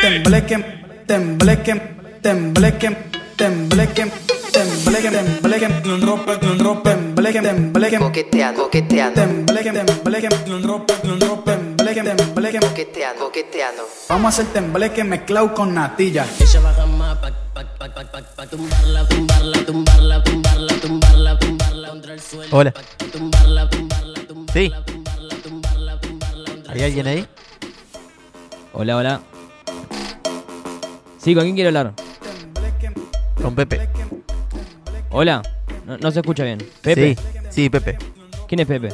temble que temble que temble que temble que temble que temble que no rompe no rompe temble que temble que Coqueteando, coqueteando, temble que temble que no rompe no rompe temble que temble que coqueteando, coqueteando. vamos a hacer temble que mezclado con natilla Ella baja más pa, pa, pa, pa, pa, pa tumbarla, tumbarla, tumbarla, tumbarla, tumbarla, tumbarla contra el suelo. Hola. Pa, pa, tumbarla, tumbarla, tumbarla, Sí. tumbarla, tumbarla, tumbarla contra ¿Hay alguien ahí? Hola, hola. Sí, ¿con quién quiero hablar? Con Pepe. Hola. No, no se escucha bien. Pepe. Sí, sí, Pepe. ¿Quién es Pepe?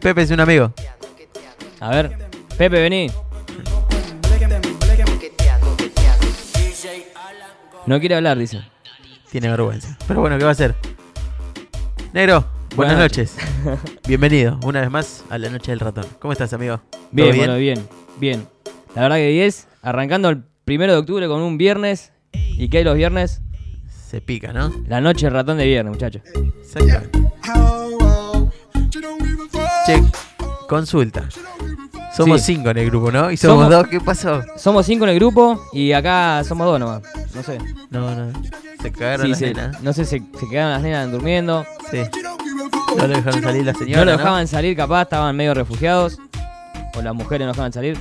Pepe es un amigo. A ver. Pepe, vení. No quiere hablar, dice. Tiene vergüenza. Pero bueno, ¿qué va a hacer? Negro, buenas, Buenas noches. Bienvenido una vez más a la noche del ratón. ¿Cómo estás, amigo? ¿Todo Bien, bueno, bien, bien. La verdad que 10, arrancando el primero de octubre con un viernes. ¿Y qué hay los viernes? Se pica, ¿no? La noche ratón de viernes, muchachos. Exactamente. Che, consulta. Somos Sí. cinco en el grupo, ¿no? Y somos, Somos- dos, ¿qué pasó? Somos cinco en el grupo y acá somos dos nomás. No sé. No, no. Se cagaron Sí, las se- nenas. no sé, se, se quedaron las nenas durmiendo. Sí. No lo dejaron salir la No señora. lo dejaban salir, capaz, estaban medio refugiados. O las mujeres no dejaban salir.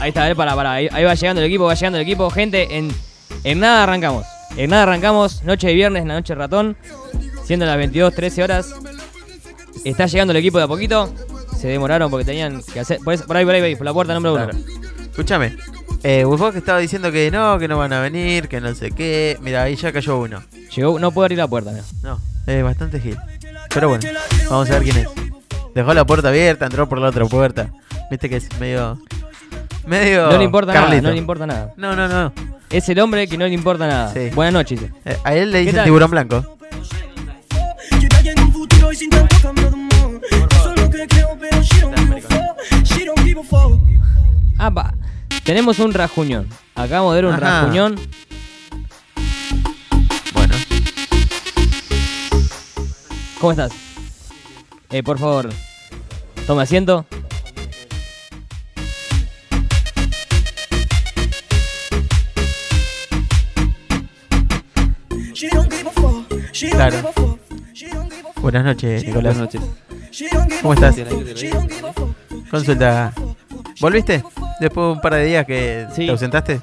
Ahí está, a ver, para, para. Ahí, ahí va llegando el equipo, va llegando el equipo. Gente, en, en nada arrancamos. En nada arrancamos. Noche de viernes, la noche ratón. Siendo las 22, 13 horas. Está llegando el equipo de a poquito. Se demoraron porque tenían que hacer. Por, eso- por ahí, por ahí, por ahí, por la puerta número uno. Claro. Escúchame. Eh, vos que estaba diciendo que no, que no van a venir, que no sé qué. Mira, ahí ya cayó uno. Llegó, no puedo abrir la puerta, mirá. No, es bastante gil. Pero bueno, vamos a ver quién es. Dejó la puerta abierta, entró por la otra puerta. Viste que es medio. medio. No le importa Carlito. nada, no le importa nada. No, no, no. Es el hombre que no le importa nada. Sí. Buenas noches. dice. Eh, a él le dicen tal? tiburón blanco. Ah, pa. Tenemos un rajuñón. Acabamos de ver un Ajá. rajuñón. Bueno, ¿Cómo estás? Eh, por favor, tome asiento. claro. Buenas noches, Nicolás. Buenas noches. ¿Cómo estás? Sí, Consulta. ¿Volviste? Después de un par de días que Sí. te ausentaste.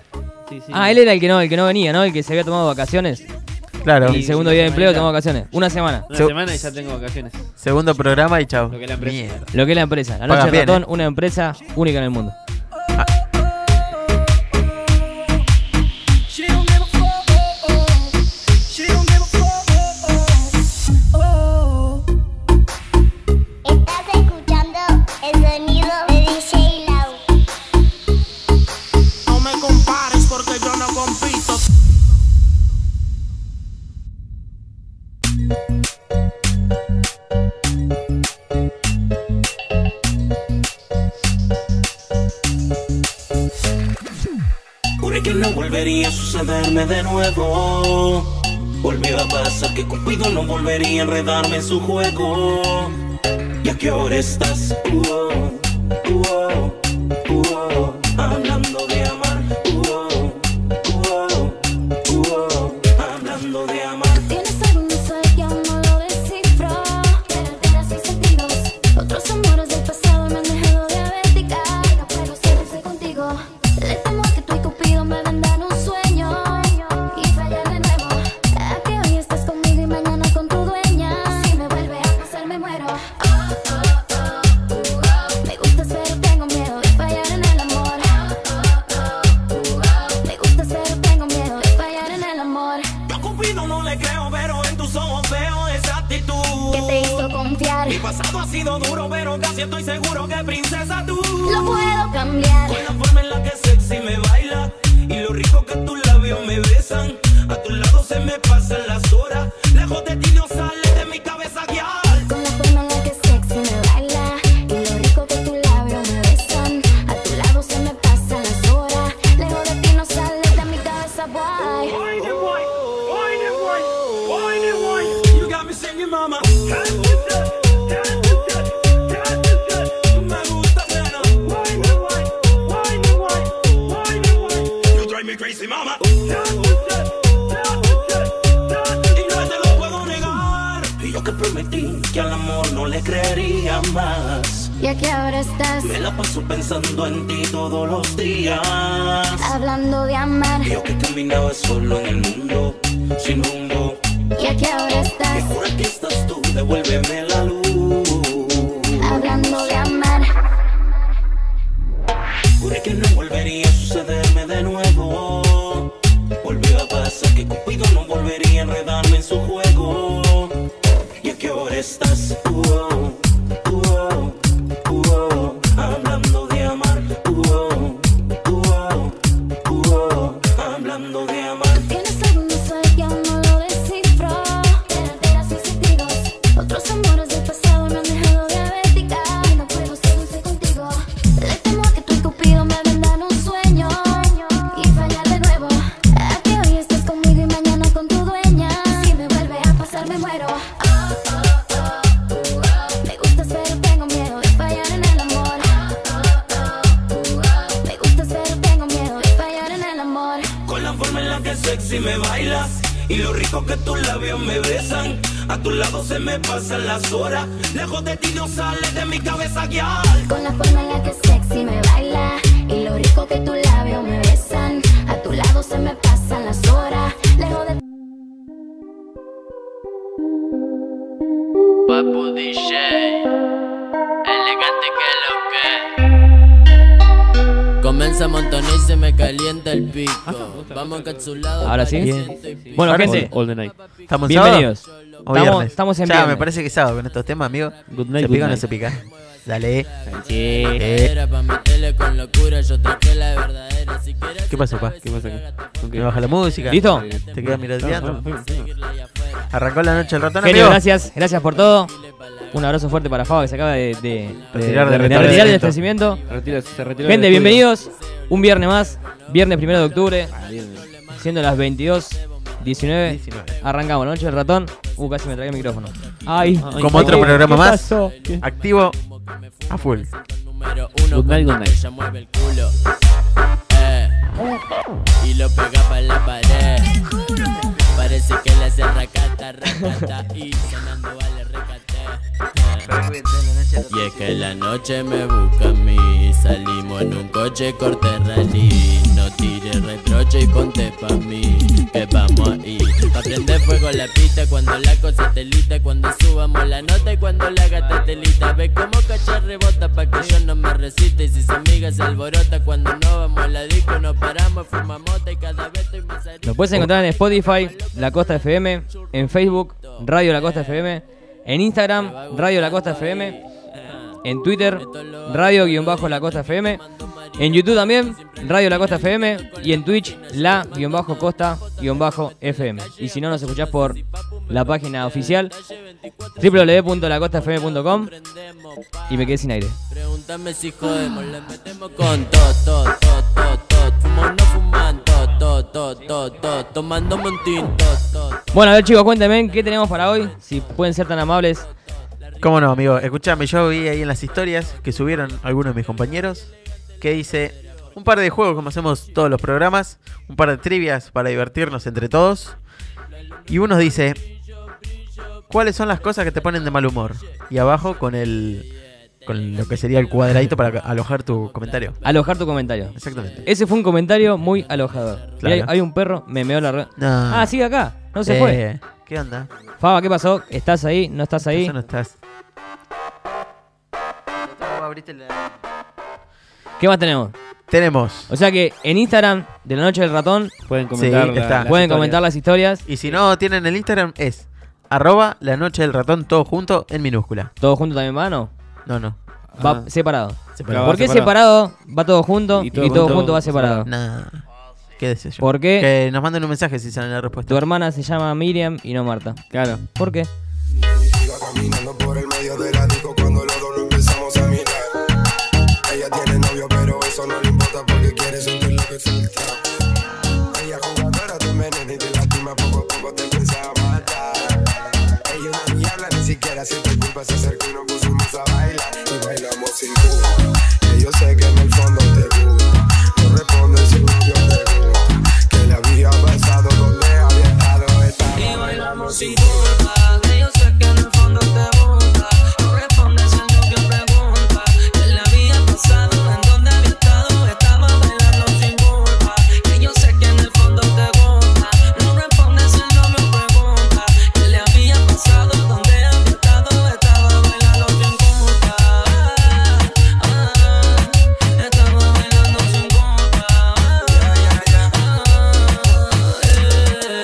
sí. Ah, él era el que no, el que no venía, ¿no? El que se había tomado vacaciones. Claro. El Sí. segundo día de una empleo semanita. tomó vacaciones. Una semana. Una Se- semana y ya tengo vacaciones. Segundo programa y chao. Lo que la empresa. Mierda. Lo que es la empresa. La Pagan noche del bien, eh. ratón, una empresa única en el mundo. Estás escuchando el sonido de DJ Lau. No me compares porque yo no compito. Juré que no volvería a sucederme de nuevo. Volvió a pasar que Cupido no volvería a enredarme en su juego. ¿Y a qué hora estás? Uh-oh, uh-oh, uh-oh. Hablando de amar. Uh-oh, uh-oh, uh-oh. Hablando de amar. Tienes algo inusual que aún no lo descifro. Pero sin sentidos. Otros amores del pasado me han dejado diabética. No puedo ser contigo. Le temo que tú y Cupido me vendan un sueño. Y fallar de nuevo. A que hoy estás conmigo y mañana con tu dueña. Si me vuelve a pasar, me muero. Oh, oh, oh, uh, oh. Me gustas, pero tengo miedo de fallar en el amor. Oh, oh, oh, uh, oh. Me gustas, pero tengo miedo de fallar en el amor. Yo a Cupido no le creo, pero en tus ojos veo esa actitud. que te hizo confiar. Mi pasado ha sido duro, pero casi estoy seguro que princesa tú. Lo puedo cambiar. Con la forma en la que sexy me baila y lo rico que tus labios me besan. A tu lado se me pasan las horas. Lejos de ti no sale de mi cabeza guiar. Con la forma en la que sexy me baila y lo rico que tus labios me besan. A tu lado se me pasan las horas. Lejos de ti no sales de mi cabeza, boy. You got me singing you, mama. Me gusta, nena. You drive me crazy, mama. Y no te lo puedo negar. Y yo que prometí que al amor no le creería más. Y aquí ahora estás Me la paso pensando en ti todos los días. hablando de amar. Yo que caminaba solo en el mundo, sin rumbo. Y aquí ahora Y estás ahora que estás tú, devuélveme la luz. hablando de amar. Juré que no volvería a sucederme de nuevo. Volvió a pasar que Cupido no volvería a enredarme en su juego. ¿Y a qué hora estás? Uh -oh, uh -oh, uh -oh, hablando de amar. Uh -oh, uh -oh, uh -oh, hablando de amar. Tienes algo inusual que aún no lo descifro. Te alteras mis sentidos. Otros amores del pasado me han dejado diabética. Y no puedo ser dulce contigo. Le temo a que tu cupido me vendan un sueño. Y fallar de nuevo. A que hoy estás conmigo y mañana con tu dueña. Si me vuelve a pasar, me muero. Oh, oh, oh, uh, oh. Me gustas, pero tengo miedo de fallar en el amor. Oh, oh, oh, uh, oh. Me gustas, pero tengo miedo de fallar en el amor. Con la forma en la que sexy me bailas y lo rico que tus labios me besan. A tu lado se me pasan las horas. Lejos de ti no sale de mi cabeza guiar. Con la forma en la que sexy me baila y lo rico que tus labios me besan. A tu lado se me pasan las horas. Lejos de Papu DJ, elegante que lo que. Comienza a montonar y se me calienta el pico. Vamos encapsulados. Ahora sí. Bien. Bueno, Ahora gente, All the night. ¿Estamos en sábado? bienvenidos. ¿O Estamos- viernes? estamos en Ya, me viernes. parece que es sábado con estos temas, amigo. Good night, ¿Se good pica o no night. se pica? Dale. Eh, Era pa' meterle con locura, yo traje la verdadera. Si quieres ¿Qué pasó, pa? ¿Qué pasa acá? ¿Con qué? Me baja la música. ¿Listo? Te quedas mirando. Ah, ah, Arrancó la noche el ratón, Genio, amigo. gracias, gracias por todo. Un abrazo fuerte para Fabo que se acaba de, de- de- Retirar de del retirar del establecimiento. establecimiento. ah. Retira- se retiró del Gente, estudio. bienvenidos. Un viernes más, viernes primero de octubre, Ah, bien. siendo las 22. 19. 19. Arrancamos la noche del ratón. Uh, casi me tragué el micrófono. Ay, Como ay, otro ¿qué- programa qué más. pasó? Activo a full. número uno, Good night, cuando good night. ella mueve el culo. Eh, y lo pega pa' la pared. Parece que le hace racata, racata. Y sonando vale recate. Eh. Y es que la noche me busca a mí Salimos en un coche corte rally No tires reproche y ponte pa' mí Que vamos ahí Pa' prender fuego la pista Cuando la cosa telita Cuando subamos la nota y cuando la gata telita Ve como cachar rebota Pa' que yo no me resista Y si su amiga se alborota Cuando no vamos a la disco Nos paramos, fumamos mota Y cada vez estoy más Lo puedes encontrar en Spotify, La Costa FM, en Facebook, Radio La Costa FM, en Instagram, Radio La Costa FM, en Twitter, Radio-La Costa FM, en YouTube también, Radio La Costa FM, y en Twitch, La-Costa-FM. Y si no, nos escuchás por la página oficial www.lacostafm.com y me quedé sin aire. Pregúntame si jodemos, le metemos con tot, tot, tot, tot, tot. Fumo no fuman, tot, tot, tot, tot, tot. Tomándome un tinto, tot, tot. Bueno, a ver chicos, cuéntenme qué tenemos para hoy, si pueden ser tan amables. ¿Cómo no, amigo? Escuchame, yo vi ahí en las historias que subieron algunos de mis compañeros que dice un par de juegos como hacemos todos los programas, un par de trivias para divertirnos entre todos. Y uno dice, ¿cuáles son las cosas que te ponen de mal humor? Y abajo con el con lo que sería el cuadradito para alojar tu comentario. Alojar tu comentario. Exactamente. Ese fue un comentario muy alojador. Mirá, Claro. hay un perro, me meó la red. No. Ah, sigue acá. No se Eh, fue. ¿Qué onda? Faba, ¿qué pasó? ¿Estás ahí? ¿No estás ahí? Eso no estás. ¿Qué más tenemos? Tenemos. O sea que en Instagram de la noche del ratón Pueden comentar. Sí, la- está. las pueden historias. comentar las historias. Y si no tienen el Instagram es arroba la noche del ratón todo junto en minúscula. Todo junto también va, ¿no? No, no. Ah. Va separado. Separado, ¿Por qué separado? Va todo junto y todo, junto, va separado. Nada. ¿Qué decís yo? ¿Por qué? Que nos manden un mensaje si saben la Tu respuesta. hermana se llama Miriam y no Marta. Claro. ¿Por qué? Iba caminando por el medio de la disco cuando los dos lo empezamos a mirar. Ella tiene novio, pero eso no le importa porque quiere sentir lo que falta. Ella jugadora, tu veneno y te lastima, poco a poco te empieza a matar. Ella es una villana, siquiera siente culpa, se acercó y nos pusimos a bailar y bailamos sin culpa. Que yo sé que en el fondo te gusta, no responde si un novio te gusta, que le había pasado donde había estado esta Y bailamos sin culpa, que yo sé que en el fondo te gusta, no responde si un novio pregunta, que le había pasado en donde había estado, estaba bailando sin culpa, que yo sé que en el fondo te gusta, no responde si un novio pregunta, que le había pasado donde había estado, estaba bailando sin culpa. Estaba bailando sin culpa.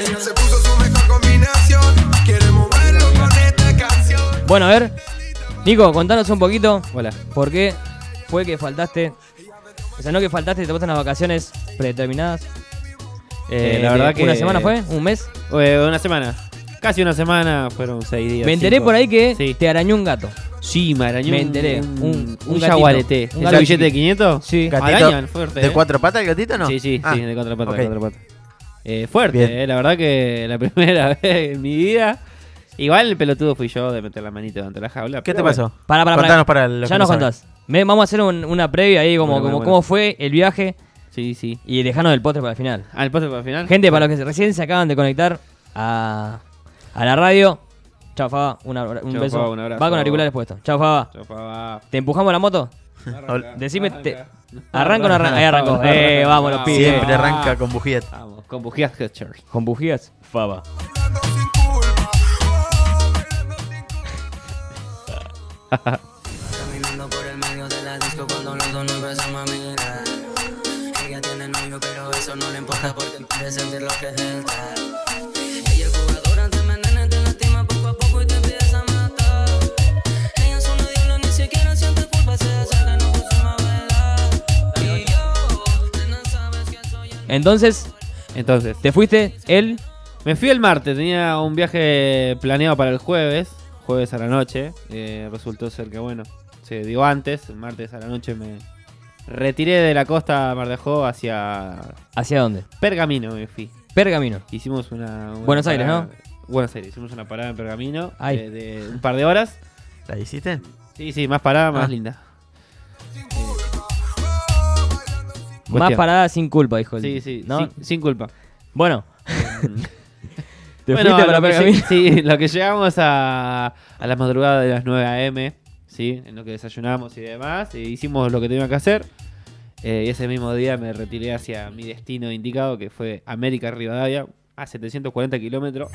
Ella se puso su mejor combinación, quiere moverlo con esta canción. Bueno, a ver. Nico, contanos un poquito Hola. por qué fue que faltaste. O sea, no que faltaste, te pasaste unas vacaciones predeterminadas. Eh, Eh, la de- verdad que. ¿Una semana fue? ¿Un mes? Eh, una semana. Casi una semana, fueron seis días. Me enteré cinco. por ahí que Sí, te arañó un gato. sí me arañó me un- enteré, un- Un, un un gatito, jaguarete. un ¿Ese gato billete de chiquito. 500? Sí. Gatito, Arañan, fuerte. ¿De eh. cuatro patas el gatito no? Sí, sí, Ah, sí, de cuatro patas, ok. de cuatro patas. Eh, fuerte, Bien. eh, la verdad que la primera vez en mi vida. Igual el pelotudo fui yo de meter la manita durante la jaula. ¿Qué pero te bueno. pasó? Pará, pará, pará. Contanos para los ya que nos no saben. contás. Me- vamos a hacer un- una previa ahí, como, Bueno, como bueno, cómo bueno. fue el viaje Sí, sí. y dejanos del postre para el final. Ah, el postre para el final. Gente, para los que recién se acaban de conectar a, a la radio, chao Faba, una- un Chau, beso. Faba, un abrazo. Va con auriculares puestos. Chao Faba. Yo, pa, ¿Te empujamos la moto? Hola. Decime, te- ¿arranca o no arranca? Ahí arrancó. Eh, vamos los pibes. Siempre arranca con bujía. Vamos, con bujías Hutchers. Con bujías, Faba. Bailando sin culpa, oh, bailando sin culpa. Caminando por el medio de la disco cuando los dos nos empezamos a mirar. Ella tiene novio, pero eso no le importa porque quiere sentir lo que es delta. Ella es jugadora, te envenena, te lastima poco a poco y te empiezas a matar. Ella es una diabla, ni siquiera siente culpa, se acerca y no consuma vela. Y yo, nena, sabes que soy el Entonces, Entonces, te fuiste él. me fui el martes. Tenía un viaje planeado para el jueves, jueves a la noche. Eh, resultó ser que, bueno, se dio antes. El martes a la noche me retiré de la costa Mar de Ajó hacia ¿Hacia dónde? Pergamino. Me fui. Pergamino. Hicimos una. una Buenos Aires, parada- Buenos Aires, hicimos una parada en Pergamino Ay. eh, de, un par de horas. ¿La hiciste? Sí, sí, más parada, más Ah. linda. Más Cuestión. parada sin culpa, dijo él. Sí, sí, ¿No? sin, sin culpa. Bueno. te Em, Bueno, fuiste para lo que Pergamino. lleg- Sí, lo que llegamos a, a la madrugada de las 9 a.m., ¿sí? En lo que desayunamos y demás, e hicimos lo que tenía que hacer. eh, y ese mismo día me retiré hacia mi destino indicado, que fue América Rivadavia, a 740 kilómetros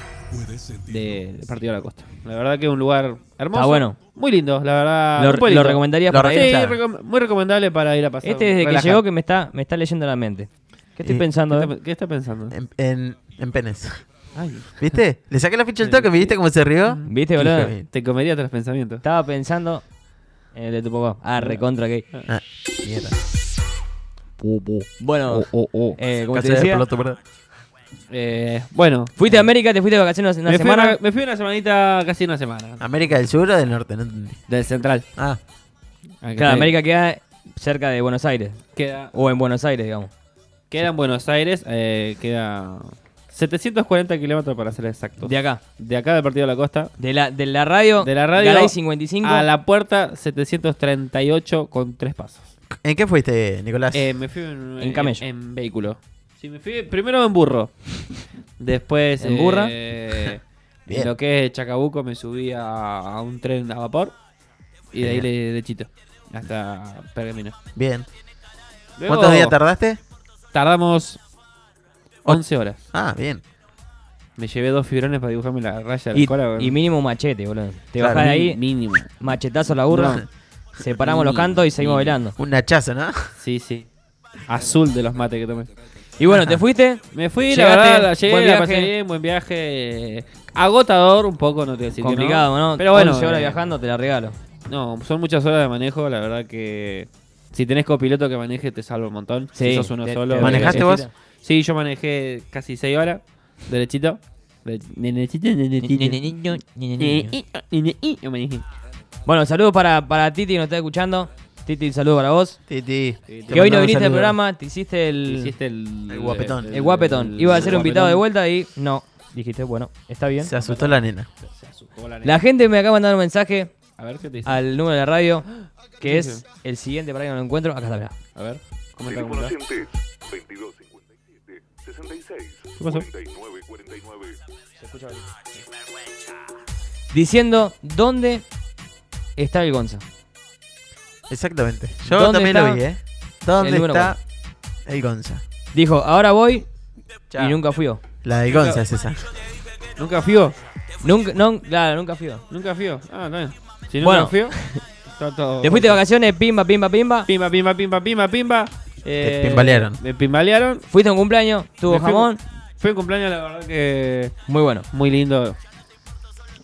de, de Partido de la Costa. La verdad que es un lugar hermoso. Está Ah, bueno. Muy lindo, la verdad. Lo, un pueblito. lo recomendaría Lo para Sí, ir. Claro. recom- muy recomendable para ir a pasar. Este desde que relajar. llegó que me está, me está leyendo la mente. ¿Qué estoy Eh, pensando? ¿Qué eh? está, qué está pensando? En, en, en penes. Ay, ¿Viste? Le saqué la ficha al toque, ¿me viste cómo se rió? ¿Viste, boludo? Dije, Mm. te comería tras pensamientos. Estaba pensando en el de tu papá. Ah, recontra gay. Ah, mierda. Bueno, eh, como Casi te decía, exploto, perdón. Eh, bueno, fuiste a América, te fuiste de vacaciones una me fui, semana. una, me fui una semanita, casi una semana. ¿América del Sur o del Norte? No entendí. Del central. Ah, Claro, América queda cerca de Buenos Aires. Queda, O en Buenos Aires, digamos. queda en Buenos Aires, eh, queda 740 kilómetros para ser exacto. De acá. De acá del Partido de la Costa. De la, de la radio. De la radio Galay 55. A la puerta 738 con tres pasos. ¿en qué fuiste, Nicolás? Eh, me fui en, En camello. En, vehículo. Sí, me fui primero en burro. Después eh, ¿En burra? en lo que es Chacabuco me subí a, a un tren a vapor. Y de ahí Genial. le- derechito. Hasta Pergamino. Bien. Luego ¿Cuántos días tardaste? Tardamos 11 horas. Ah, bien. Me llevé dos fibrones para dibujarme la raya de la y, cola. y mínimo machete, boludo. Te Claro, bajás de ahí, mínimo. machetazo a la burra. Separamos los Ni- cantos y seguimos ni- bailando. Un hachazo, ¿no? Sí, sí. Azul de los mates que tomé. Y bueno, te fuiste. Me fui, Llegaste, la verdad, la llegué, buen la viaje. pasé bien, buen viaje. eh, Agotador un poco, no te voy a decir que complicado, ¿no? Pero bueno, 11 horas eh, viajando, te la regalo. No, son muchas horas de manejo, la verdad que si tenés copiloto que maneje te salva un montón. Sí, si sos uno te- solo. te- ¿Manejaste eh, vos? Sí, yo manejé casi 6 horas, derechito. Dere- Derechito, derechito. Yo manejé. Bueno, saludos para, para Titi que nos está escuchando. Titi, un saludo para vos. Titi. Sí, Que hoy no mandamos viniste al saludos. programa, te hiciste el, Hiciste el, El guapetón. el guapetón. Iba a ser un invitado de vuelta y no. Dijiste, bueno, está bien. Se asustó la nena. loco, la neta. La gente me acaba de mandar un mensaje A ver qué te dice. al número de la radio, que ¿Qué es dice? el siguiente, para que no lo encuentro. Acá está, mirá. A ver. ¿Cómo está? ¿Cómo Teléfono está? oyentes 2257 66 ¿Qué pasó? 49 49. Diciendo dónde está el Gonza. Exactamente. Yo ¿Dónde también está lo vi, ¿eh? ¿Dónde el número está el Gonza? Dijo, ahora voy Chao. y nunca fui yo. La del Gonza es esa. ¿Nunca fío? Nunca, no, claro, nunca fui yo. ¿Nunca fío? Ah, está bien. Si Bueno. nunca fío, está todo. Te fuiste de vacaciones, pimba, pimba, pimba. Pimba, pimba, pimba, pimba, pimba. Eh, pimbalearon. Me pimbalearon. Fuiste a un cumpleaños, tuvo Me fui- jamón. Fue un cumpleaños, la verdad que Muy bueno. muy lindo.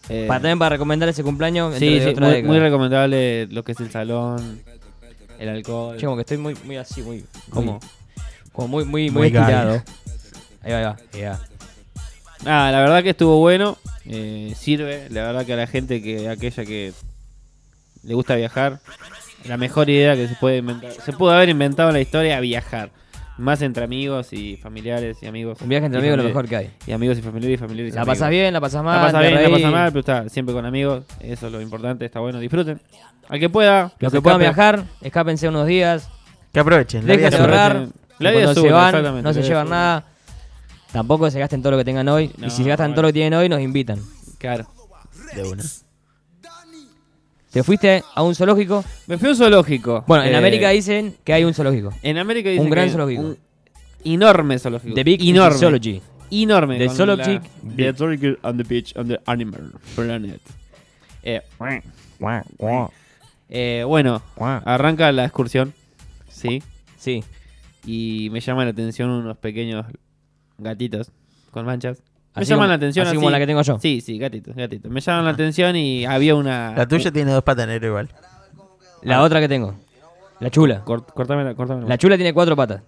Eh, Para también para recomendar ese cumpleaños. sí, dentro de sí, otra muy, década. muy recomendable lo que es el salón, el alcohol. Che, como que estoy muy, muy así, muy. ¿Cómo? muy- Como muy, muy, muy Muy gay. estirado. Ahí va, ahí va. ahí va. Nada, la verdad que estuvo bueno. eh, sirve, la verdad que a la gente que aquella que le gusta viajar, la mejor idea que se puede inventar, se pudo haber inventado en la historia, viajar. Más entre amigos y familiares y amigos. Un viaje entre Y amigos es lo familia- mejor que hay. Y amigos y familiares y familiares. y La amigos. pasas bien, la pasas mal. la pasas te bien, la reís. pasas mal, pero está siempre con amigos. Eso es lo importante, está bueno, disfruten. Al que pueda. Los se que puedan escape. viajar, escápense unos días. Que aprovechen. la Dejen de vida es una- ahorrar. La y vida cuando es se una, van, exactamente, no la se vida llevan es una. nada. Tampoco se gasten todo lo que tengan hoy. y No, si se gastan bueno. todo lo que tienen hoy, nos invitan. Claro. De una. ¿Te fuiste a un zoológico? Me fui a un zoológico. Bueno, en Eh, América dicen que hay un zoológico. En América un dicen gran que- zoológico. un enorme zoológico. The Big enorme. Zoology. enorme. The con Solo la- Chick. The Zoological on the Beach on the Animal Planet. Eh, eh, bueno, arranca la excursión, ¿sí? Sí. Y me llama la atención unos pequeños gatitos con manchas. Me Así llaman como- la atención así como la que tengo yo. Sí, sí, gatitos, gatitos. Me llaman la atención y había una... La tuya tiene dos patas negro igual. La otra que tengo. La chula. Cort- cortame la... cortame La chula tiene cuatro patas.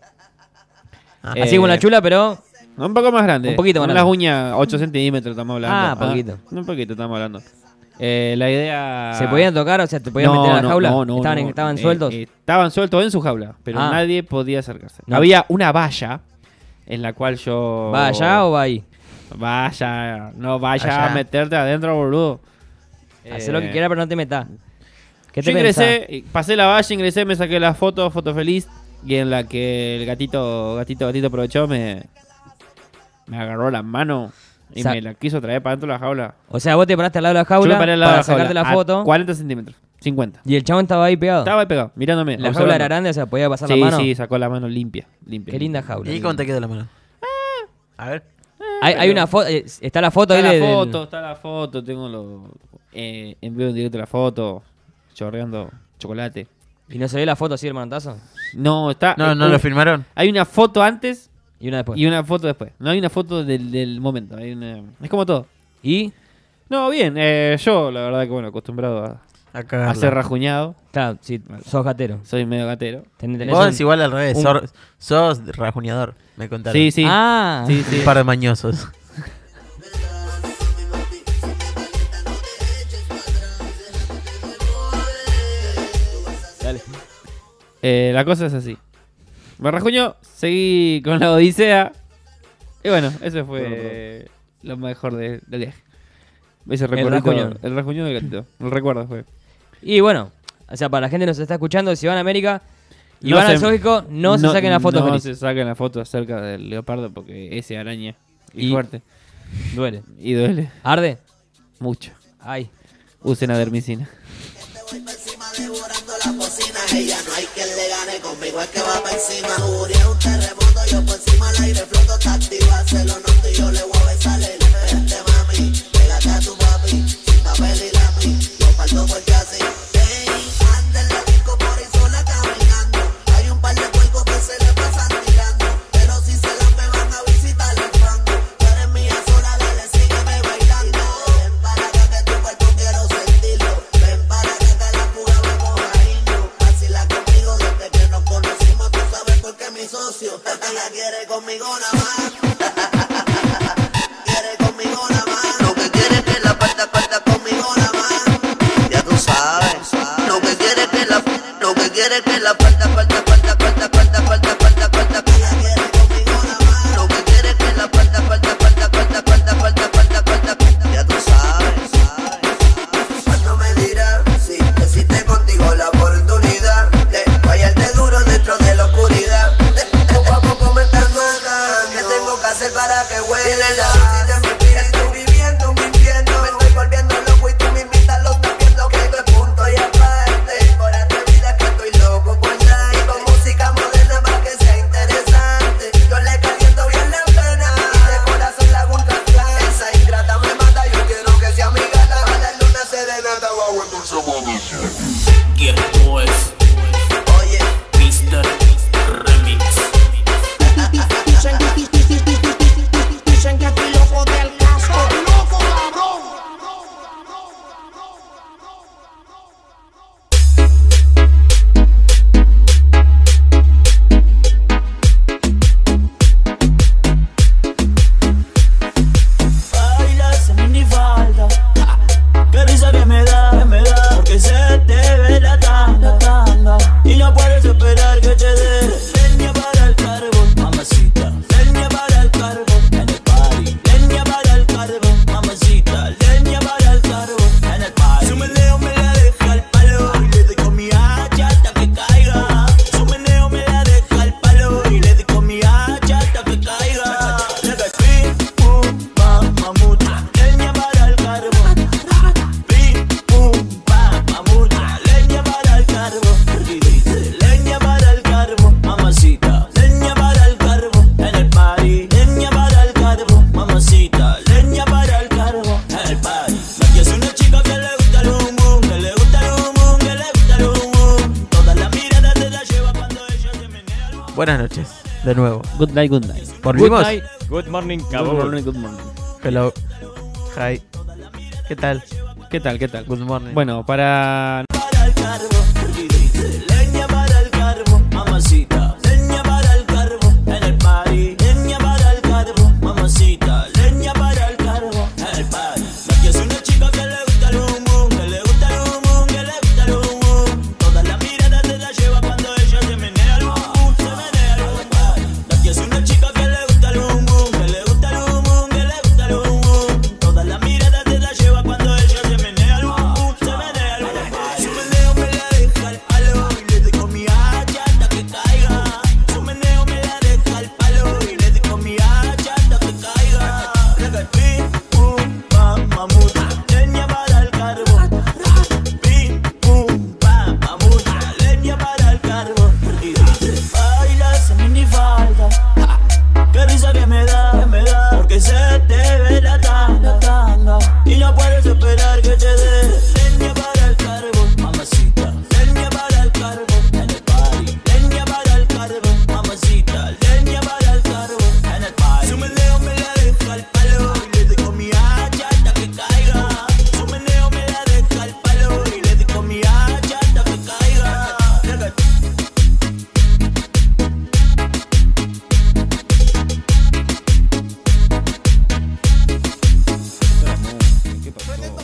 Eh, Así como la chula, pero Un poco más grande. Un poquito más Con grande. Las uñas 8 centímetros estamos hablando. Ah, poquito. un poquito estamos hablando. Eh, la idea... se podían tocar, o sea, te podían meter en la jaula. estaban en- no. estaban Eh, sueltos. eh, estaban sueltos en su jaula, pero Ah. nadie podía acercarse. No. Había una valla en la cual yo... ¿Va allá o va ahí? Vaya, no vaya Vaya. a meterte adentro, boludo. Hacé Eh, lo que quieras, pero no te metas. ¿Qué Yo te ingresé, y pasé la valla, ingresé, me saqué la foto, foto feliz, y en la que el gatito, gatito, gatito aprovechó, me, me agarró la mano y Sa- me la quiso traer para dentro de la jaula. pensás? O sea, vos te paraste al lado de la Yo jaula me paré al lado de para la jaula, sacarte la a foto 40 centímetros, 50. y el chabón estaba ahí pegado. Estaba ahí pegado, mirándome. la jaula observando. era grande, o sea, podía pasar Sí, la mano. sí, sacó la mano limpia, limpia. Qué linda jaula. ¿Y cómo te quedó la mano? A ver. Hay, hay pero- una foto, eh, está la Está foto ahí la de- del- foto, está la foto, tengo los... Eh, envío en directo la foto, chorreando chocolate. y no se ve la foto así del manotazo No, está... No, eh, no un- lo firmaron. Hay una foto antes y una después. Y una foto después. No hay una foto del, del momento. hay una- Es como todo. Y, No, bien. eh, yo, la verdad que, bueno, acostumbrado a, A a cagarla. ser rajuñado. claro, si sos gatero. Soy medio gatero. Tenés- tenés Vos un- es igual al revés. un- sor- Sos rajuñador, me contaron. Sí, sí. Ah, Sí, sí. Un par de mañosos. dale. Eh, la cosa es así. Me rajuñó, seguí con la odisea. Y bueno, eso fue lo mejor de- del viaje. Ese recuerdo. rajuñón. El rajuñón del gatito. El recuerdo fue. Y bueno, o sea, para la gente que nos está escuchando, si van a América y No van al se- zoológico, no, se saquen la foto No feliz. se saquen la foto acerca del leopardo porque ese araña. Y, Y- fuerte. Duele. Y duele ¿Arde? mucho. Ay. Usen adermicina. socio, la quiere conmigo nada más. quiere conmigo nada más. Pues, Buenas noches, de nuevo. Good night, good night. Volvimos. Good morning, Good cabrón. morning, good morning. Hello. Hi. ¿Qué tal? ¿Qué tal, qué tal? Good morning. Bueno, para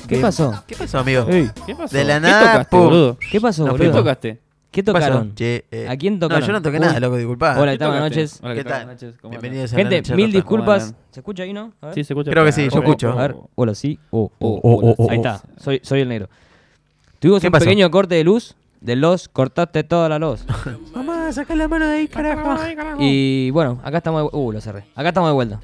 ¿Qué pasó? ¿Qué pasó, amigo? Ey, ¿Qué pasó? De la ¿Qué nada, tocaste, pum. boludo? ¿Qué pasó, ¿Qué boludo? tocaste? ¿Qué ¿Qué pasó? tocaron? Che, eh, ¿A quién tocaron? No, yo no toqué Uy. nada, loco, disculpá. ¿Qué Hola, Estaban tocaste? noches. Hola, ¿Qué tal? Buenas noches. ¿cómo andan? Bienvenidos a la Gente, noche mil rota. disculpas. ¿Cómo ¿Se escucha ahí, no? A ver. Sí, se escucha. Creo que sí, yo Oh, oh, escucho. A ver, hola, sí. Oh, oh, Oh, oh, oh, Ahí oh. está, soy, soy el negro. Tuvimos ¿Qué un pasó? pequeño corte de luz. De los, cortaste toda la luz. Mamá, saca la mano de ahí, carajo. y bueno, acá estamos de vu- Uh, lo cerré. Acá estamos de vuelta.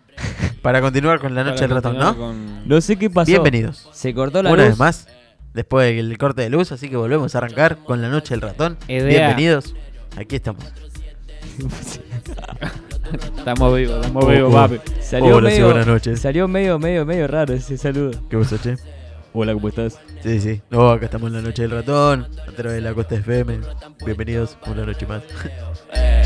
Para continuar con la Para noche del ratón, continuar ¿no? con- No sé qué pasó. Bienvenidos. Se cortó la Una luz. vez más, después del corte de luz, así que volvemos a arrancar con la noche del ratón. Idea. Bienvenidos. Aquí estamos. Estamos vivos, estamos Oh, vivos, oh. papi. Salió Hola, sí, medio, buenas noches. Salió medio, medio, medio raro ese saludo. ¿Qué pasa, che? Hola, ¿cómo estás? Sí, sí. No, acá estamos en la noche del ratón, a través de la Costa FM. Bienvenidos una noche más. Eh,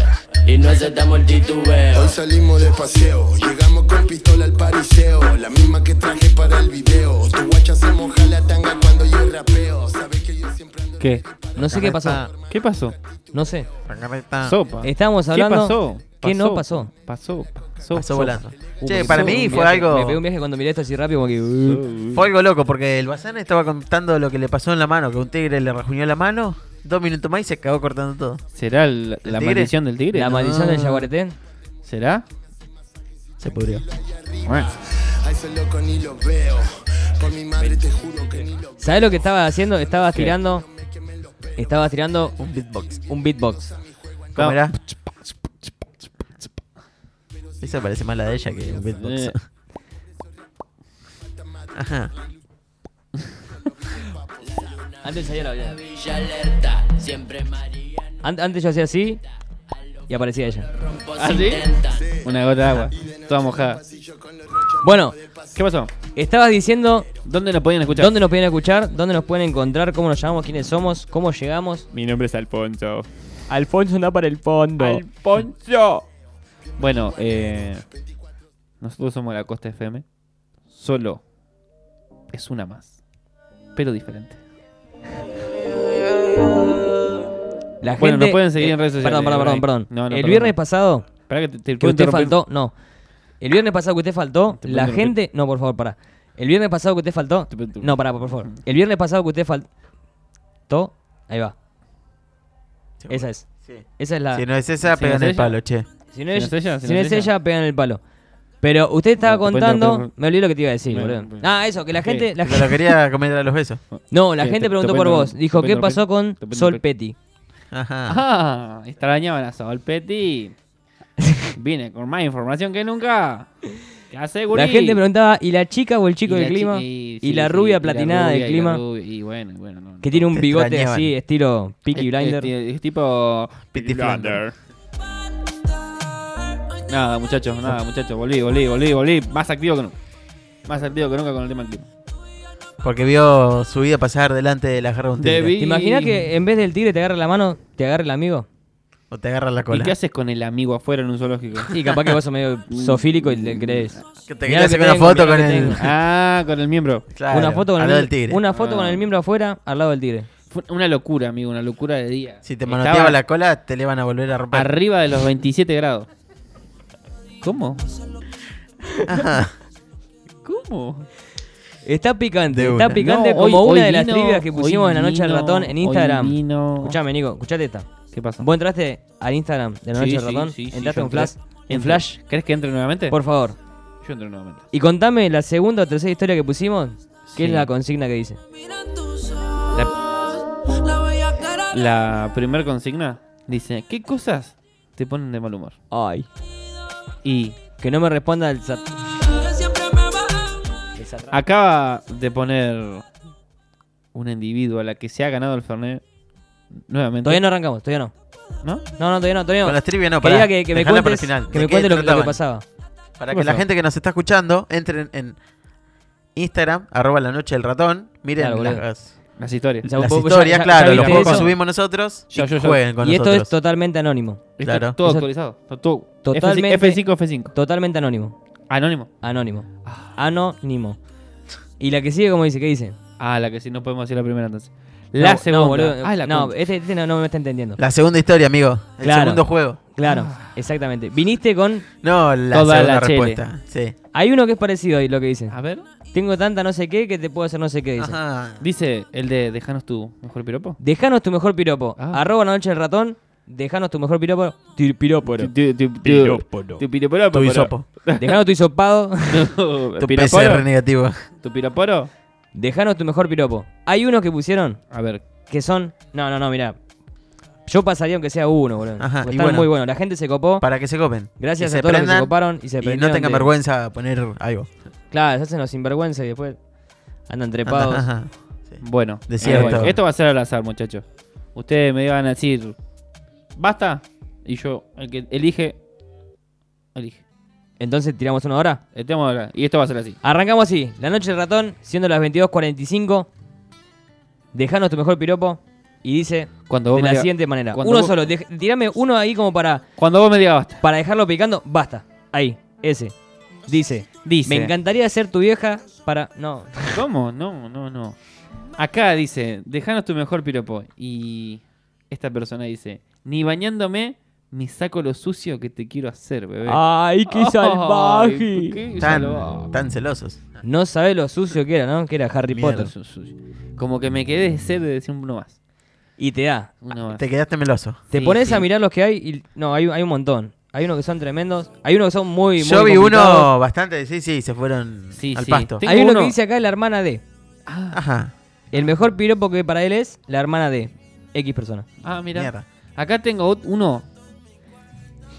Y no aceptamos el titubeo. Hoy salimos de paseo, llegamos con pistola al pariseo, la misma que traje para el video. Tu guacha se moja la tanga cuando yo rapeo. Sabes que yo siempre ando ¿Qué? No sé qué pasó. ¿Qué pasó? No sé. Pasó Sopa. Estábamos ¿Qué hablando. pasó? ¿Qué no pasó? Pasó, pasó. volando. Uh, Che, me para pegó mí un fue viaje. Me pegué algo un viaje cuando miré esto así rápido, como que. uh, fue algo loco, porque el Bazán estaba contando lo que le pasó en la mano, que un tigre le rajuñó la mano, dos minutos más y se acabó cortando todo. ¿Será el- la tigre? maldición del tigre? la No. maldición del Yaguaretén. ¿Será? Se pudrió. Bueno. A ese loco ni lo veo. Por mi madre te juro que ni lo ¿Sabes lo que estaba haciendo? Estabas ¿Qué? tirando. Estabas tirando Un beatbox. un beatbox. ¿Cómo No. era? Esa parece más la de ella que un beatbox. Eh. Ajá. Antes salía la vida. Villa alerta, siempre María. An- antes yo hacía así y aparecía ella. ¿Ah, sí? Una gota de agua. Toda mojada. Bueno, ¿Qué pasó? estabas diciendo ¿Dónde nos podían escuchar? dónde nos pueden escuchar, dónde nos pueden encontrar, cómo nos llamamos, quiénes somos, cómo llegamos. Mi nombre es Alfonso. Alfonso anda para el fondo. ¡Alfonso! Bueno, eh, nosotros somos la Costa FM. Solo es una más, pero diferente. La gente, Bueno, nos pueden seguir eh, en redes sociales, Perdón, perdón, por ahí. perdón. perdón. No, no, el perdón. viernes pasado Espera que te, te que puedo usted interrumpir. faltó, no. El viernes pasado que usted faltó, Te puedo la interrumpir. gente. No, por favor, pará. El viernes pasado que usted faltó. Te puedo interrumpir. No, pará, por favor. El viernes pasado que usted faltó. Ahí va. Esa es. Sí. Esa es la. Si no es esa, Si no pega es en el ella. palo, che. Si no es, si no es ella, no es ella, pegan el palo. Pero usted No, estaba te pueden contando. interrumpir. Me olvidé lo que te iba a decir, Bueno, boludo. bueno. Ah, eso, que la Ok. gente. La, Te lo quería comer a los besos. no, la Sí, gente te- preguntó te por pueden- vos. te Dijo, pueden ¿qué pasó con interrumpir. Sol Petty? Ajá. Ah, extrañaban a Saul Petit. Vine con más información que nunca. ¿Qué hace, gurí? La gente preguntaba, ¿y la chica o el chico Y del la chi- clima? y- y sí, la sí, rubia y la platinada rubia, del y la clima. rubia, Y bueno, bueno, no, no. Que tiene un Te bigote extrañaban. así, estilo Peaky Es- Blinder. Es, es tipo Peaky Blinder. Nada, muchachos, nada, muchachos. Volví, volví, volví, volví. Más activo que nunca. Más activo que nunca con el tema del clima. Porque vio su vida pasar delante de la jarra de un tigre. Debbie. ¿Te imaginas que en vez del tigre te agarre la mano, te agarre el amigo? O te agarran la ¿Y cola. qué haces con el amigo afuera en un zoológico? Y capaz que vos sos medio zoofílico y le crees. Que te Mirá querías lo hacer que una tengo, foto mirá con lo que el. tengo. Ah, con el miembro. Claro, una foto, con al el, lado mie- del tigre. Ah, Una foto con el miembro afuera, al lado del tigre. Fue una locura, amigo, una locura de día. Si te Estaba manoteaba la cola, te le van a volver a romper. Arriba de los 27 grados. ¿Cómo? Ajá. ¿Cómo? Está picante, De está una. picante No, hoy- como hoy una de las vino, trivias que hoy pusimos en la noche del vino, ratón en hoy Instagram. vino. Escuchame, Nico, escuchate esta. ¿Qué pasa? Vos entraste al Instagram de la noche Sí, del sí, ratón, sí, sí, entraste yo en Flash, entré. en Flash, ¿Crees que entre nuevamente? por favor. Yo entro nuevamente. Y contame la segunda o tercera historia que pusimos, Sí. que es la consigna que dice. La, la primer consigna dice, ¿qué cosas te ponen de mal humor? Ay, Y que no me responda el sat- el sat- acaba de poner una individua a la que se ha ganado el Fernet nuevamente. Todavía no arrancamos, todavía no. ¿No? No, no, todavía no, todavía no. Con las trivias no, Quería para que, que me cuentes, que me cuentes lo, que- lo que pasaba. Para ¿Qué que la pasó? gente que nos está escuchando entren en Instagram, arroba la noche del ratón, miren Claro, boludo. las, Las historias. Ya, las vos- ya- historias, ya- ya claro, los viste juegos que eso. subimos nosotros Yo, y yo, yo. jueguen con Y esto nosotros. es totalmente anónimo. Está claro. Todo Eso- actualizado. Está todo- Totalmente- F5, F5. Totalmente anónimo. Anónimo. Anónimo. Anónimo. Y la que sigue, como dice? ¿Qué dice? Ah, la que si no podemos decir la primera entonces. La No, segunda. No, boludo. Ah, la no concha. este, este no, no me está entendiendo. La segunda historia, amigo. El Claro. segundo juego. Claro, exactamente. Viniste con. No, la Ah. Toda segunda la chele. respuesta. Sí. Hay uno que es parecido ahí lo que dice. A ver. Tengo tanta no sé qué que te puedo hacer no sé qué, dice. Ajá. Dice el de dejanos tu mejor piropo. Dejanos tu mejor piropo. Ah. Arroba la noche del ratón. Dejanos tu mejor piropo. Tu piropo. Tu- tu- tu- Tu piroporo. Tu hisopo. Dejanos tu hisopado. Tu Tu PCR piroporo. negativo. Tu piroporo. Dejanos tu mejor piropo. Hay unos que pusieron A ver. que son. No, no, no, mirá. Yo pasaría aunque sea uno, boludo. Ajá, porque y están bueno. muy buenos. La gente se copó. Para que se copen. Gracias Y a se todos los que se prendan coparon y se Y prendieron no tengan de- vergüenza poner algo. Claro, se hacen los sinvergüenza y después andan trepados. Ajá. Bueno. De eh, cierto. bueno, Esto va a ser al azar, muchachos. Ustedes me iban a decir. Basta. Y yo, el que elige. Elige. Entonces tiramos una hora. El tema ahora. Y esto va a ser así. Arrancamos así. La noche del ratón, siendo las 22.45. Dejanos tu mejor piropo. Y dice Cuando vos de me la digas- siguiente manera. cuando Uno vos- solo. dej- tirame uno ahí como para, Cuando vos me digas basta. para dejarlo picando. Basta. Ahí. Ese. Dice. Dice. Me encantaría ser tu vieja para... No. ¿Cómo? No, no, no. Acá dice, dejanos tu mejor piropo. Y esta persona dice, ni bañándome me saco lo sucio que te quiero hacer, bebé. ¡Ay, qué Ay, salvaje! qué salvaje. Tan, tan celosos. No sabe lo sucio que era, ¿no? Que era Harry Mierda. Potter. Su- su- Como que me quedé de sed de decir uno más. Y te da. Uno más. Te quedaste meloso. Te Sí, pones sí. a mirar los que hay y... No, hay, hay un montón. Hay unos que son tremendos. Hay unos que son muy... Yo muy vi complicados. uno bastante. Sí, sí, se fueron Sí, al sí. pasto. Tengo Hay uno, uno. Ah. que dice acá la hermana de. Ajá. El mejor piropo que para él es la hermana de X persona. Ah, mira. Mierda. Acá tengo ot- uno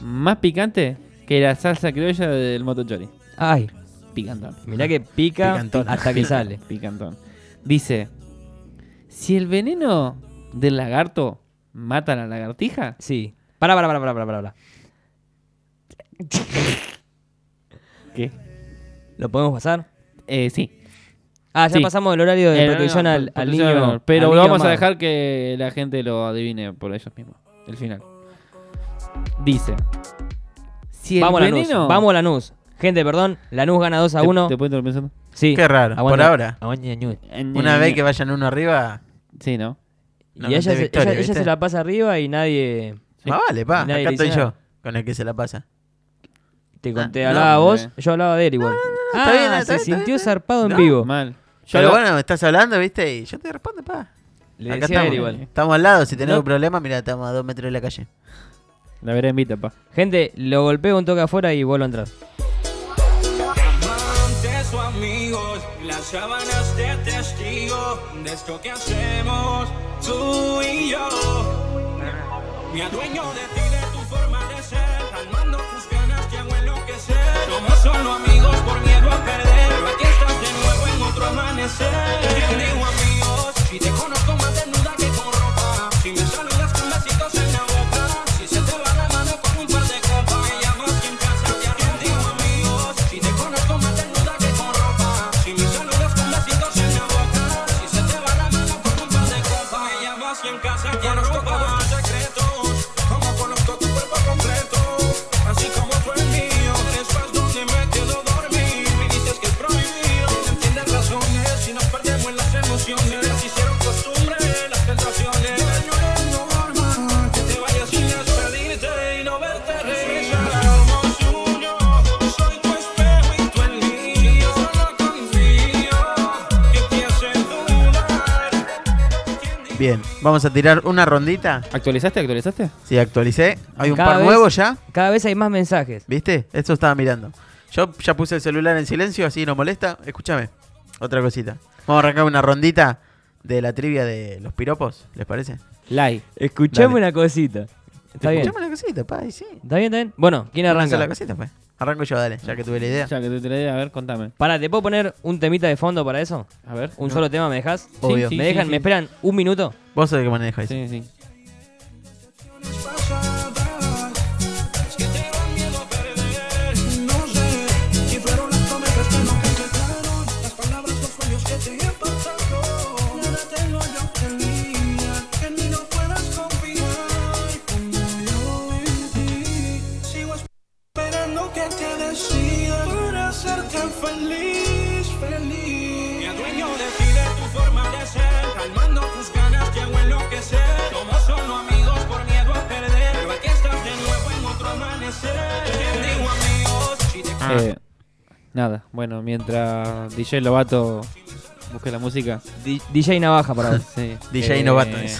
más picante que la salsa criolla del motochori. Ay, Picantón. mirá que pica Picantona. hasta que sale. Picantón. Dice: Si el veneno del lagarto mata a la lagartija, Sí. Pará, pará, pará, pará, pará, pará, pará. ¿qué? ¿Lo podemos pasar? Eh, sí. Ah, ya Sí. Eh, pasamos el horario de El protección veneno- al, al protección al niño. menor. Pero al lo niño vamos a amado. dejar que la gente lo adivine por ellos mismos. El final. Dice: Si el Vamos a Lanús. veneno. Vamos a Lanús. Gente, perdón. Lanús gana 2 a 1. ¿Te, te puedo interrumpir un segundo? Sí. Qué raro. Por Aguante- ahora. aguante, Ñañú. Una vez que vayan uno arriba, Ah, Sí, ¿no? Y No, ella, ante se, Victoria, ella- ella ¿viste? se la pasa arriba y nadie Sí. más vale, pa. Nadie le Acá estoy dice yo, nada. con el que se la pasa. te conté. no, hablaba a vos, hombre. yo hablaba de él igual. no, está Ah, bien, se está bien, está sintió bien. zarpado en No, vivo. Mal. Ah. Pero lo- bueno, estás hablando, viste, y yo te respondo, pa. Le Acá decía a estamos. él igual. Estamos al lado, si tenés No. un problema, mira, estamos a dos metros de la calle. La veré en Vita, pa. Gente, lo golpeo un toque afuera y vuelvo a entrar. Amantes o amigos, las sábanas de testigo de esto que hacemos tú y yo. Me adueño de ti, de tu forma de ser, calmando tus ganas, llego a enloquecer. Somos solo amigos por miedo a perder, pero aquí estás de nuevo en otro amanecer. Te digo amigos, si te conozco más desnuda que con ropa, si me saludas con besitos en la boca, si se te va la mano con un par de copas, me llamas quien casa te arregla. Te digo amigos, si te conozco más desnuda que con ropa, si me saludas con besitos en la boca, si se te va la mano con un par de copas, me llamas quien casa te arropa. Conozco todos tus secretos, como conozco canciones se hicieron costumbre, las tentaciones. Ya no es normal que te vayas sin despedirte y no verte regresar. Somos uno, soy tu espejo y tú el mío. Solo confío que te hace dudar. Bien, vamos a tirar una rondita. ¿Actualizaste? ¿Actualizaste? Sí, actualicé. Hay un Cada par vez- nuevo ya. Cada vez hay más mensajes. ¿Viste? Esto estaba mirando. Yo ya puse el celular en silencio, así no molesta. Escúchame. Otra cosita. Vamos a arrancar una rondita de la trivia de los piropos, ¿les parece? Lai. Escuchame Dale. una cosita. Está bien. Escuchame la cosita, pa, y sí. ¿Está bien, está bien? Bueno, ¿quién Vamos a hacer arranca? la cosita, pues. pa. Arranco yo, dale, ya que tuve la idea. Ya que te traía, a ver, contame. Pará, ¿te puedo poner un temita de fondo para eso? A ver. ¿Un solo tema me dejas? Obvio. ¿Me dejan? ¿Me esperan un minuto? Vos sos el que maneja eso. Sí, sí. No sé si fueron las promesas que no cancelaron, las palabras, los sueños que te he pasado. Nada de lo yo tenía, que en mí no puedas confiar. Cuando yo en ti, sigo esperando que te decida para hacerte feliz, feliz. Me adueño de ti, de tu forma de ser, calmando tus ganas, llego a enloquecer. Somos solo amigos por miedo a perder, pero aquí estás de nuevo en otro amanecer. ¿Quién digo amigos? Si te Ah, Ah. Eh, nada, bueno, mientras DJ Lobato busque la música. Di- DJ Navaja para vos. Sí. DJ Eh, Novato es.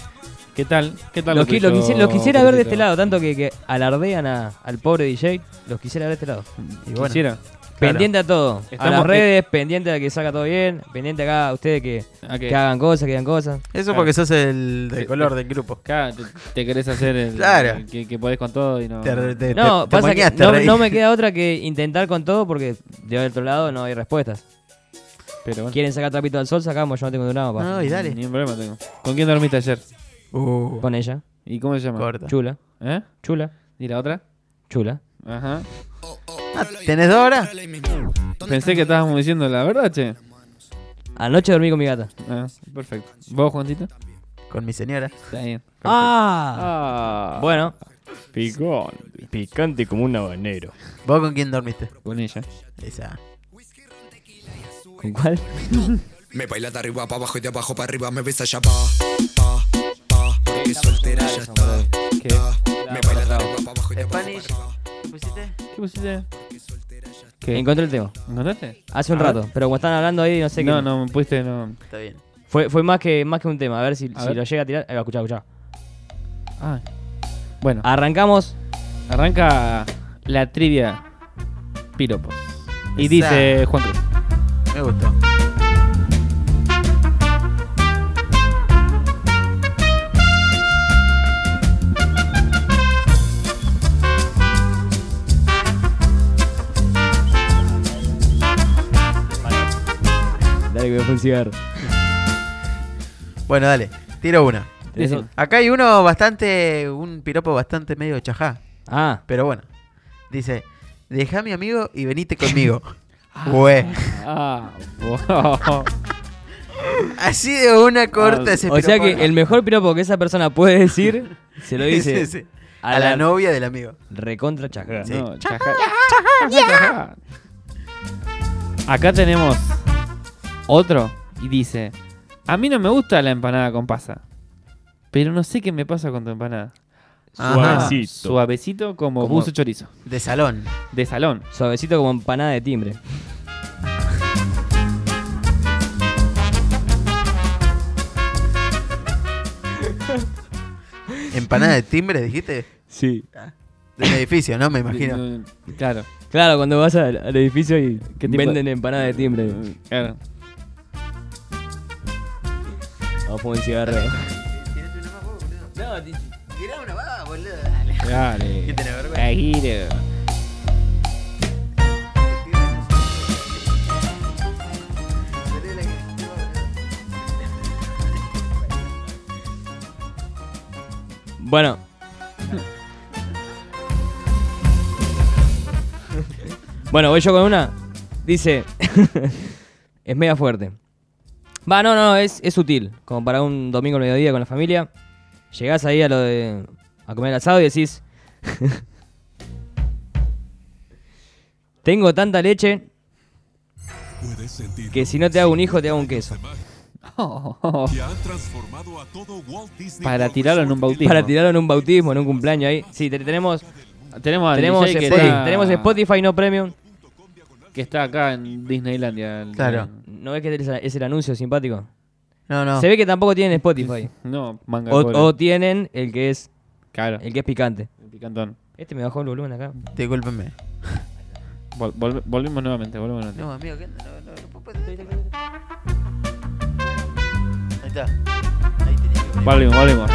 ¿Qué tal? ¿Qué tal? Los, qui- los tuyo, quisi- los quisiera ver de Jorgito? este lado, tanto que, que alardean a- al pobre DJ. Los quisiera ver de este lado. bueno. Quisiera. Pendiente a todo. a Estamos- las redes, pendiente a que saca todo bien. Pendiente acá a ustedes que, ¿A Ah, qué? que hagan cosas, que hagan cosas. Eso porque sos el de color del grupo. Acá te, te querés hacer el, Claro. el que, que podés con todo y no. Te, te- te- No, te pasa que moñaste, no, rey. no me queda otra que intentar con todo porque de otro lado no hay respuestas. Pero bueno, ¿Quieren sacar trapito al sol? Sacamos, yo no tengo de nada pa. No, y dale. ni un problema tengo. ¿Con quién dormiste ayer? Uh, Con ella. ¿Y cómo se llama? corta. Chula, ¿Eh? chula, ¿Y la otra? chula. Ajá. Ah, ¿Tenés dos horas? Pensé que estábamos diciendo la verdad, che. Anoche dormí con mi gata. Ah, perfecto. ¿Vos, Juancito? Con mi señora. Está bien. ¡Ah! Ah, Bueno, Picante. Picante como un habanero. ¿Vos con quién dormiste? Con ella. Esa. ¿con cuál? Me baila de arriba para abajo y de abajo para arriba me besa ya pa, pa, pa, que soltera ya está. ¿Qué? Me baila de arriba para abajo y de abajo Spanish. ¿Pusiste? ¿Qué pusiste? ¿Qué? Encontré el tema. ¿Encontraste? Hace un A rato, pero como están hablando ahí, no sé qué. No, no, me pusiste. No. Está bien. Fue, fue más, que, más que un tema, a ver si, A si ver. lo llega a tirar. Ahí va, escuchá, escuchá. Ah. Bueno, Arrancamos. arranca Ah, la trivia piropos. Y Esa. dice Juan Cruz. Me gustó. Dale que voy a un cigarro. Bueno, dale. Tiro una. Dice, Acá hay uno bastante, un piropo bastante medio chajá, Ah, pero bueno. Dice, deja a mi amigo y venite conmigo. Güey. ah, wow. Así de una corta Ah, ese o sea piropo. que el mejor piropo que esa persona puede decir, se lo dice Sí, sí. a A la la- novia del amigo. recontra chaca. Sí. No, chajá. Chajá. Acá tenemos otro y dice, a mí no me gusta la empanada con pasa, pero no sé qué me pasa con tu empanada. Ajá. Suavecito. Suavecito como, Como- buzo chorizo, De salón. de salón. Suavecito como empanada de timbre. Empanada de timbre, dijiste. Sí. Del edificio, ¿no? Me imagino. Eh, Claro, Claro, cuando vas al, al edificio y ¿Qué tipo venden de- empanada de timbre. Mm, claro. Vamos a fumar un cigarro. No, ti- Tirá una va, boludo. Dale. Dale. ¿Qué tenés vergüenza? La giro. Bueno, bueno, voy yo con una. Dice, es mega fuerte. Va, no, no, es, es sutil. Como para un domingo al mediodía con la familia. Llegás ahí a lo de. a comer asado y decís. Tengo tanta leche que si no te hago un hijo te hago un queso. que ha transformado a todo Walt Disney Para World tirarlo en un bautismo. Para tirarlo en un bautismo, en un cumpleaños ahí. Sí, te- tenemos, Tenemos, al tenemos, DJ que Spotify, está- tenemos Spotify no premium. Que está acá en Disneylandia. el- Claro. ¿No ves que es el, es el anuncio simpático? No, no. Se ve que tampoco tienen Spotify. No, manga. O, cola. o tienen el que es Claro, el que es picante. el picantón. Este me bajó el volumen acá. Discúlpenme. Vol- volve- volvemos nuevamente, volvemos nuevamente. No, amigo, ¿qué? No, no, no, Ahí está. Ahí tenés. Volvemos, volvemos.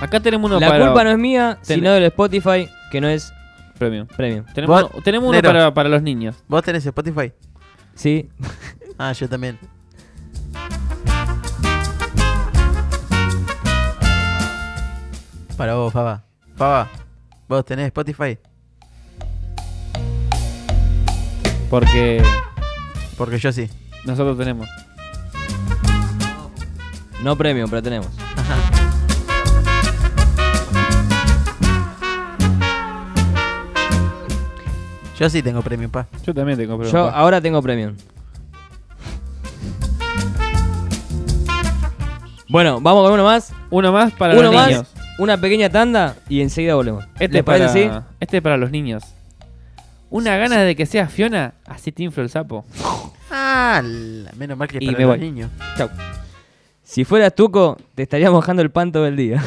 Acá tenemos uno La para culpa no es mía, Ten- sino del Spotify, que no es premium. premium. Tenemos, Vos- uno- tenemos uno Nero. para, para los niños. ¿Vos tenés Spotify? Sí. Ah, yo también. Para vos, Faba. Faba, ¿vos tenés Spotify? Porque Porque yo sí. nosotros tenemos. No premium, pero tenemos. Yo sí tengo premium, pa. Yo también tengo premium. Yo pa. ahora tengo premium. Bueno, vamos con uno más. uno más para uno los más, niños. una pequeña tanda y enseguida volvemos. Este ¿Les es para, parece así? este es para los niños. Una gana de que sea Fiona, así te inflo el sapo. Ah, la- menos mal que es Y para me los voy. niños. Si fueras tuco, te estaría mojando el pan todo el día.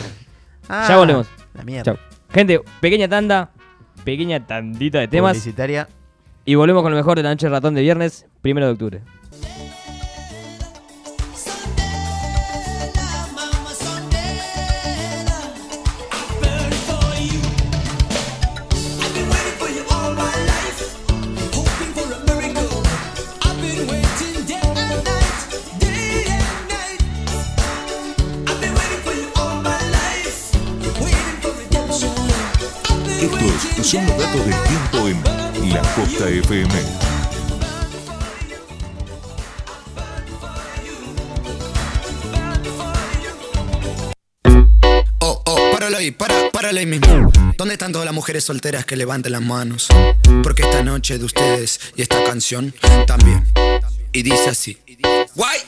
Ah, ya volvemos. La mierda. Chau. Gente, pequeña tanda, pequeña tandita de temas Publicitaria. y volvemos con lo mejor de la noche del ratón de viernes, primero de octubre. Estos son los datos del tiempo en La Costa FM. Oh, oh, páralo ahí, para, páralo ahí mismo. ¿Dónde están todas las mujeres solteras que levanten las manos? Porque esta noche de ustedes y esta canción también. Y dice así. Guay.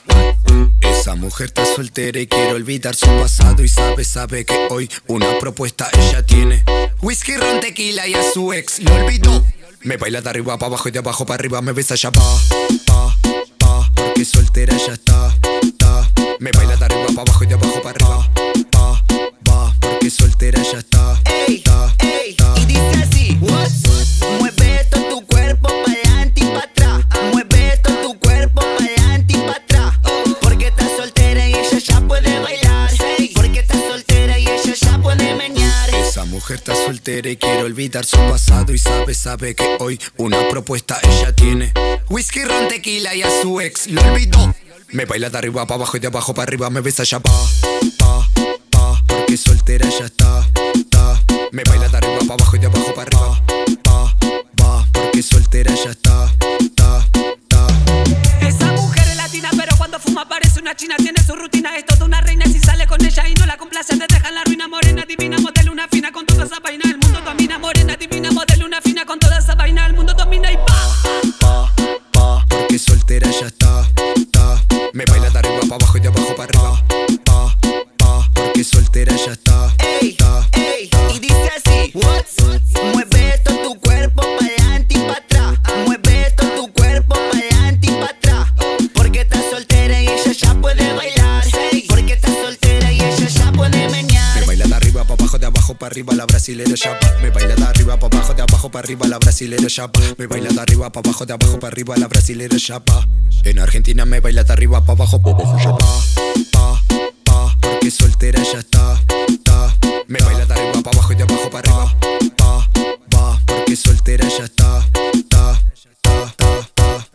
Esa mujer está soltera y quiere olvidar su pasado y sabe, sabe que hoy una propuesta ella tiene. Whisky, ron, tequila y a su ex lo olvidó. Me baila de arriba para abajo y de abajo para arriba me besa ya pa, pa, pa, porque soltera ya está, ta. Me baila de arriba para abajo y de abajo para arriba, pa, pa, porque soltera ya está, ta, ta. Y dice así, what? Mueve todo tu cuerpo pa'lante y pa' atrás. Mueve todo tu cuerpo pa'lante y pa' atrás. Porque estás soltera y ella ya puede bailar. Porque estás soltera y ella ya puede meñar. Esa mujer está soltera y quiere olvidar su pasado y sabe, sabe que hoy una propuesta ella tiene. Whisky, ron, tequila y a su ex lo olvidó. Me baila de arriba para abajo y de abajo para arriba me besa ya pa, pa, pa, porque soltera ya está, ta. Me baila de arriba para abajo y de abajo para arriba, pa, pa, porque soltera ya está, ta, ta. Esa mujer es latina, pero cuando fuma parece una china. Tiene su rutina, es toda una reina. Si sale con ella y no la complace, te deja en la ruina morena. Divina modelo, una fina con toda esa vaina. El mundo domina, morena, divina modelo, una fina con toda esa vaina. El mundo domina y pa. pa, porque soltera ya está, ta. Me baila de arriba para abajo y de abajo para arriba, pa, pa, porque soltera ya está, ta. Ey, y dice así, what? Mueve todo tu cuerpo pa'lante y pa' atrás. Mueve todo tu cuerpo pa'lante y pa' atrás. Porque estás soltera y ella ya puede bailar. Porque estás soltera y ella ya puede meñar. Me baila de arriba para abajo, de abajo para arriba la brasilera chapa. Me baila de arriba para abajo, de abajo para arriba la brasilera chapa. Me baila de arriba para abajo, de abajo para arriba la brasilera chapa. En Argentina me baila de arriba para abajo, pa, abajo ya pa, pa, pa, porque soltera ya está, ta. Me baila de arriba para abajo y de abajo para arriba, pa, pa, porque soltera ya está, ta, ta, ta, ta.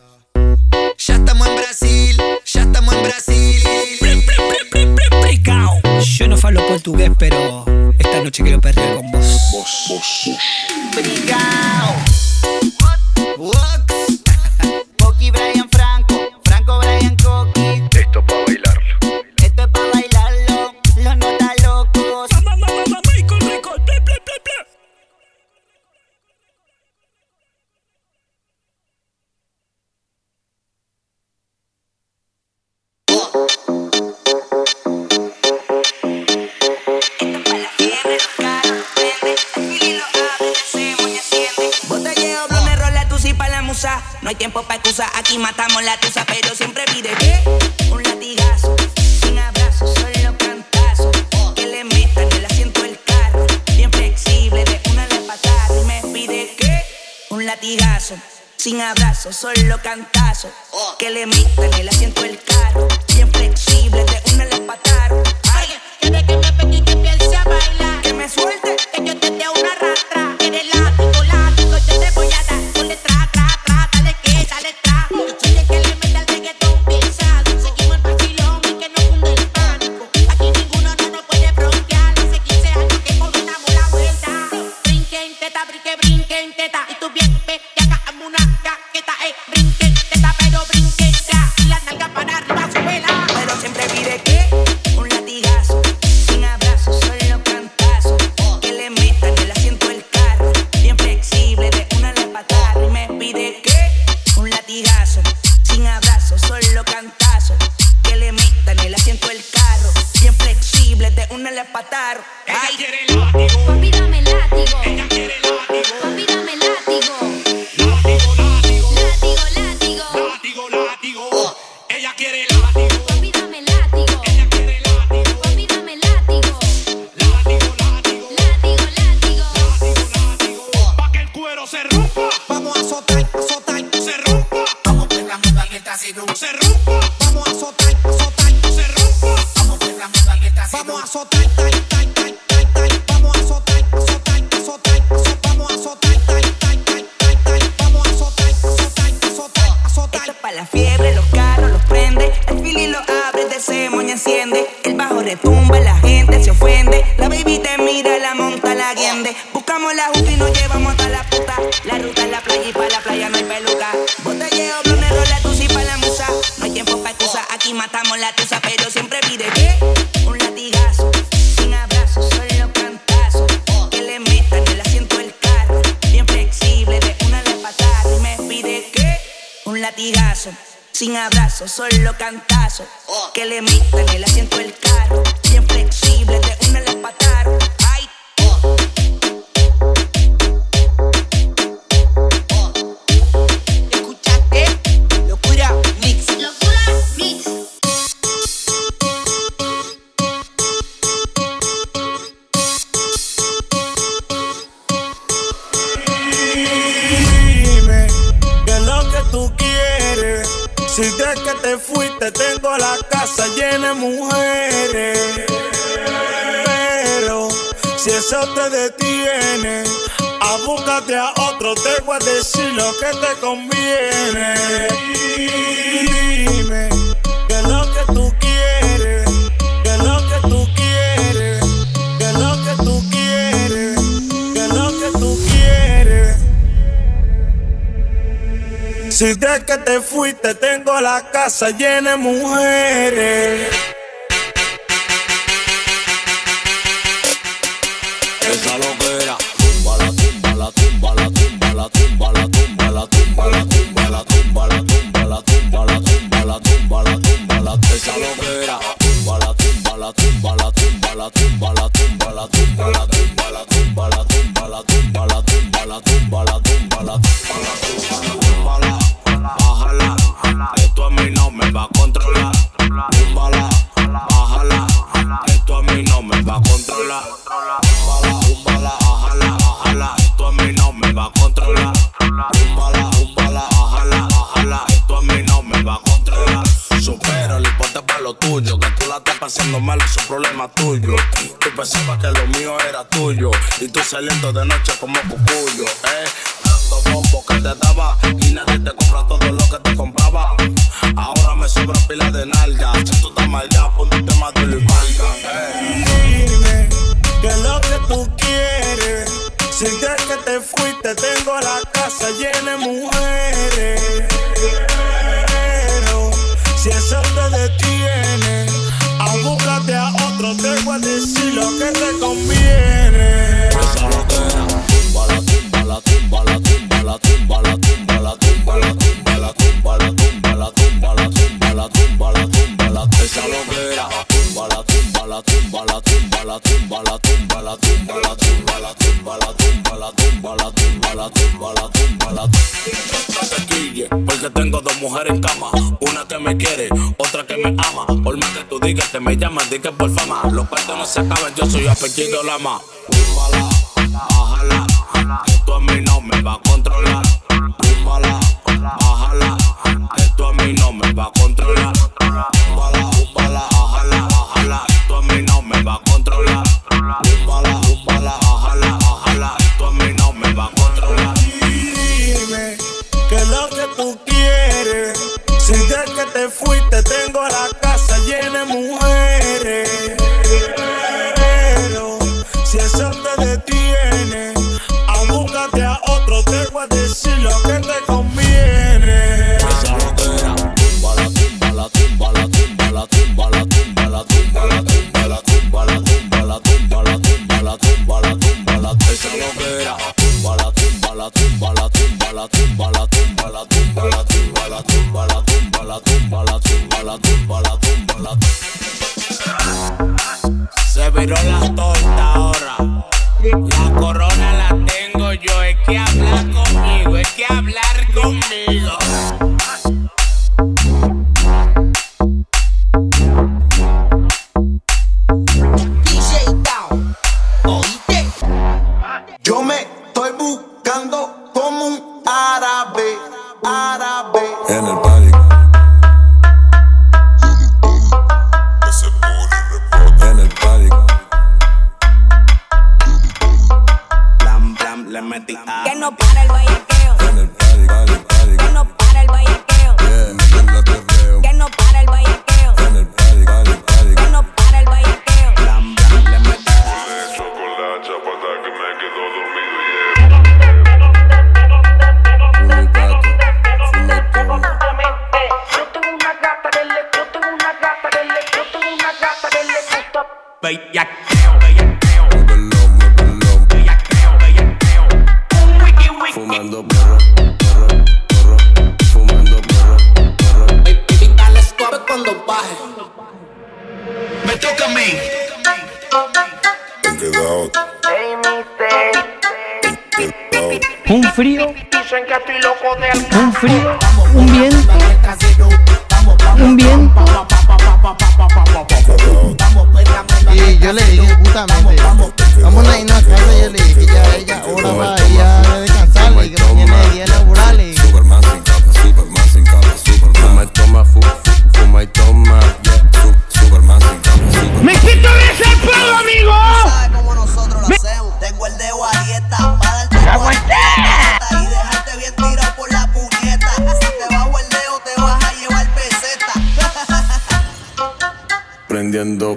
Ya estamos en Brasil, ya estamos en Brasil. Yo no falo portugués, pero esta noche quiero perrear con vos. Brigao. What? Coqui Brian Franco, Franco Brian Coqui. Esto pa' bailarlo. Esto es pa' bailarlo, los notas locos. No hay tiempo para excusa, aquí matamos la tusa, pero siempre pide ¿qué? un latigazo, sin abrazo, solo cantazo. Que le metan el asiento del carro, bien flexible, de una la patada. Y me pide que un latigazo, sin abrazo, solo cantazo. Que le metan el asiento del carro, bien flexible, de una la patada. Ay, quiere que me pegue y que empiece a bailar. Que me suelte, que yo te dé una ratra. Eres látigo, látigo, yo te voy a dar. Ponle tra, tra, tra, dale que, dale tra. Y chile que le meta el reggaetón pesado. Seguimos el vacilón y que no cunde el pánico. Aquí ninguno no nos puede bronquear. Hace 15 años que con una la vuelta. Brinquen, teta, brinque, brinquen, teta. Y tú bien, ve, ya acá, hazme una caqueta, eh. Brinquen, teta, pero brinquen, ya. Y la nalga para arriba, suela. Pero siempre pide que un latigazo. Sin abrazo, solo cantazo. Que le metan el asiento del carro. Bien flexible, de una la patada. Y me pide que un latigazo. Sin abrazo, solo cantazo. Que le metan el asiento del carro. Bien flexible, de una la patada. Ay, quiere látigo. Papi, dame látigo. Ella quiere látigo. Papi, dame látigo. Látigo, látigo. Látigo, látigo. Látigo, látigo. Ella quiere látigo. Papi, dame látigo. Ella quiere látigo. Papi, dame látigo. Pa' que el cuero se rompa. Vamos a azotar, azotar, se rompa. Vamos por la moda y el trasero se rompa. Vamos a azotar, azotar, se rompa. Vamos por la moda y el trasero. Vamos a azotar, tai, tai, tai, tai, tai. Vamos a azotar, azotar, azotar, azotar. Vamos a azotar, tai, tai, tai, tai, tai. Vamos a azotar, azotar, azotar, azotar. Esto es pa' la fiebre, los carros los prende, el fili lo abre, el deseo y enciende, el bajo retumba, la gente se ofende, la baby te mira, la monta, la guiende, buscamos la juca y nos llevamos hasta la puta, la ruta es la playa y pa' la playa no hay peluca, botelleo, blonde, rola, tusi pa' la musa, no hay tiempo pa' excusa, aquí matamos la tusa, pero siempre pide que un latigazo, sin abrazo, solo cantazo, que le metan el asiento del carro, bien flexible, de una la patada, y me pide que un latigazo, sin abrazo, solo cantazo. Que le metan el asiento del carro, bien flexible, de una la patada. Ay, escuchaste, locura mix. Locura mix. Dime qué es lo que tú quieres. Si crees que te fuiste, tengo la casa llena de mujeres. Pero si eso te detiene, a búscate a otro, te voy a decir lo que te conviene. Dime qué es lo que tú quieres. ¿Qué es lo que tú quieres? ¿Qué es lo que tú quieres? ¿Qué es lo que tú quieres? Si desde que te fuiste tengo la casa llena de mujeres. Esa loquera, tumba la tumba la tumba la tumba la tumba la tumba la tumba la tumba la tumba la tumba la tumba la tumba la tumba la tumba la esa loquera, tumba la tumba la tumba la tumba la tumba la tumba la tumba la tumba la tumba la tumba la tumba la tumba la tumba la tumba la tumba la tumba bájala, esto a mí no me va a controlar, túmbala, bájala, esto a mí no me va a controlar. Bájala, bájala, bájala, bájala, esto a mí no me va a controlar. Bájala, bájala, bájala, bájala, esto a mí no me va a controlar. Supero, le importa para lo tuyo, que tú la estás pasando mal, es un problema tuyo. Tú pensabas que lo mío era tuyo, y tú saliendo de noche como cucuyo, eh. Tanto bombo que te daba, y nadie te compra todo lo que te compraba. Ahora me sobra pila de nalgas, si tú estás mal ya, ponte más de la Dime qué es lo que tú quieres. Si crees que te fuiste, tengo la casa llena de mujeres. Pero si eso te detiene, a búscate a otro, te voy a decir lo que te conviene. la tumba, la tumba, la tumba, la tumba, la tumba, la tumba, la tumba, la tumba, la tumba, la tumba, la tumba, la tumba, la esa loquera, tumba, la tumba, la tumba, la tumba, la tumba, la tumba, la tumba, la tumba, la tumba, la tumba, la tumba, la tumba, la tumba, la tumba, la tumba, la tumba, Una que me quiere, otra que me ama. Por más que tú digas que me llamas, di que por fama. Los partos no se acaban, yo soy apellido Lama. Búmbala, bájala, que tú a mí no me va a controlar. Búmbala, bájala, que tú a mí no me va a controlar. Búmbala, búmbala, bájala, bájala, que tú a mí no me va a controlar. Búmbala, búmbala, bájala, bájala, que tú a mí no me va a controlar. Dime que es lo que tú quieres. Si desde que te fuiste tengo la casa llena de mujeres. Pero si eso te detiene, a búscate a otro, te voy a decir lo que te conviene. Esa loquera, túmbala, túmbala, túmbala, túmbala, túmbala, túmbala, túmbala, túmbala, túmbala, túmbala, túmbala, túmbala, túmbala, túmbala, esa loquera, túmbala, túmbala, túmbala, túmbala, túmbala, túmbala, túmbala, túmbala, túmbala, túmbala, túmbala, túmbala, túmbala, túmbala. Se viró la torta ahora. La corona la tengo yo. Es que habla conmigo, es que hablar conmigo. Yo me estoy buscando como un árabe, árabe. En el party. En el party. Blam, blam, le metí a. Que no para el bellaqueo. Que no para el bellaqueo. Que no para el bellaqueo. Que no para el bellaqueo. Fumando porro, Baby, dale suave cuando baje. Me toca a mí. Un frío, Dicen que estoy loco de un frío, un viento, un viento. Y yo le dije justamente, vamos a irnos a casa. Yo le dije que ya ella ahora va a ir a descansar y que mañana es día laboral. y- Superman sin capa, Superman sin capa, Superman. Fuma y toma, fu- fu- fuma y toma, yeah. Su- Superman sin capa, Superman. ¡Me quito de ese pelo, amigo! Me- ¿Cómo está? Prendiendo.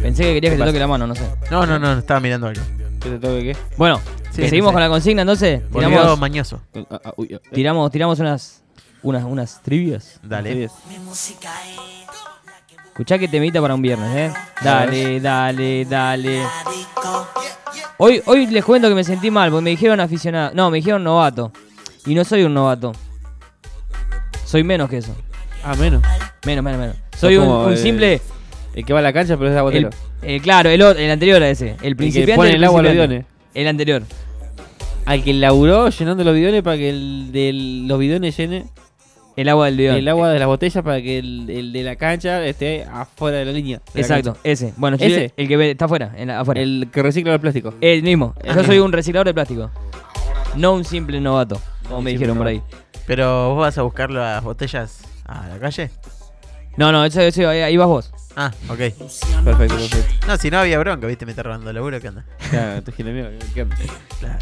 Pensé que querías que te toque la mano, no sé. No, no, no, estaba mirando algo. ¿Que te toque qué? Bueno, Sí, que sí, seguimos sí. con la consigna entonces. Volvió mañoso. Ah, eh. Tiramos, tiramos unas, unas, unas trivias. Dale. Escuchá que temita para un viernes, ¿eh? Dale, dale, dale. Hoy, hoy les cuento que me sentí mal, porque me dijeron aficionado. No, me dijeron novato. Y no soy un novato. Soy menos que eso. Ah, menos. Menos, menos, menos. Soy un, como un el- simple. El que va a la cancha, pero es aguatero. el- eh, claro, el, o- el anterior a ese. El principiante. pone del el agua a los principiante. El anterior. Al que laburó llenando los bidones para que el de los bidones llene. El agua del bidón. El agua de las botellas para que el, el de la cancha esté afuera de la línea. de la Exacto, cancha. ese. Bueno, yo- ese. el que ve- está afuera, en la- afuera. El que recicla el plástico. El mismo. Yo Ah. soy un reciclador de plástico. No un simple novato, como me dijeron por ahí. Pero vos vas a buscar las botellas a la calle. No, no, eso, eso, ahí ahí vas vos. Ah, ok. Perfecto, perfecto. No, si no había bronca, viste, me está robando el laburo, ¿qué onda? Claro, tú gil de mierda, ¿qué onda? Claro.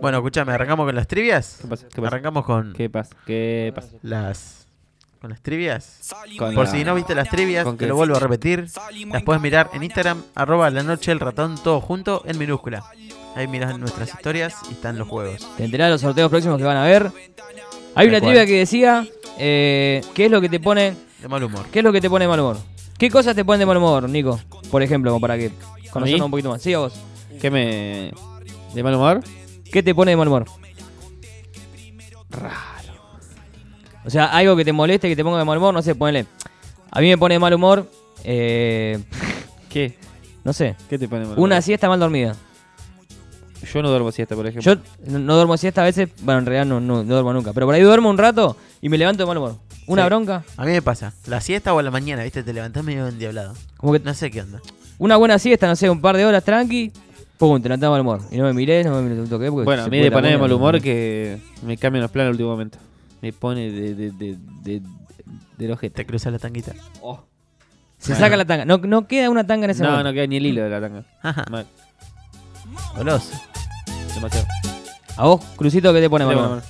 Bueno, escúchame, arrancamos con las trivias. ¿Qué pasa? Arrancamos con. ¿Qué pasa? ¿Qué pasa? Las. Con las trivias. Con Por la- si no viste las trivias, ¿Con te qué? lo vuelvo a repetir. Las puedes mirar en Instagram, arroba la noche el ratón, todo junto, en minúscula. Ahí mirás nuestras historias y están los juegos. Te enterás de los sorteos próximos que van a ver. Hay Tal una cual. trivia que decía, eh, ¿qué es lo que te pone... De mal humor. ¿Qué es lo que te pone de mal humor? ¿Qué cosas te ponen de mal humor, Nico? Por ejemplo, como para que conozcamos un poquito más. Sí, a vos. ¿Qué me... ¿De mal humor? ¿Qué te pone de mal humor? Raro. O sea, algo que te moleste, que te ponga de mal humor, no sé, ponele. A mí me pone de mal humor... Eh, ¿Qué? No sé. ¿Qué te pone de mal humor? Una siesta mal dormida. Yo no duermo siesta, por ejemplo. Yo no, no duermo siesta a veces, bueno, en realidad no, no- no duermo nunca, pero por ahí duermo un rato y me levanto de mal humor. Una Sí. bronca, A mí me pasa. La siesta o a la mañana, ¿viste? Te levantás medio endiablado. No sé qué onda. una buena siesta, no sé, un par de horas tranqui, pum, te levantás de mal humor. Y no me miré, no me toqué porque bueno, a se mí puede de la poner de buena, mal no- humor que me cambian los planes al último momento. Me pone de, de, de, de, del ojete. Te cruza la tanguita. Oh. Se saca la tanga. No, no queda una tanga en ese No, momento. no queda ni el hilo de la tanga. Mal. Goloso. Demasiado. A vos, Crucito, ¿qué te pone mal Te humor? pone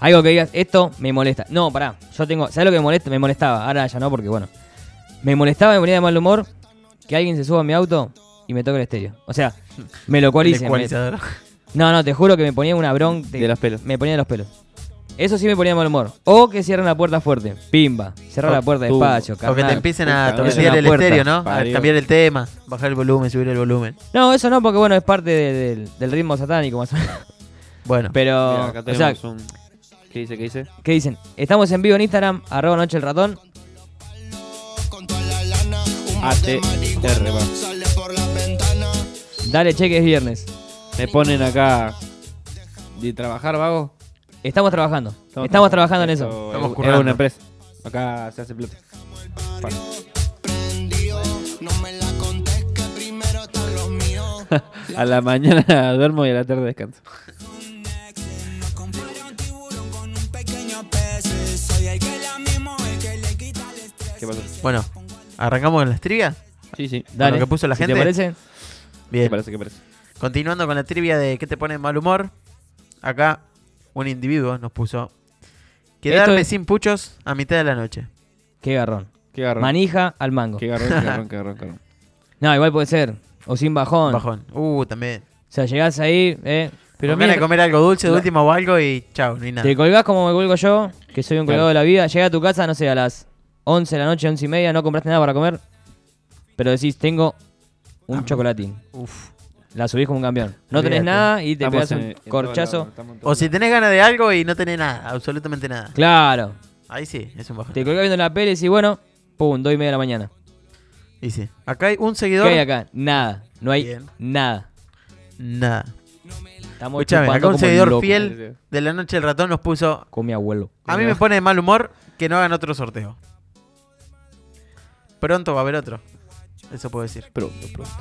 Algo que digas, esto me molesta. No, pará. Yo tengo. ¿Sabes lo que me, molesta? me molestaba? Ahora ya no, porque bueno. Me molestaba, me ponía de mal humor que alguien se suba a mi auto y me toque el estéreo. O sea, me lo ecualice. El me- ecualizador. No, no, te juro que me ponía una bronca. De los pelos. Me ponía de los pelos. Eso sí me ponía de mal humor. O que cierren la puerta fuerte. Pimba. Cerrar O la puerta tú. despacio. O que te carnal. empiecen a Es una toquetear el puerta. estéreo, ¿no? A Parió. cambiar el tema, bajar el volumen, subir el volumen. No, eso no, porque bueno, es parte de- del- del ritmo satánico más o menos. Bueno. Pero, Mira, acá o sea, tenemos un- ¿Qué dice? ¿Qué dice? ¿qué dicen? Estamos en vivo en Instagram, arroba noche el ratón. ATR, va. Dale, cheque, es viernes. Me ponen acá. ¿De trabajar, vago? Estamos trabajando. Estamos, trabajando en eso. Estamos currando. currando. una empresa. Acá se hace plata. Pa. A la mañana duermo y a la tarde descanso. ¿Qué pasó? Bueno, ¿arrancamos con las trivias? Sí, sí. Con Dale. lo que puso la Si te gente. parece. Bien. ¿Qué parece? ¿Qué parece? Continuando con la trivia de qué te pone en mal humor, acá un individuo nos puso quedarme es- sin puchos a mitad de la noche. Qué garrón. Qué garrón. Manija al mango. Qué garrón, qué garrón, qué garrón, qué garrón. No, igual puede ser. O sin bajón. Bajón. Uh, también. O sea, llegás ahí, eh. Pero van a mira- comer algo dulce de La- último o algo y chao, no hay nada. Te colgás como me colgo yo, que soy un Claro. colgado de la vida. Llega a tu casa, no sé, a las 11 de la noche, 11 y media, no compraste nada para comer. Pero decís, tengo un Ah, chocolatín. Uf. La subís como un campeón. No tenés Olvídate. nada y te pegás un corchazo. O si tenés ganas de algo y no tenés nada, absolutamente nada. Claro. Ahí sí, es un bajón. Te colgás viendo la peli y decís, bueno, pum, 2 y media de la mañana. Y sí. Acá hay un seguidor. ¿Qué hay acá? Nada. Ah, No hay Bien. nada. Nada. Estamos Escuchame, chupando acá un como seguidor locos. fiel de la noche del ratón nos puso. Con mi abuelo. A mí me pone de mal humor que no hagan otro sorteo. Pronto va a haber otro. Eso puedo decir. Pronto, pronto.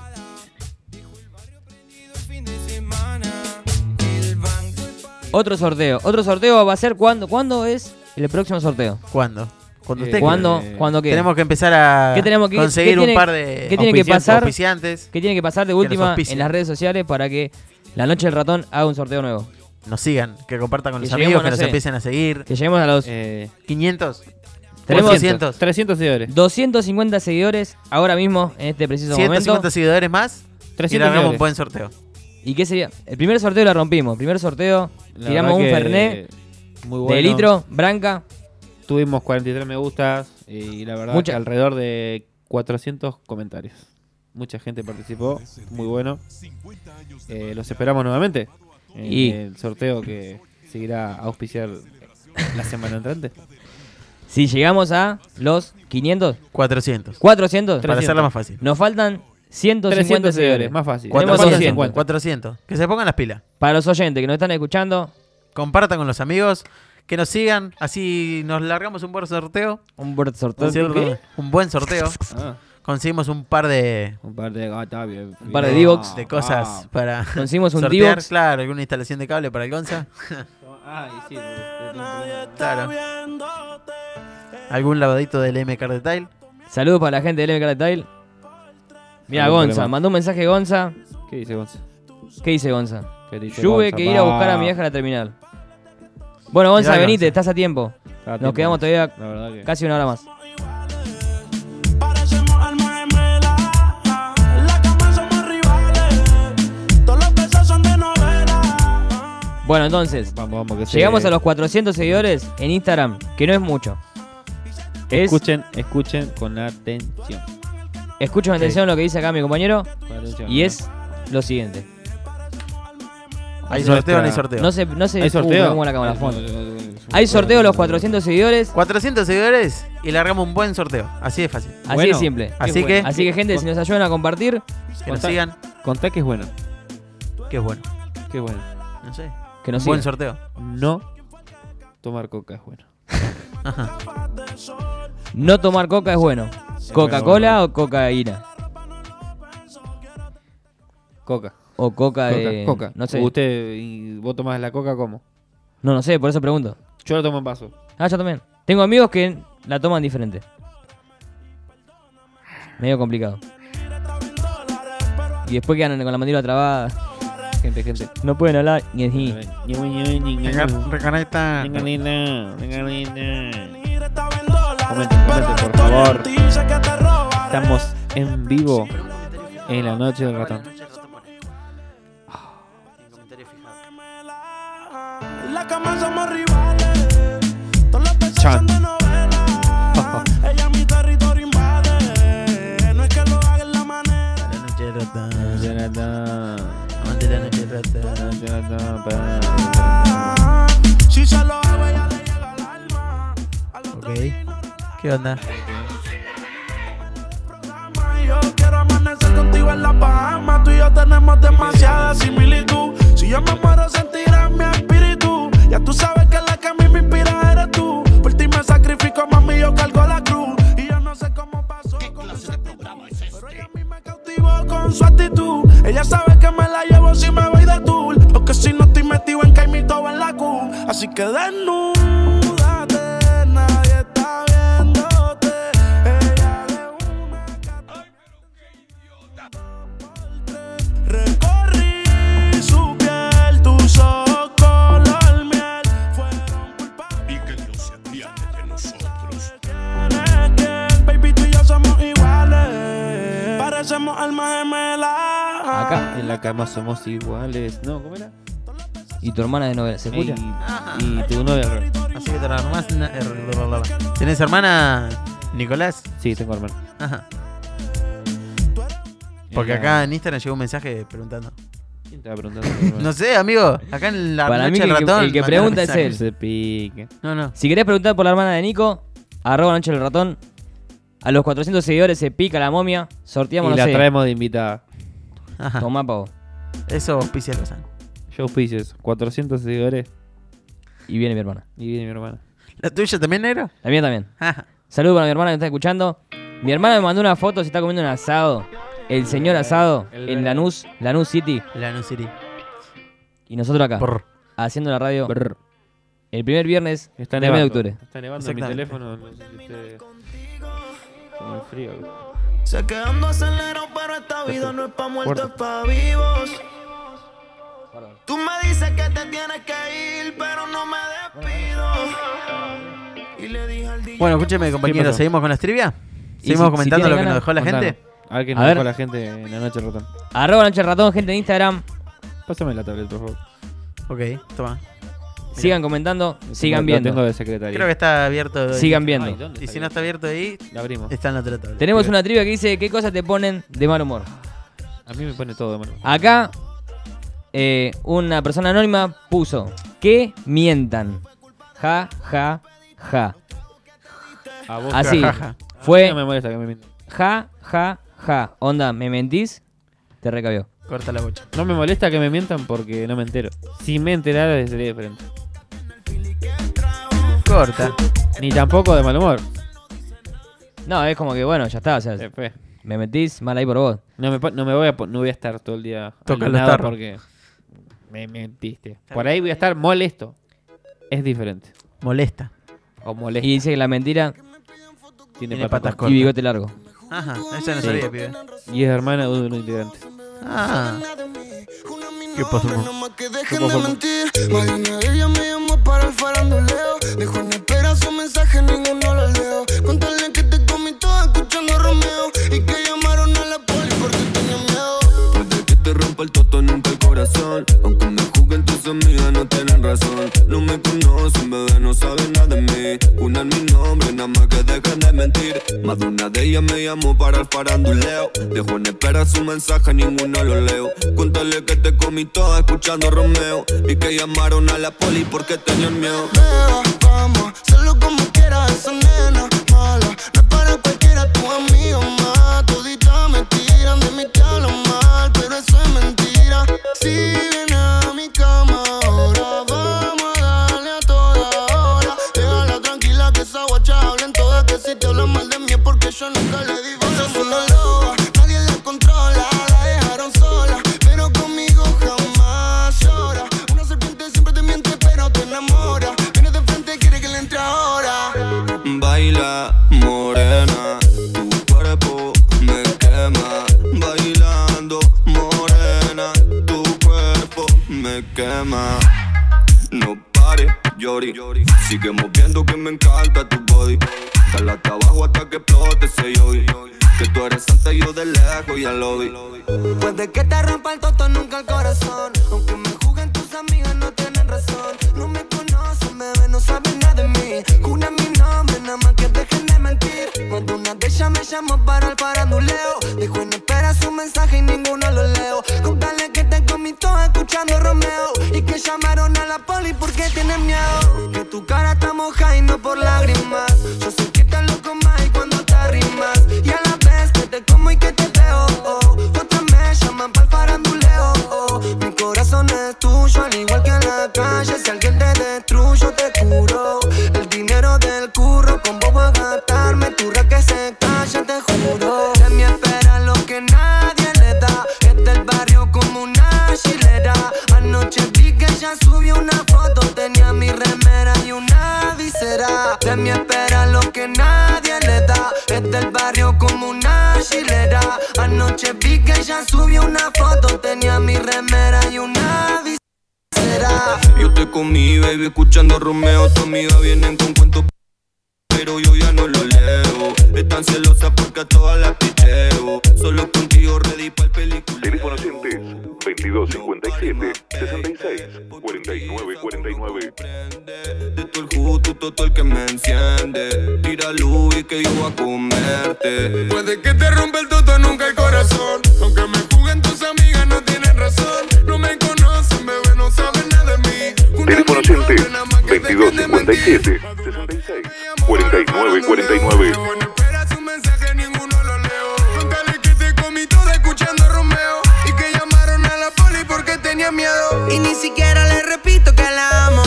Otro sorteo. Otro sorteo va a ser cuando. ¿Cuándo es el próximo sorteo? ¿Cuándo? Cuando Eh, usted ¿cuándo- quiera. cuándo qué? Tenemos que empezar a ¿Qué tenemos que- conseguir qué un tiene- par de qué tiene que auspiciantes- pasar? auspiciantes. ¿Qué tiene que pasar de que nos última auspicien. en las redes sociales para que la noche del ratón haga un sorteo nuevo? Nos sigan, que compartan con Que los lleguemos, amigos, no que nos sé, empiecen a seguir. Que lleguemos a los 500. Tenemos 400. 300 seguidores. 250 seguidores ahora mismo en este preciso 150 momento. seguidores más. y 300 le hagamos un seguidores. buen sorteo. ¿Y qué sería? El primer sorteo la rompimos. Primer sorteo, La tiramos un verdad que Fernet muy de bueno. litro, branca. Tuvimos 43 me gustas y la verdad Mucha- que alrededor de 400 comentarios. Mucha gente participó, muy bueno. Eh, los esperamos nuevamente en Y- el sorteo que seguirá a auspiciar la semana entrante. Si llegamos a los 500, 400. 400. Para hacerla más fácil. Nos faltan 150 300 seguidores. seguidores, más fácil. Tenemos 400. 200. 400. Que se pongan las pilas. Para los oyentes que nos están escuchando, Compartan con los amigos. Que nos sigan. Así nos largamos un buen sorteo. un buen sorteo. Un cierto- Un buen sorteo. Ah. Conseguimos un par de. Un par de gata, bien. Un par de D-Box. De cosas Ah. para. Conseguimos un sortear, D-Box. Claro, alguna instalación de cable para el Gonza. Ay, sí. Claro. Algún lavadito del MK Detail. Saludos para la gente del MK Tile. Mira, Algún Gonza, problema. mandó un mensaje Gonza. ¿Qué dice Gonza? ¿Qué dice Gonza? ¿Qué dice Tuve Gonza? que ir a buscar a mi Va. vieja a la terminal. Bueno, Gonza, Mirá, venite, Gonza. estás a tiempo. a Nos tiempo, quedamos Gonza. todavía La verdad que- casi una hora más. Todos los besos son de novela. Bueno, entonces, Vamos, vamos, que se- llegamos a los 400 seguidores en Instagram, que no es mucho. Es- Escuchen, escuchen con atención. Escucho con Sí. atención lo que dice acá mi compañero. Con atención, Y ¿no? es lo siguiente. ¿Hay sorteo o no hay sorteo? No sé, no sé. ¿Hay sorteo? Uh, pongo la cámara a Hay- fondo. hay- Hay sorteo a los 400 seguidores. 400 seguidores y largamos un buen sorteo. Así de fácil. Así Bueno, de simple. Así bueno. que, Así que gente, si nos ayudan a compartir, que nos Contá- sigan, Contá que es bueno. que es bueno. Qué bueno. No sé. Que nos Buen siga. sorteo. No tomar coca es bueno. No tomar coca es bueno. ¿Coca-Cola o cocaína? Coca. O coca, coca, de- coca. No sé. Usted, y ¿Vos tomás la coca cómo? No, no sé, por eso pregunto. Yo la tomo en vaso. Ah, yo también. Tengo amigos que la toman diferente. Medio complicado. Y después quedan con la mandíbula trabada. Gente, gente. No pueden hablar ni en sí. Reconecta. Comenten, comenten, por favor. Estamos en vivo en la noche del ratón. En la cama somos rivales. Todos los peces Chan. son de novela. Ella mi territorio invade. No es que lo haga en la manera. Si se lo hago, ella le llega al alma. Al otro día ¿Qué onda? Ay, Yo quiero amanecer contigo en la Bahamas. Tú y yo tenemos demasiada similitud. Si yo me muero, sentirás mi espíritu. Ya tú sabes que la que a mí me inspira eres tú. Por ti me sacrifico, mami, yo cargo la cruz. Y yo no sé cómo pasó con esa actitud. Pero ella a mí me cautivó con su actitud. Ella sabe que me la llevo si me voy de tour. Porque si no estoy metido en caimito o en la Q. Así que desnúdate, nadie está viéndote. Ella de Recorrí su piel, tus ojos color miel fueron culpables. Y que Dios se apiade de nosotros. Baby, tú y yo somos iguales. Parecemos almas gemelas. Acá en la cama somos iguales. No, ¿cómo era? Y tu hermana de novela, ¿se escucha? Y, y tu novia. Así que te la armás, na- er, bla, bla, bla. ¿Tenés hermana, Nicolás? Sí, tengo hermana. Ajá. Porque Ella- acá en Instagram llegó un mensaje preguntando. ¿Quién estaba preguntando? No sé, amigo. Acá en la Para noche mí que del el que- ratón. el que mandaron pregunta es mensajes. él. No, no. Si querés preguntar por la hermana de Nico, arroba Noche del Ratón. A los 400 seguidores se pica la momia. Sorteamos, Y no la sé. traemos de invitada. Ajá. Tomá, pavo. Eso auspicia Lozano. Yo auspicio eso. 400 seguidores. Y viene mi hermana. Y viene mi hermana. ¿La tuya también, Ah. negro? La mía también. Saludos para mi hermana que está escuchando. Mi hermana me mandó una foto, se está comiendo un asado. El señor asado el en verde. Lanús, Lanús City. Lanús City. Y nosotros acá, Brr. haciendo la radio. El primer viernes Está del mes nevando. de octubre. Está nevando mi Exactamente. teléfono. No sé si ustedes- Con el frío. Se quedando acelerado, pero esta vida no es pa' muertos, es pa' vivos. Tú me dices que te tienes que ir, pero no me despido. Y le dije al DJ Bueno, escúcheme, compañeros. pasó? ¿Seguimos con las trivia? Y ¿Seguimos si- si comentando tienen lo que nos ganas, dejó la contanos. gente? A ver qué A nos dejó ver. la gente en la noche del ratón. Arroba Noche del Ratón, gente en Instagram. Pásame la tableta, por favor. Ok, toma. Sigan comentando, sigan lo viendo. tengo de secretaria. Creo que está abierto. Sigan viendo. Ay, y si no está abierto ahí, La abrimos. está en la otra tabla. Tenemos una trivia que dice qué cosas te ponen de mal humor. A mí me pone todo, hermano. Acá, eh, una persona anónima puso que mientan. Ja, ja, ja. A vos, Así. ja, ja, ja. A mí Fue no me molesta que me mientan. ja, ja, ja. Onda, ¿me mentís? Te recabió. Corta la bocha. No me molesta que me mientan porque no me entero. Si me enterara sería diferente. Corta. Ni tampoco de mal humor. No, es como que bueno, ya está. O sea, Se fue. me mentís, mal ahí por vos. No me, pa- no me voy a po- no voy a estar todo el día Toca los alucinado tarros. porque me mentiste. Por ahí voy a estar molesto. Es diferente. Molesta. O molesto. Y dice que la mentira Tiene, tiene patas patas cortas. y bigote largo. Ajá, eso no Sí. sabía, pibe. Y es hermana de un integrante. Ah. ¿Qué pasó? que dejen de mentir. Mañana ella me llamó para el faranduleo. Dejo en espera su mensaje, ninguno lo leo. Contale que te comí toda escuchando a Romeo. Y que llamaron a la poli porque tenía miedo. Puede que te rompa el toto, nunca el corazón. Aunque me juzguen tus amigas, no tienen razón. No me conocen, bebé, no saben nada de mí. Unan mi nombre, nada más que dejen de mentir. Más de una de ellas me llamó para el faranduleo. Dejo en espera su mensaje, ninguno lo leo. Cuéntale que te comí toda escuchando a Romeo. Y que llamaron a la poli porque tenían miedo. Beba, vamos, solo como quieras, esa nena mala. No es para cualquiera, tu amigo más. Todita me tiran, de mí te hablan mal, pero eso es mentira. Si ven a mi me quema. No pares, llori. Sigue moviendo que me encanta tu body. Dale hasta abajo hasta que explote ese yoi. Que tú eres santa y yo de lejos ya lo vi. Puede que te rompa el toto, nunca el corazón. Aunque me juzguen tus amigas, no tienen razón. No me conocen, bebé, no saben nada de mí. Juran mi nombre, nada más que dejen de mentir. Cuando una de ellas me llamó para el paranduleo, dijo en espera su mensaje y ninguno lo leo. Contale que te comí todo escuchando Romeo. Y que llamaron a la poli porque tienen miedo. Que tu cara está mojada y no por lágrimas. Yo sé que estás loco más y cuando te arrimas. Y a la vez que te como y que te veo. oh. Otras me llaman pa'l faranduleo. oh. Mi corazón es tuyo, al igual que en la calle. Si alguien te destruyo, te curo. El dinero del curro, con vos voy a gastarme. Tu ra que se calla, te juro. De mi espera lo que nadie le da. Es del barrio como una chilera. Anoche vi que ella subió una foto. Tenía mi remera y una visera. De mi espera lo que nadie le da. Es del barrio como una chilera. Anoche vi que ella subió una foto. Tenía mi remera y una visera. Yo estoy con mi baby escuchando Romeo. Tu amiga vienen con cuentos, pero yo ya no lo leo. Están celosa porque a todas las picheo. Solo contigo ready para el película. Teléfono sin pez, 2257 66 49 49. De todo el jugo, tú todo el que me enciende. Tira luz y que yo voy a comerte. Puede que te rompa el toto, nunca el corazón. Aunque me juguen tus amigas, no tienen razón. No me conocen, bebé, no saben nada de mí. Teléfono sin pez, 2257 66 49 49. Dale que te comí todo escuchando a Romeo. Y que llamaron a la poli porque tenía miedo. Y ni siquiera le repito que la amo.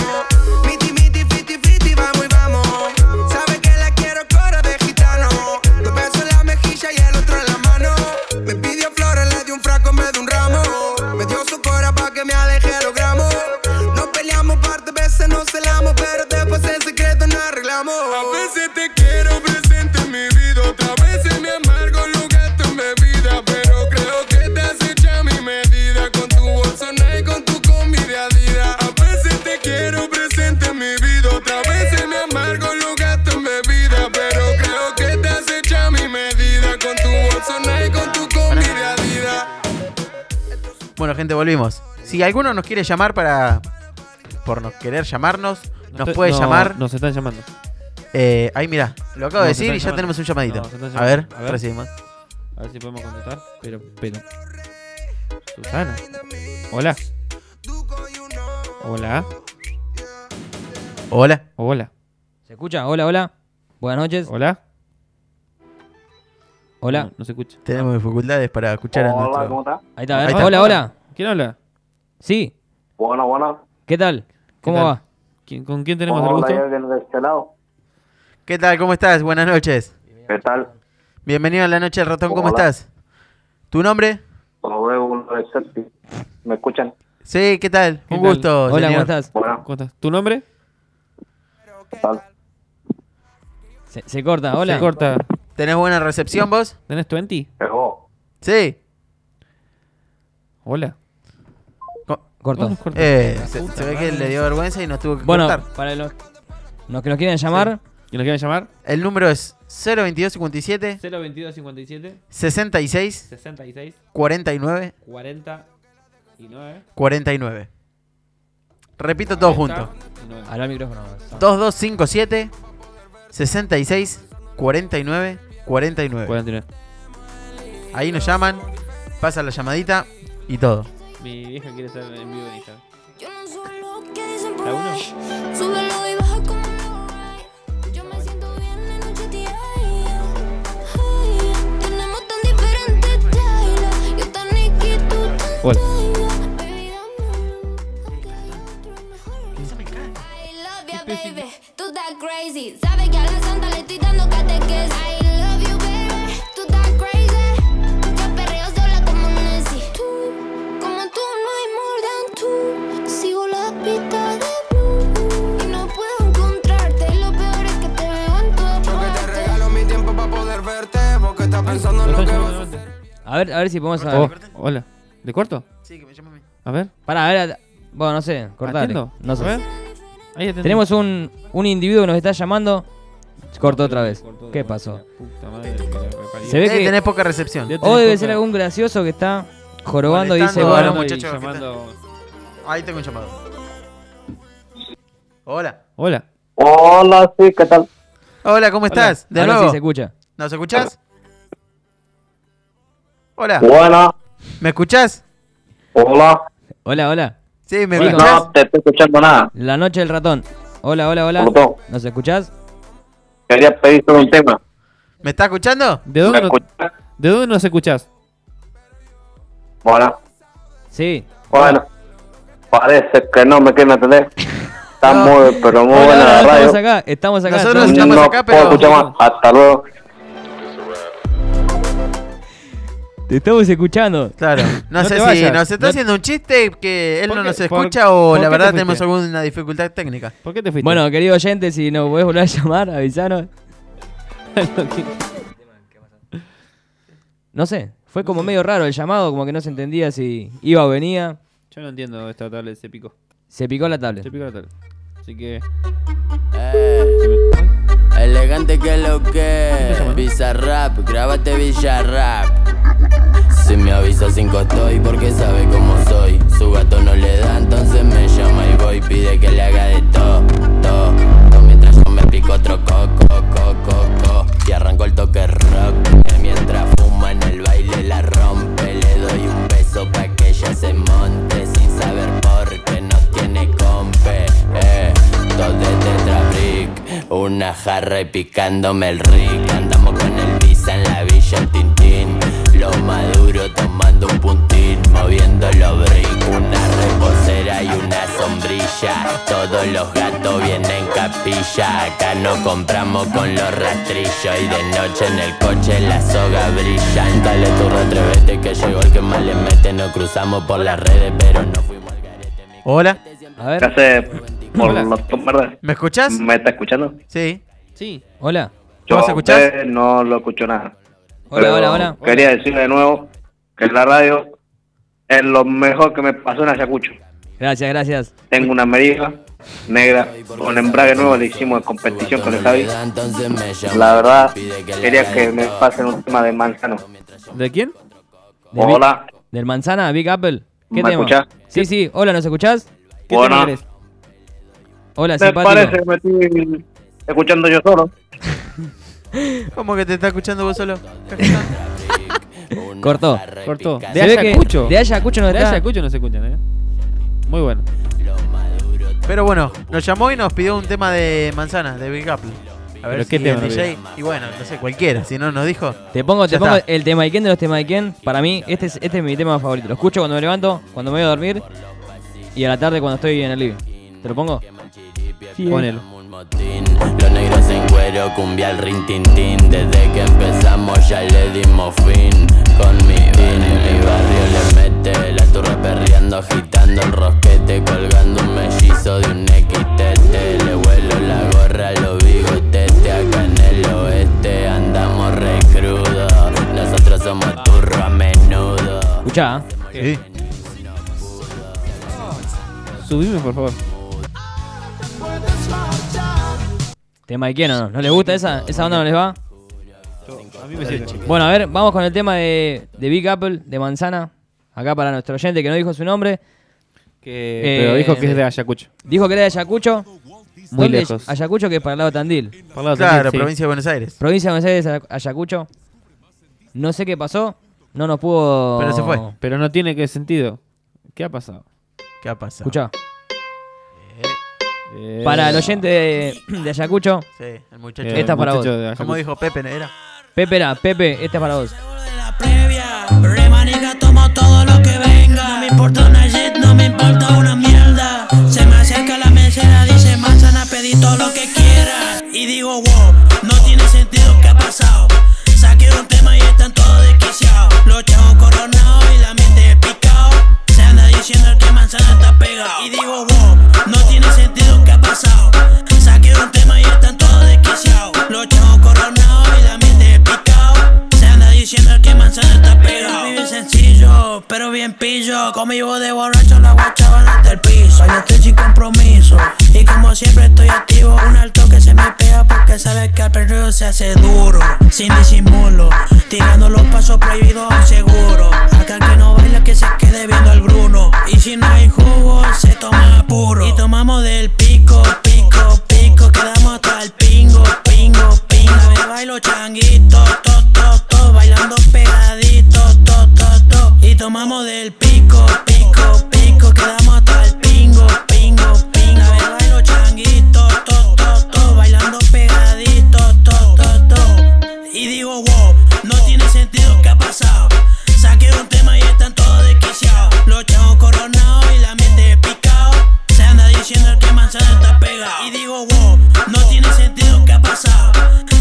Miti, miti, fiti, fiti, vamos y vamos. Sabe que la quiero coro de gitano. Dos besos en la mejilla y el otro en la mano. Me pidió flores, le di un frasco en vez de un ramo. Me dio su cora pa' que me aleje los gramos. Nos peleamos un par de veces, nos celamos, pero después en secreto nos arreglamos. A veces te quiero presente en mi vida, otras veces me amargo lo gasto en bebida, pero creo que te has hecho a mi medida con tu bolsona y con tu combi de Adidas. A veces te quiero presente en mi vida, otras veces me amargo lo gasto en bebida, pero creo que te has hecho a mi medida con tu bolsona y con tu combi de Adidas. Bueno, gente, volvimos. Si alguno nos quiere llamar para. Por no querer llamarnos, nos estoy- puede no, llamar. Nos están llamando. Eh, ahí, mira, lo acabo de Nos decir están y ya llamando. tenemos un No, llamadito. nos están a ver, llamando. recibimos. A ver si podemos contestar. Pero, pero. Susana. Hola. Hola. Hola. Hola. ¿Se escucha? Hola, hola. Buenas noches. Hola. Hola. No, no se escucha. Tenemos dificultades para escuchar a nuestro. Ahí está, a ver. Ahí está. Hola, hola. ¿Quién habla? Sí. Bueno, bueno. ¿Qué tal? ¿Cómo tal? va? ¿Quién- ¿Con quién ¿Cómo tenemos el gusto? de este lado? ¿Qué tal? ¿Cómo estás? Buenas noches. ¿Qué tal? Bienvenido a la noche del ratón, ¿cómo Hola. estás? ¿Tu nombre? Rodrigo Recepti. ¿Me escuchan? Sí, ¿qué tal? ¿Qué un tal? gusto. Hola, señor. ¿cómo estás? Bueno. ¿Cómo estás? ¿Tu nombre? Se, se corta, hola. Se corta. ¿Tenés buena recepción vos? ¿Tenés 20? Sí. Hola. Cortó. No, cortó. Eh, La se, puta se ve madre. que le dio vergüenza y nos tuvo que Bueno, cortar. para los, los que nos quieren llamar, ¿Y nos quieren llamar? El número es 022 57 02257 66 66 49 49 49. Repito todo junto. habla al micrófono. 2257 66 49 49. 49. Ahí nos llaman, pasa la llamadita y todo. Mi vieja quiere estar en vivo en Instagram. ¿La uno? Súbelo y baja como Yo me siento bien en un GTA. Tenemos tan diferentes styles. Yo tan Nicki, tú tan Hola. I love ya, baby. Tú estás crazy. Sabes que a la santa le estoy dando catequesis. I love you, baby. Tú estás crazy. Yo perreo sola como Nancy. Tú, como tú, no hay more than tú. Sigo la pista de blue y no puedo encontrarte. Y Lo peor es que te veo en todas partes. Regalo mi tiempo para poder verte, porque estás pensando en lo que vas a hacer. A ver, a ver si podemos. Oh, hola. ¿De corto? Sí, que me llama a mí. A ver. Para, a ver, Bueno, no sé, cortale. ¿Atiendo? No sé. A ver. Ahí atendí. Tenemos un, un individuo que nos está llamando. Cortó otra vez. ¿Qué pasó? Puta madre que la reparió. Se ve Debe que tener poca recepción. Debe O tener debe poca- ser algún gracioso que está jorobando y dice, Molestando a bueno, los muchachos que están- Ahí tengo un llamado. Hola. Hola. Hola, sí, ¿qué tal? Hola, ¿cómo Hola. estás? De Ahora sí nuevo. se escucha. ¿Nos escuchás? Hola. Bueno. ¿Me escuchás? Hola. Hola, hola. Sí, me Hola. escuchás. No te estoy escuchando nada. La noche del ratón. Hola, hola, hola. Cortó. ¿Nos escuchás? Quería pedirte un tema. ¿Me estás escuchando? ¿De dónde, no- ¿De dónde nos escuchás? Hola. Sí. Bueno. Parece que no me quieren atender. Está muy, pero muy Hola, buena la hola, radio. estamos acá, estamos acá. no estamos- puedo escuchar más. Hasta luego. Te estamos escuchando. Claro. No, No sé te si vayas. nos está No- haciendo un chiste que él no ¿Por qué- nos por- escucha por o qué la te verdad fuiste? tenemos alguna dificultad técnica. ¿Por qué te fuiste? Bueno, querido oyente, si nos podés volver a llamar, avisanos. no sé, fue como medio raro el llamado, como que no se entendía si iba o venía. Yo no entiendo esta tablet, se picó. Se picó la tablet. Se picó la tablet. Así que. Elegante que lo que Bizarrap, grábate Villarrap Si me avisa cinco estoy porque sabe cómo soy Su gato no le da, entonces me llama y voy Pide que le haga de todo, todo, todo Mientras yo me pico otro coco, coco, coco Y arranco el toque rock Mientras fuma en el baile la rompe Le doy un beso pa' que ella se monte Sin saber por qué no tiene compe eh. Todo de Tetra Brick, una jarra y picándome el rick. Andamos con el visa en la villa en Tintín. Lo maduro tomando un puntín, moviendo los brick. Una reposera y una sombrilla. Todos los gatos vienen capilla. Acá no compramos con los rastrillos. Y de noche en el coche la soga brilla. Dale turno, atrevete que llegó el que más le mete. Nos cruzamos por las redes, pero no fuimos. Hola. A ver. ¿Qué hace por Hola. los tu merda? ¿Me escuchás? ¿Me está escuchando? Sí. Sí. Hola. Yo ¿Vos a escuchás? usted no lo escucho nada. Hola, Pero hola, hola. Quería decirle de nuevo que la radio es lo mejor que me pasó en Ayacucho. Gracias, gracias. Tengo una merija negra con embrague nuevo, le hicimos competición con el Javi. La verdad, quería que me pasen un tema de manzano. ¿De quién? Del Big- Hola. Del manzana, Big Apple. ¿Qué ¿Me tema? escuchás? Sí, sí. Hola, ¿nos escuchás? ¿Qué Hola. tema querés? Hola, Me simpático. parece que me estoy escuchando yo solo. ¿Cómo que te está escuchando vos solo? Cortó. Cortó. Se De ve Ayacucho. que De Ayacucho nos De está. Ayacucho no se escuchan, eh. Muy bueno. Pero bueno, nos llamó y nos pidió un tema de manzana, de Big Apple. A ver ¿Pero qué si tema el DJ. Y bueno, no sé, cualquiera, si no nos dijo. Te pongo, te Ya pongo está. el tema de los temas de Para mí, este es, este es mi tema favorito. Lo escucho cuando me levanto, cuando me voy a dormir y a la tarde cuando estoy en el living. ¿Te lo pongo? eh. Ponelo. Los negros en cuero, cumbia al rin tin tin. Desde que empezamos ya le dimos fin. Con mi vin, mi barrio le mete. La turra perreando, agitando el rosquete. Colgando un mellizo de un XTT. Le vuelo la gorra, a los bigotetes. Acá en el oeste andamos re crudo. Nosotros somos turro a menudo. Escuchá. ¿eh? Sí. Subime, por favor. ¿Tema de quién o no? ¿No les gusta esa? ¿Esa onda no les va? A mí me sirve. Bueno, a ver, vamos con el tema de, de Big Apple, de Manzana. Acá para nuestro oyente que no dijo su nombre. Que- pero dijo eh, que es de Ayacucho. Dijo que era de Ayacucho. Muy ¿Dónde es lejos. Ayacucho que es para el lado de Tandil. Para el lado de Claro, Tandil, sí. provincia de Buenos Aires. Provincia de Buenos Aires, Ayac- Ayacucho. No sé qué pasó. No nos pudo... Pero no tiene que sentido. ¿Qué ha pasado? ¿Qué ha pasado? Escuchá. Eh, Para Eh. el oyente de, de Ayacucho. Sí, el muchacho. Esta es para vos. Como dijo Pepe, ¿no era. Pepe, era, Pepe, esta es para vos. Manija tomo todo lo que venga. No me importa una jet, no me importa una mierda. Se me acerca la mesera, dice manzana, pedí todo lo que quieras. Y digo, wow, no tiene sentido qué ha pasado. Saqué un tema y están todos desquiciados. Los chavos coronados y la mente picado. Se anda diciendo que manzana está pegado. Y digo, wow, no tiene sentido qué ha pasado. Saqué un tema y están todos desquiciados. Los chavos coronados y la mente picado. Se anda diciendo que manzana está pegado. Vive sencillo, pero bien pillo. Conmigo de borracho la guachaban hasta el piso. hace duro, sin disimulo. Tirando los pasos prohibidos al seguro. Acá el que no baila que se quede viendo al Bruno. Y si no hay jugo, se toma puro. Y tomamos del pico, pico, pico. Quedamos hasta el pingo, pingo, pingo. Me bailo changuito, to, to, to. Bailando pegadito, to, to, to. Y tomamos del pico, pico, pico. Quedamos hasta el pingo, pingo, pingo. Me bailo changuito, to, to, to. Bailando pegadito, to, to, to. Y digo, wow, no tiene sentido que ha pasado. Saqué un tema y están todos desquiciados. Los chavos coronados y la mente picado. Se anda diciendo que manzana está pegado. Y digo, wow, no tiene sentido que ha pasado.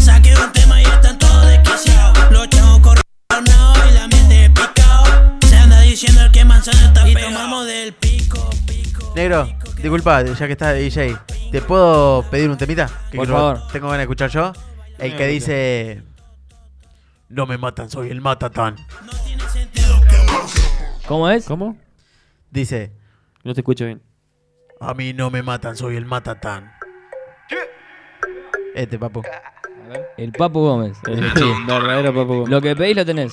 Saqué un tema y están todos desquiciados. Los chavos coronados y la mente picado. Se anda diciendo que manzana está pegado. Y tomamos del pico. Negro, disculpa, ya que estás de DJ, ¿te puedo pedir un temita? Que Por quiero- favor. Tengo ganas de escuchar yo. El que Eh, dice. No me matan, soy el matatán. ¿Cómo es? ¿Cómo? Dice. No te escucho bien. A mí no me matan, soy el matatán. Este, papu. El Papu Gómez. El verdadero Papu Gómez. Lo que pedís lo tenés.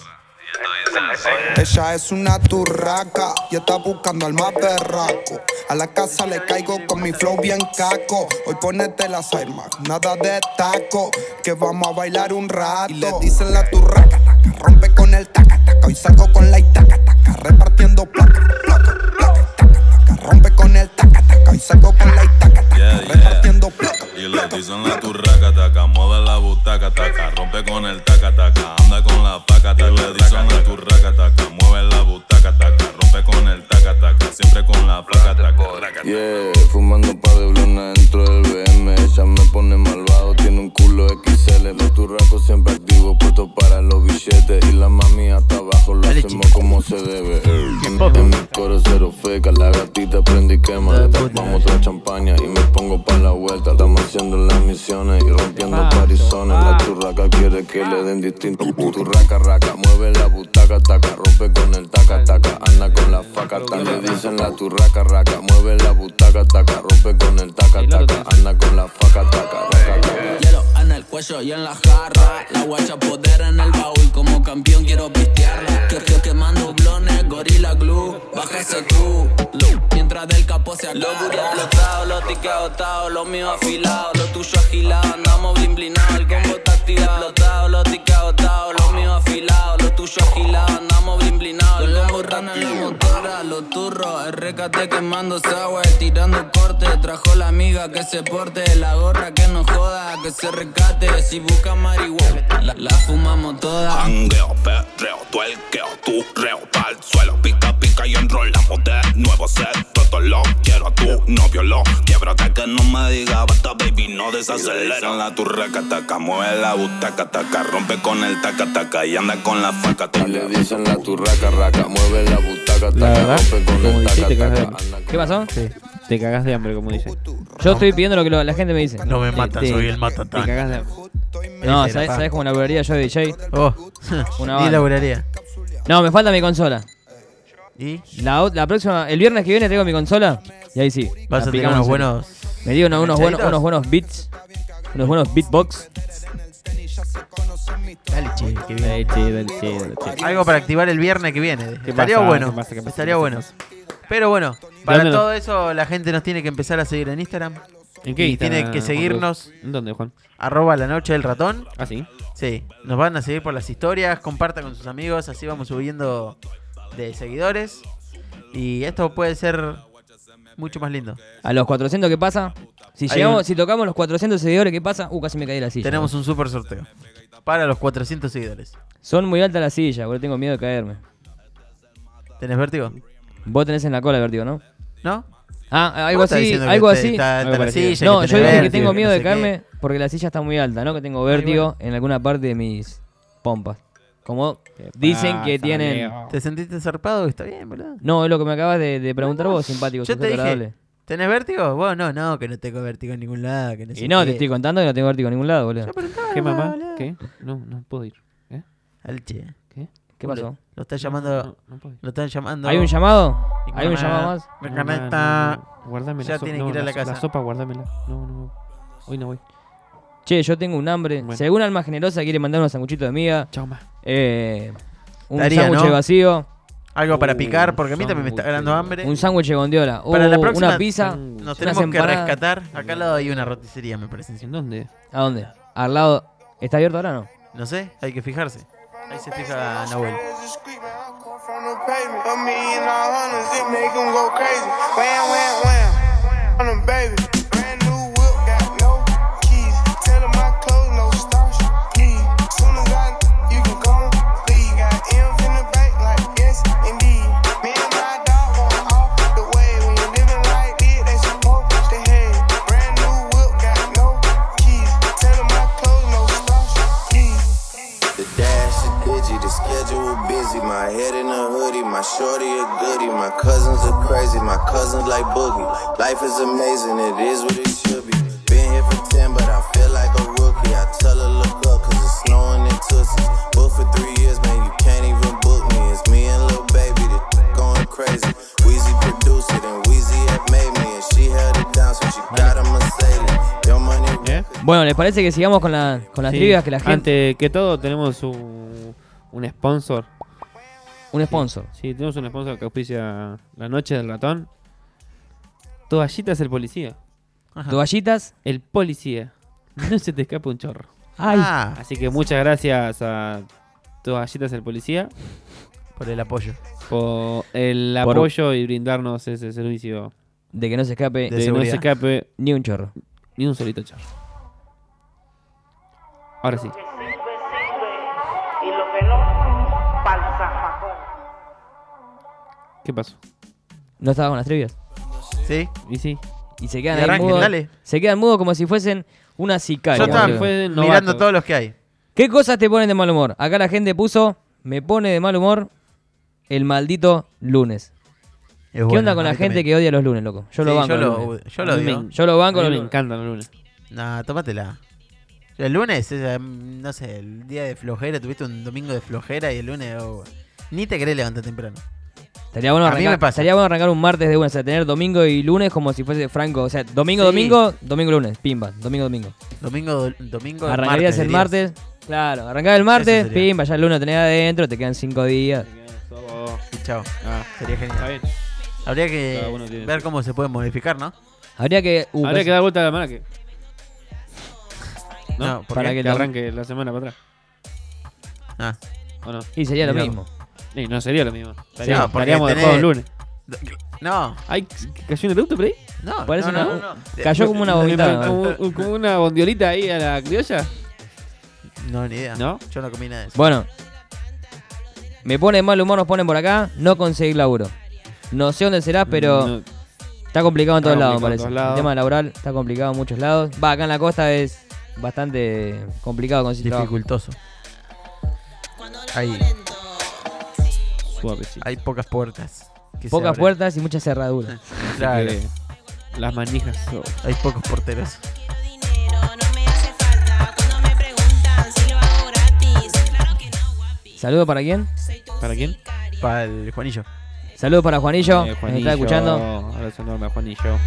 Ella es una turraca y está buscando al más berraco. A la casa le caigo con mi flow bien caco. Hoy ponete las armas, nada de taco. Que vamos a bailar un rato. Y le dicen la turraca, taca, rompe con el taca, taca. Hoy saco con la itaca, taca, repartiendo placa, placa, placa, taca, taca. Rompe con el taca, taca. Hoy saco con la itaca, taca, Yeah, repartiendo placa. Y le dicen la turraca, taca, mueve la butaca, taca, rompe con el taca, taca, anda con la paca, taca, le dicen la turraca, taca, mueve la butaca, taca, rompe con el taca, taca, siempre con la placa, taca, taca. Yeah, fumando par de blona dentro del BM. Ella me pone malvado, tiene un culo XL. Los turracos siempre activos, puesto para los billetes. Y la mami hasta abajo lo hacemos como se debe. En, en mi coro cero feca, la gatita prende y quema. Le tapamos otra champaña y me pongo pa' la vuelta. Estamos haciendo las misiones y rompiendo parizones. La turraca quiere que le den distinto. Turraca, raca, mueve la butaca, taca, rompe con el taca, taca. Anda con la faca, taca, le dicen la turraca, raca, mueve la butaca, taca, rompe con el taca, taca. Anda con la faca, taca, raca, taca. Hielo en el cuello y en la jarra. La guacha poder en el baúl, como campeón quiero pistearla. Que que quemando blones, gorila glue. Bájese tú, lo- mientras del capo se agarra. Lo duro explotado, lo tiqueado, tao, lo mío afilado, lo tuyo agilado. Andamos blin blinado, el combo está activado. Explotado, lo tiqueado, tao, lo mío afilado, lo tuyo agilado. Andamos blin blinado, el combo está activado. Motora, Lo turro, el recate quemando agua, tirando corte. Trajo la amiga que se porte, la gorra que no joda, que se recate. Si busca marihuana, la, la fumamos toda. Jangueo, perreo, tuelqueo, turreo, pa'l suelo, pica, pica y enrolamos de nuevo set. Todo lo quiero a tu novio, lo quiebra hasta que no me diga basta, baby, no desacelera. La turraca, taca, mueve la butaca, taca, rompe con el taca, taca y anda con la faca, taca. Le dicen la turraca, raca, mueve la butaca, La taca, verdad, rompe con como el dijiste, taca, te cagas de taca. hambre. ¿Qué pasó? Te cagás de hambre, como dice. Yo estoy pidiendo lo que lo- la gente me dice. No me matan, soy el matatán. matatán. Te cagás de No, Ese era, ¿sabes, pa. ¿sabés cómo laburaría yo de DJ? Oh, Una ni banda. laburaría. No, me falta mi consola. ¿Y? La, ot- la próxima, el viernes que viene tengo mi consola y ahí sí. Vas la a tirar picamos unos en- buenos- Me dio unos, unos buenos, ¿Mechaditos? unos buenos beats. Unos buenos beatbox. Dale, che, que bien. Dale, che, dale, che, dale, che. Algo para activar el viernes que viene. ¿Qué Estaría pasa? bueno. ¿Qué pasa? ¿Qué pasa? Estaría ¿Qué bueno. pasa? Pero bueno, ¿De para dónde lo- todo eso la gente nos tiene que empezar a seguir en Instagram. ¿En qué Y Instagram, tiene que Juan seguirnos. Cruz? ¿En dónde, Juan? Arroba la noche del ratón. Ah, sí. Sí, nos van a seguir por las historias, compartan con sus amigos, así vamos subiendo de seguidores. Y esto puede ser mucho más lindo. A los 400 que pasa. Si Hay llegamos, un- si tocamos los 400 seguidores que pasa, uh, casi me caí de la silla. Tenemos un super sorteo para los 400 seguidores. Son muy altas las sillas, boludo, tengo miedo de caerme. ¿Tenés vértigo? Vos tenés en la cola vértigo, ¿no? ¿No? Ah, algo Vos estás así, diciendo que algo te- así. está- Algo está la parecido. silla, no, que yo tenés dije que vértigo, tengo que miedo no de sé caerme porque la silla está muy alta, ¿no? Que tengo vértigo en alguna parte de mis pompas. Como dicen que pasa, tienen. Leo? ¿Te sentiste zarpado? Está bien, boludo. No, es lo que me acabas de, de preguntar vos, Oh, simpático. Yo sujeto te dije, agradable. ¿tenés vértigo? Vos no, no, que no tengo vértigo en ningún lado. Que no sé Y no, qué. te estoy contando que no tengo vértigo en ningún lado, boludo. ¿Qué mamá? ¿Qué? No, no puedo ir. ¿Eh? Al che. ¿Qué? ¿Qué pasó? Lo, lo están llamando. lo están llamando. ¿Hay un llamado? ¿Hay un Nicolás, llamado más? No, Nicolás no, no, está- no. Guárdame la Ya sopa. tienen No, que ir a la so- casa. La sopa, guárdamela. No, no. Hoy no voy. Che, yo tengo un hambre. Si alguna alma generosa quiere mandar unos sanguchitos de miga. eh, un Daría, sándwich ¿no? vacío. Algo para picar, porque a mí también me está ganando hambre. Un sándwich de gondiola. Para la Uh, próxima Mm. una pizza. nos unas tenemos que empanadas. rescatar. Acá al lado hay una roticería, me parece. ¿En dónde? ¿A dónde? Al lado. ¿Está abierto ahora o no? No sé, hay que fijarse. Ahí se fija Nahuel. pavement. I'm eating all hundreds, it make 'em go crazy. Wham, wham, wham. On them, baby. Brand new whip, got no keys. Tell 'em my clothes, no starch. Please. Soon as I, you can come, please. Got M's in the bank, like, yes, indeed. Me and my dog want off the way. When you living like this, they supposed to hate. Brand new whip, got no keys. Tell 'em my clothes, no starch. Please. The dash is busy, the schedule busy. My head in a hoodie, my shorty a goodie. My cousins are crazy, my cousins like boogie. Life is amazing, it is what it should be. Been here for 10, but I feel like a rookie. I tell her, look up, cause it's snowing in Tootsies. Booked for three years, man, you can't even book me. It's me and Lil Baby, the going crazy. Weezy produced it, and Weezy had made me. And she held it down, so she got a Mercedes. Your money Bueno, ¿les parece que sigamos con, la, con las Sí. trivias que la gente. Antes que todo, tenemos un, un sponsor. Un sponsor. Sí, tenemos un sponsor que auspicia la noche del ratón. Toallitas el policía. Ajá. Toallitas el policía. No se te escapa un chorro. Ay. Ah. Así que muchas gracias a Toallitas el policía. Por el apoyo. Por el Por- apoyo y brindarnos ese servicio. De que no se escape. De que no se escape Ni un chorro. Ni un solito chorro. Ahora sí. Y lo que no, falsafajón. ¿Qué pasó? ¿No estaba con las trivias? Sí. Y sí. Y se Y quedan ahí arranquen, mudos. dale. Se quedan mudos como si fuesen una sicaria. Yo estaba boludo. mirando todos los que hay. ¿Qué cosas te ponen de mal humor? Acá la gente puso, me pone de mal humor el maldito lunes. ¿Qué bueno, onda con a la mí gente también. que odia los lunes, loco? Yo lo Sí, banco. Yo los lo, lunes. yo lo A mí me- digo. Yo lo banco los lunes. encantan los lunes. Nah, tómatela. El lunes, es, eh, no sé, el día de flojera, tuviste un domingo de flojera y el lunes oh, ni te querés levantar temprano. Estaría bueno, A mí arrancar, me pasa. estaría bueno arrancar un martes de una, o sea, tener domingo y lunes como si fuese Franco. O sea, domingo, Sí. domingo, domingo, lunes, pimba, domingo, domingo. Domingo, domingo. Arrancarías el dirías. martes, claro, arrancar el martes, sería. pimba, ya el lunes lo tenés adentro, te quedan cinco días. Y chao. Ah, Sería genial. Habría Cada uno que tiene ver cómo se puede modificar, ¿no? Habría que. uh, Habría casi- que dar vuelta a la mano que. ¿No? No, ¿por para qué? que Que arranque la semana para atrás. Ah. ¿O no? Y sería lo Mirá mismo. Y no sería lo mismo. no, Estaríamos, porque estaríamos de tenés- juego el lunes. No. ¿Ay, ¿Cayó un eructo por ahí? No, Parece no, una- no, no. cayó como una vomitada. Como, como una bondiolita ahí a la criolla. No, ni idea. ¿No? Yo no comí nada de eso. Bueno. Me pone de mal humor, nos ponen por acá, no conseguir laburo. No sé dónde será, pero No. está complicado en Está todos lados, complicado en parece. todos lados. El tema laboral está complicado en muchos lados. Va, acá en la costa es bastante complicado conseguir trabajo. Dificultoso. Hay, hay pocas puertas. que se Pocas abren. puertas y muchas cerraduras. Claro. Las manijas. Eh, Hay pocos porteros. ¿Saludo para quién? ¿Para quién? Para el Juanillo. Saludos para Juanillo, Eh, que nos está escuchando. Abrazo enorme a Juanillo.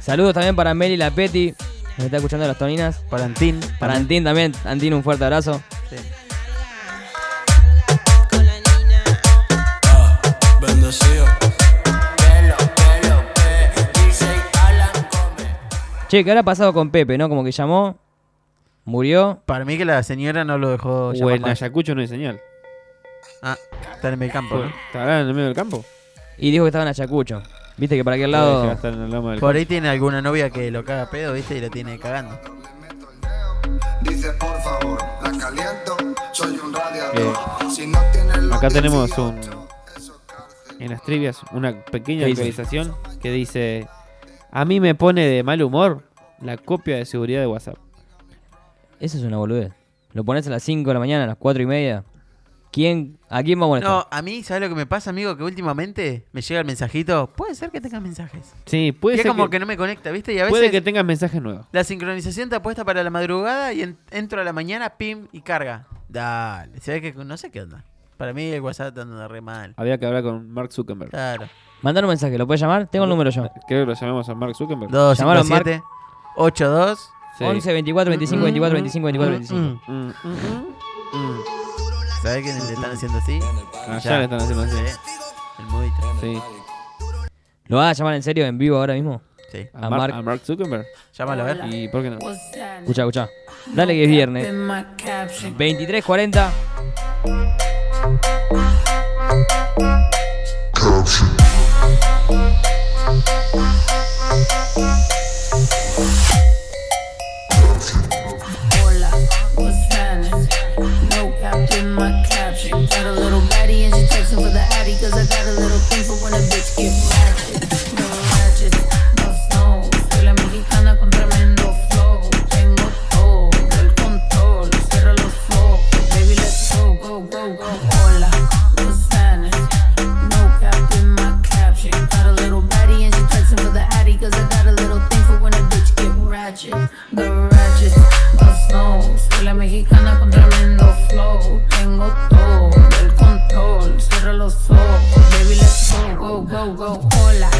Saludos también para Meli La Peti, nos está escuchando de las toninas. Para Antín. Para Antín también. Antín, un fuerte abrazo. Bendecido. Che, ¿qué habrá pasado con Pepe, no? Como que llamó, murió. Para mí que la señora no lo dejó O llamar en más. Ayacucho no hay señal. Ah, está en el campo, ¿no? ¿Estará en el medio del campo? Y dijo que estaba en Ayacucho. Viste que para aquel lado. Estar en el lado del Por campo. ahí tiene alguna novia que lo caga pedo, ¿viste? Y lo tiene cagando. Dice por favor, la caliento, soy un radiador. Eh. Si no tienes lo Acá que tenemos un. En las trivias, una pequeña ¿Qué dice? actualización que dice: A mí me pone de mal humor la copia de seguridad de WhatsApp. Eso es una boludez. Lo pones a las 5 de la mañana, a las 4 y media. ¿Quién, ¿A quién va a molestar? No, a mí, ¿sabes lo que me pasa, amigo? Que últimamente me llega el mensajito. Puede ser que tenga mensajes. Sí, puede y es ser. como que... que, no me conecta, ¿viste? Y a veces puede que tengas mensajes nuevos. la sincronización te apuesta para la madrugada y en- entro a la mañana, pim, y carga. Dale, se ve que no sé qué onda. Para mí el WhatsApp está andando re mal. Había que hablar con Mark Zuckerberg. Claro. Mandar un mensaje, ¿lo puedes llamar? Tengo el número yo. Creo que lo llamemos a Mark Zuckerberg. Dos, cinco, Llamaron, Mark. siete, ocho, dos. 11, 24, 25, Mm, 24, 25, 24, 25. ¿Sabés que le están haciendo así? Ah, ya le están haciendo así. Sí. El modito. Sí. ¿Lo vas a llamar en serio, en vivo ahora mismo? Sí. A, ¿A Mark, Mark. a Mark Zuckerberg? Llámalo, a ver. ¿Y por qué no? Escucha, escucha. Dale que es viernes. 23.40. Hola, what's happening? No cap in my caption. Got a little baddie and she texting for the addy. Cause I got a little thing for when a bitch get ratchet. No ratchet, dos no. Soy la mexicana con tremendo flow. Tengo todo el control. Cierra los focos. Baby, let's go, go, go, go. Hola, what's happening? No cap in my caption. Got a little baddie and she texting for the addy. Cause I got a little thing for when a bitch get ratchet. The ratchet. Dos no, soy la mexicana con tremendo flow. Tengo todo el control, cierro los ojos. Baby, let's go, go, go, go. Hola,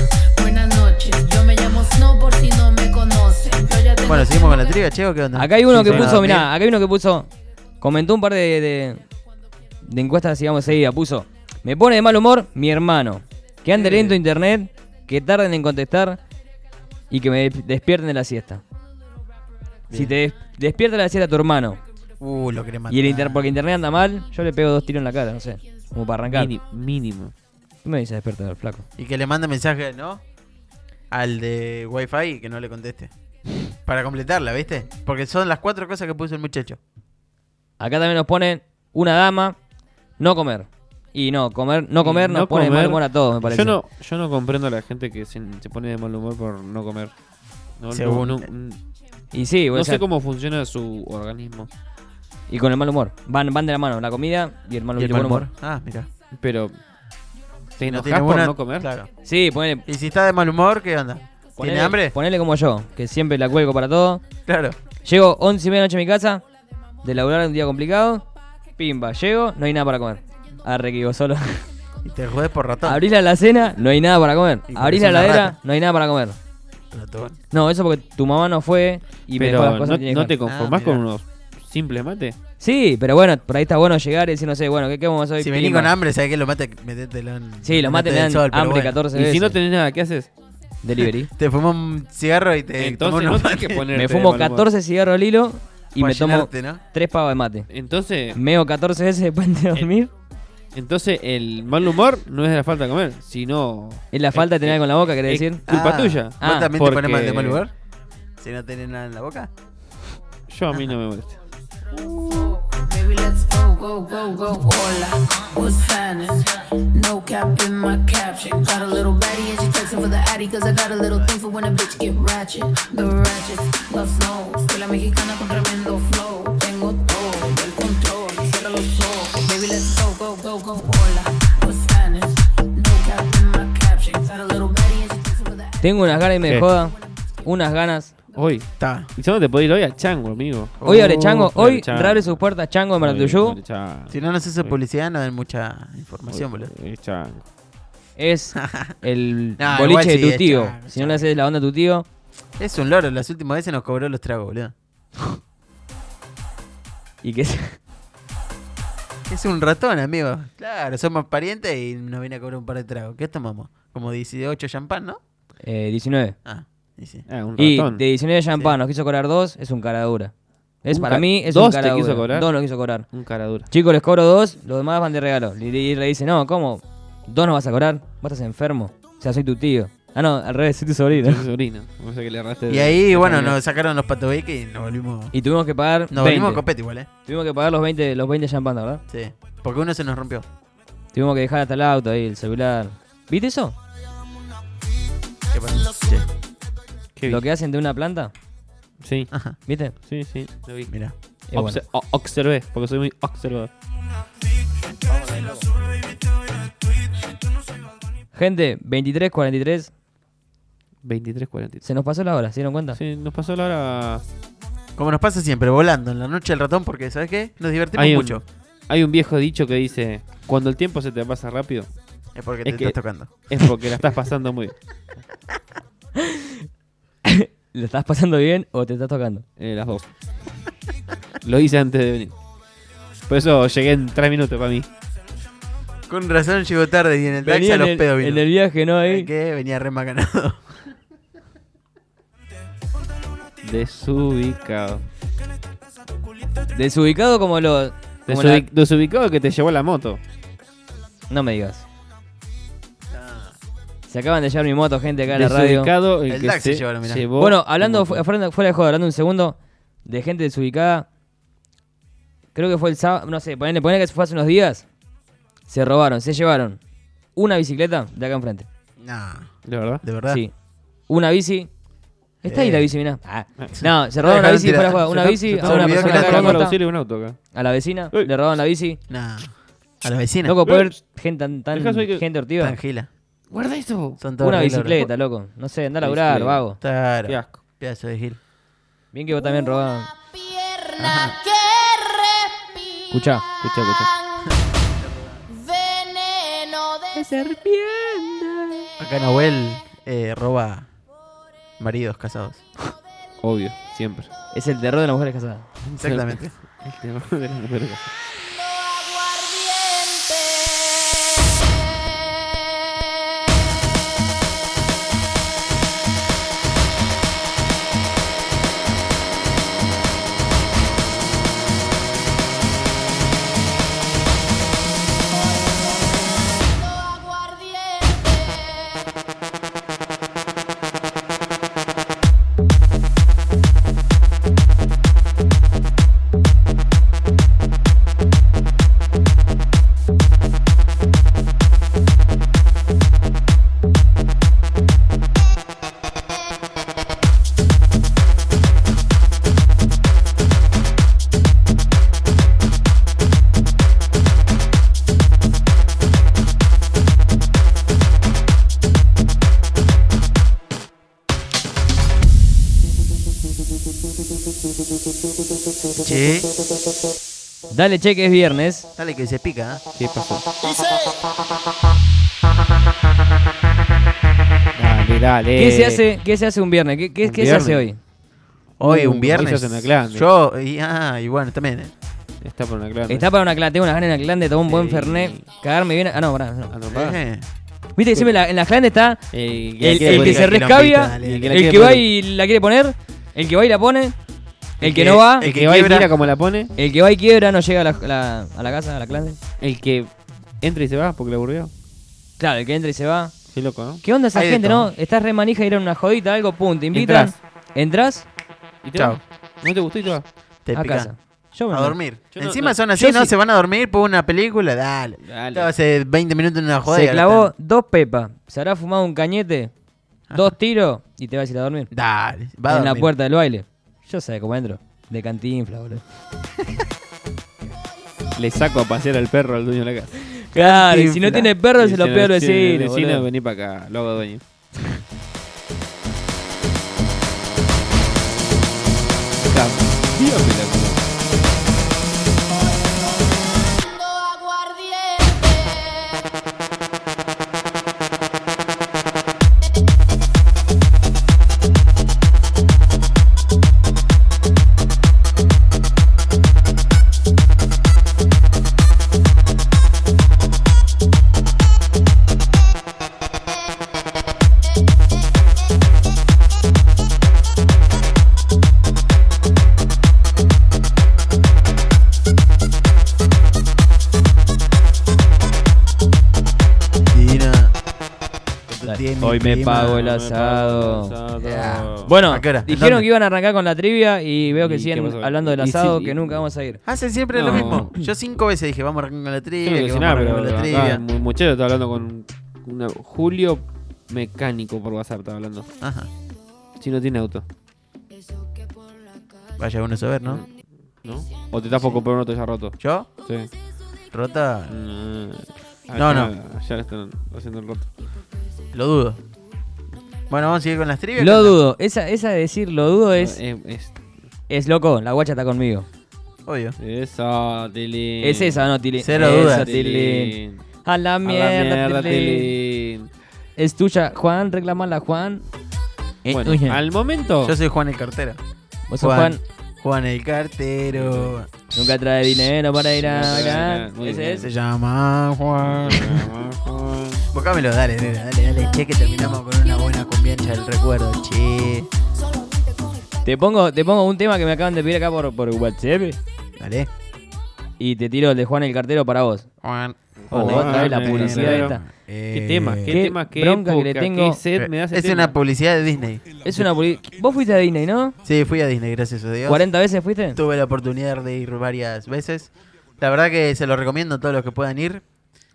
buenas noches. Yo me llamo Snow por si no me conocen. Yo ya tengo Bueno, seguimos con la trivia, che, ¿o qué onda? Acá hay uno Sí, que sí. puso, mirá, acá hay uno que puso. Comentó un par de, de, de encuestas, digamos, seguida. Puso. Me pone de mal humor mi hermano. Que ande lento internet, que tarden en contestar y que me desp- despierten de la siesta. Si te des- despierta de la siesta tu hermano Uh, lo querés matar. y el inter porque internet anda mal, yo le pego dos tiros en la cara, no sé. Como para arrancar. Mini- mínimo. Tú me dices despertar, flaco. Y que le mande mensaje, ¿no? Al de Wi-Fi y que no le conteste. Para completarla, ¿viste? Porque son las cuatro cosas que puso el muchacho. Acá también nos ponen una dama, no comer. Y no, comer, no comer nos pone de mal humor a todos, me parece. Yo no, yo no comprendo a la gente que se, se pone de mal humor por no comer. No, Según- no- no- Y sí, No o sea- sé cómo funciona su organismo. Y con el mal humor. Van, van de la mano, la comida y el mal, Y el el mal buen humor. humor. Ah, mira. Pero. ¿Te No enojas tiene por una- no comer? Claro. Sí, ponele. Y si está de mal humor, ¿qué onda? ¿Tiene Ponele- hambre? Ponele como yo, que siempre la cuelgo para todo. Claro. Llego 11 y media de la noche a mi casa, de laburar un día complicado. Pimba, llego, no hay nada para comer. Arre que vivo solo. Y te jodés por ratón. Abrís la alacena, no hay nada para comer. Abrís Y la pareces una heladera, rata. no hay nada para comer. Ratón. No, eso porque tu mamá no fue y me Pero dejó las cosas no- que tenía que no comer. te conformás Ah, mirá. con unos simples mates. Sí, pero bueno, por ahí está bueno llegar y decir, no sé, bueno, ¿qué, qué vamos a hacer? Si venís con hambre, ¿sabés que lo mate? Metételo en. Sí, lo mate, le metételo dan en sol, pero hambre bueno. 14 veces. tenés nada, ¿qué haces? Delivery. Te fumo un cigarro y te. Entonces tomás no unos tenés que mates. ponerte Me fumo 14 cigarros al hilo y Para me tomo llenarte, ¿no? 3 pavos de mate. Entonces. Meo 14 veces después de dormir. Entonces, el mal humor no es la falta de comer, sino. Es la falta de tener algo en la boca, querés es decir. Culpa Ah. tuya. Ah. ¿Vos también te porque pones mal de mal humor? Si no tenés nada en la boca. Yo a mí no me molesta. Baby, let's go, go, go, go. Hola, what's happening? No cap in my caption. Got a little baddie and she texting for the addy. Cause I got a little thing for when a bitch get ratchet. The ratchet, love snow. Soy la mexicana con tremendo flow. Tengo todo el control. Cierra los ojos. Baby, let's go, go, go, go. Hola, what's happening? No cap in my caption. Got a little baddie and she texting for the addy. Tengo unas ganas y me ¿Qué? joda. Unas ganas. Hoy. Está. ¿Y solo te podés ir hoy a Chango, amigo? Hoy abre Chango. Oh, Hoy Chango. abre sus puertas Chango de Marantuyú. Si no nos hace publicidad, no dan mucha información, boludo. Es el No, igual boliche de sí, tu es tío. Chango, Si no le haces la onda a tu tío. Es un loro, las últimas veces nos cobró los tragos, boludo. ¿Y qué es? Es un ratón, amigo. Claro, somos parientes y nos viene a cobrar un par de tragos. ¿Qué tomamos? Como 18 champán, ¿no? Eh, 19. Ah, y sí. Ah, un Y ratón. de 19 champán nos quiso cobrar dos, es un cara dura. Es Un para ca- mí, es ¿dos un te cara quiso dura. cobrar? Dos nos quiso cobrar. Un cara dura. Chicos, les cobro dos, los demás van de regalo. Y le, y le dice, no, ¿cómo? ¿Dos no vas a cobrar? Vos estás enfermo. O sea, soy tu tío. Ah, no, al revés, soy tu sobrino. Soy tu sobrino. No sé que le erraste Y de- ahí, de bueno, camino. nos sacaron los patobeques y nos volvimos. Y tuvimos que pagar. Nos 20. volvimos a copete igual, ¿eh? Tuvimos que pagar los 20, los 20 champán, ¿verdad? Sí. Porque uno se nos rompió. Tuvimos que dejar hasta el auto ahí, el celular. ¿Viste eso? ¿Qué pasó? Sí. Lo que hacen de una planta. Sí. ¿Viste? Sí, sí, lo vi. Mira. Es bueno. Obse- o- Observé, porque soy muy observador. Gente, 23.43. 23.43. Se nos pasó la hora, ¿se dieron cuenta? Sí, nos pasó la hora. Como nos pasa siempre, volando en la noche el ratón, porque, ¿sabes qué? Nos divertimos Hay un- mucho. Hay un viejo dicho que dice, cuando el tiempo se te pasa rápido... Es porque te que- estás tocando. Es porque la estás pasando muy bien. ¿Lo estás pasando bien o te estás tocando? Eh, las dos. Lo hice antes de venir. Por eso llegué en tres minutos para mí. Con razón llegó tarde y en el taxi Venía a en los el- pedos vino. en el viaje, ¿no? Ahí. ¿Qué? Venía re macanado. Desubicado. Desubicado como lo... como la- Desubi- Desubicado que te llevó la moto. No me digas. Se acaban de llevar mi moto, gente, acá en la radio. Desubicado el El que taxi se llevaron, mirá. llevó Bueno, mi hablando moto. fu- fuera, fuera de juego, hablando un segundo, de gente desubicada. Creo que fue el sábado, no sé, ponele, ponele que fue hace unos días. Se robaron, se llevaron una bicicleta de acá enfrente. No. ¿De verdad? ¿De verdad? Sí. Una bici. Está ahí Eh. la bici, mirá. Ah. No, se robaron Ah, una dejaron bici tirada. fuera de juego. Se Una está- se bici está a una olvidando persona que acá está en la tomando costa, auxilio un auto acá. A la vecina, le robaron la bici. No. A la vecina. Loco, Eh. poder gente tan, tan- Dejá eso ahí que- gente hortiva. Tan gila. Guarda eso. Son todos Una re logros. bicicleta, loco. No sé, anda a laburar, Bicicleta. vago. Claro. Qué asco. Pedazo de gil. Bien que vos también robás. Pierna que Escuchá, escuchá, escuchá. veneno de serpiente. Acá Nahuel eh, roba maridos casados. Obvio, siempre. Es el terror de las mujeres casadas. Exactamente. El terror de las mujeres casadas. Che. Dale, che, que es viernes. Dale, que se pica. ¿eh? ¿Qué pasó? Dale, Eh, dale. ¿Qué se hace, qué se hace un viernes? ¿Qué, qué- ¿Un qué se hace hoy? viernes? Hoy, Uh, un hoy viernes. se hace una clan, eh. Yo, y, ah, y bueno, también. eh. Está por una clara. Está para una clan, tengo unas ganas de una clan de tomar un buen fernet, cagarme bien. Ah, no, pará. no. Viste que siempre la- en la clan está el, que la quiere poner. el que se El que la invita, rescabia, dale, dale. el El que la que, quiere va poner. y la quiere poner, el que va y la pone, el, El que, que- no va, el que va y mira cómo la pone. el que va y quiebra, no llega a la, la- a la casa, a la clase. El que entra y se va porque le aburrió. Claro, el que entra y se va. Qué loco, ¿no? ¿Qué onda esa Hay de gente, todo. no? Estás re manija, ir a una jodita, algo, pum, te invitan. Entrás. Entrás. Y te Chao. vas. ¿No te gustó y te vas? Te a pica. casa. Yo me a voy. dormir. Yo no- Encima no, son así, yo ¿no? sí. Se van a dormir por una película. Dale. Estaba hace 20 minutos en una joda. Se clavó dos pepas. Se habrá fumado un cañete, dos tiros y te vas a ir a dormir. Ah. Dale. va en a la dormir. puerta del baile. Yo sé cómo entro. De cantinfla, boludo. Le saco a pasear al perro al dueño de la casa. Claro, y si no tiene perro, se lo pega al tiene vecino, vecino, boludo. vení para acá, lo hago dueño. Cambiame la cosa. Dina. Hoy me pago el asado. Bueno, ¿A qué hora? ¿En dijeron dónde? que iban a arrancar con la trivia y veo que ¿Y qué siguen pasó? hablando del Y sí, asado y- que nunca vamos a ir. Hacen siempre lo No. mismo. Yo cinco veces dije, vamos a arrancar con la Yo no trivia. quiero decir que vamos a nada, arrancar con pero la acá trivia. un muchacho estaba hablando con una- Julio Mecánico por WhatsApp, estaba hablando. Ajá. Si no tiene auto. Vaya uno a saber, ¿no? ¿No? O te estás por comprar un auto ya roto. ¿Yo? Sí. ¿Rota? Ah, No, no. ya- Ya lo están haciendo el roto. Lo dudo. Bueno, vamos a seguir con las trivias. Lo dudo. Esa, esa de decir lo dudo es. Es, loco, la guacha está conmigo. Obvio. Eso, Tilín. Es esa, ¿no, Tilín? Cero Esa, dudas. Tilín. A la mierda, Tilín. Es tuya, Juan, reclamala, Juan. Bueno, Eh, Uy, al momento. Yo soy Juan el cartero. Vos sos Juan. Juan el cartero. Nunca trae dinero para ir a Nunca trae ganar. dinero. Muy Ese bien. es. Se llama Juan. Bocámelo, dale, dale, dale, dale, che, que terminamos con una buena cumbiancha del recuerdo, che. Te pongo, te pongo un tema que me acaban de pedir acá por, por WhatsApp. Dale. Y te tiro el de Juan el cartero para vos. Juan. Oh, Juan otra vez la el publicidad Cartero. esta. Qué tema, qué tema, qué bronca que le época, tengo. qué sed me da ese Es tema. una publicidad de Disney. Es una publi- Vos fuiste a Disney, ¿no? Sí, fui a Disney, gracias a Dios. ¿40 veces fuiste? Tuve la oportunidad de ir varias veces. La verdad que se lo recomiendo a todos los que puedan ir.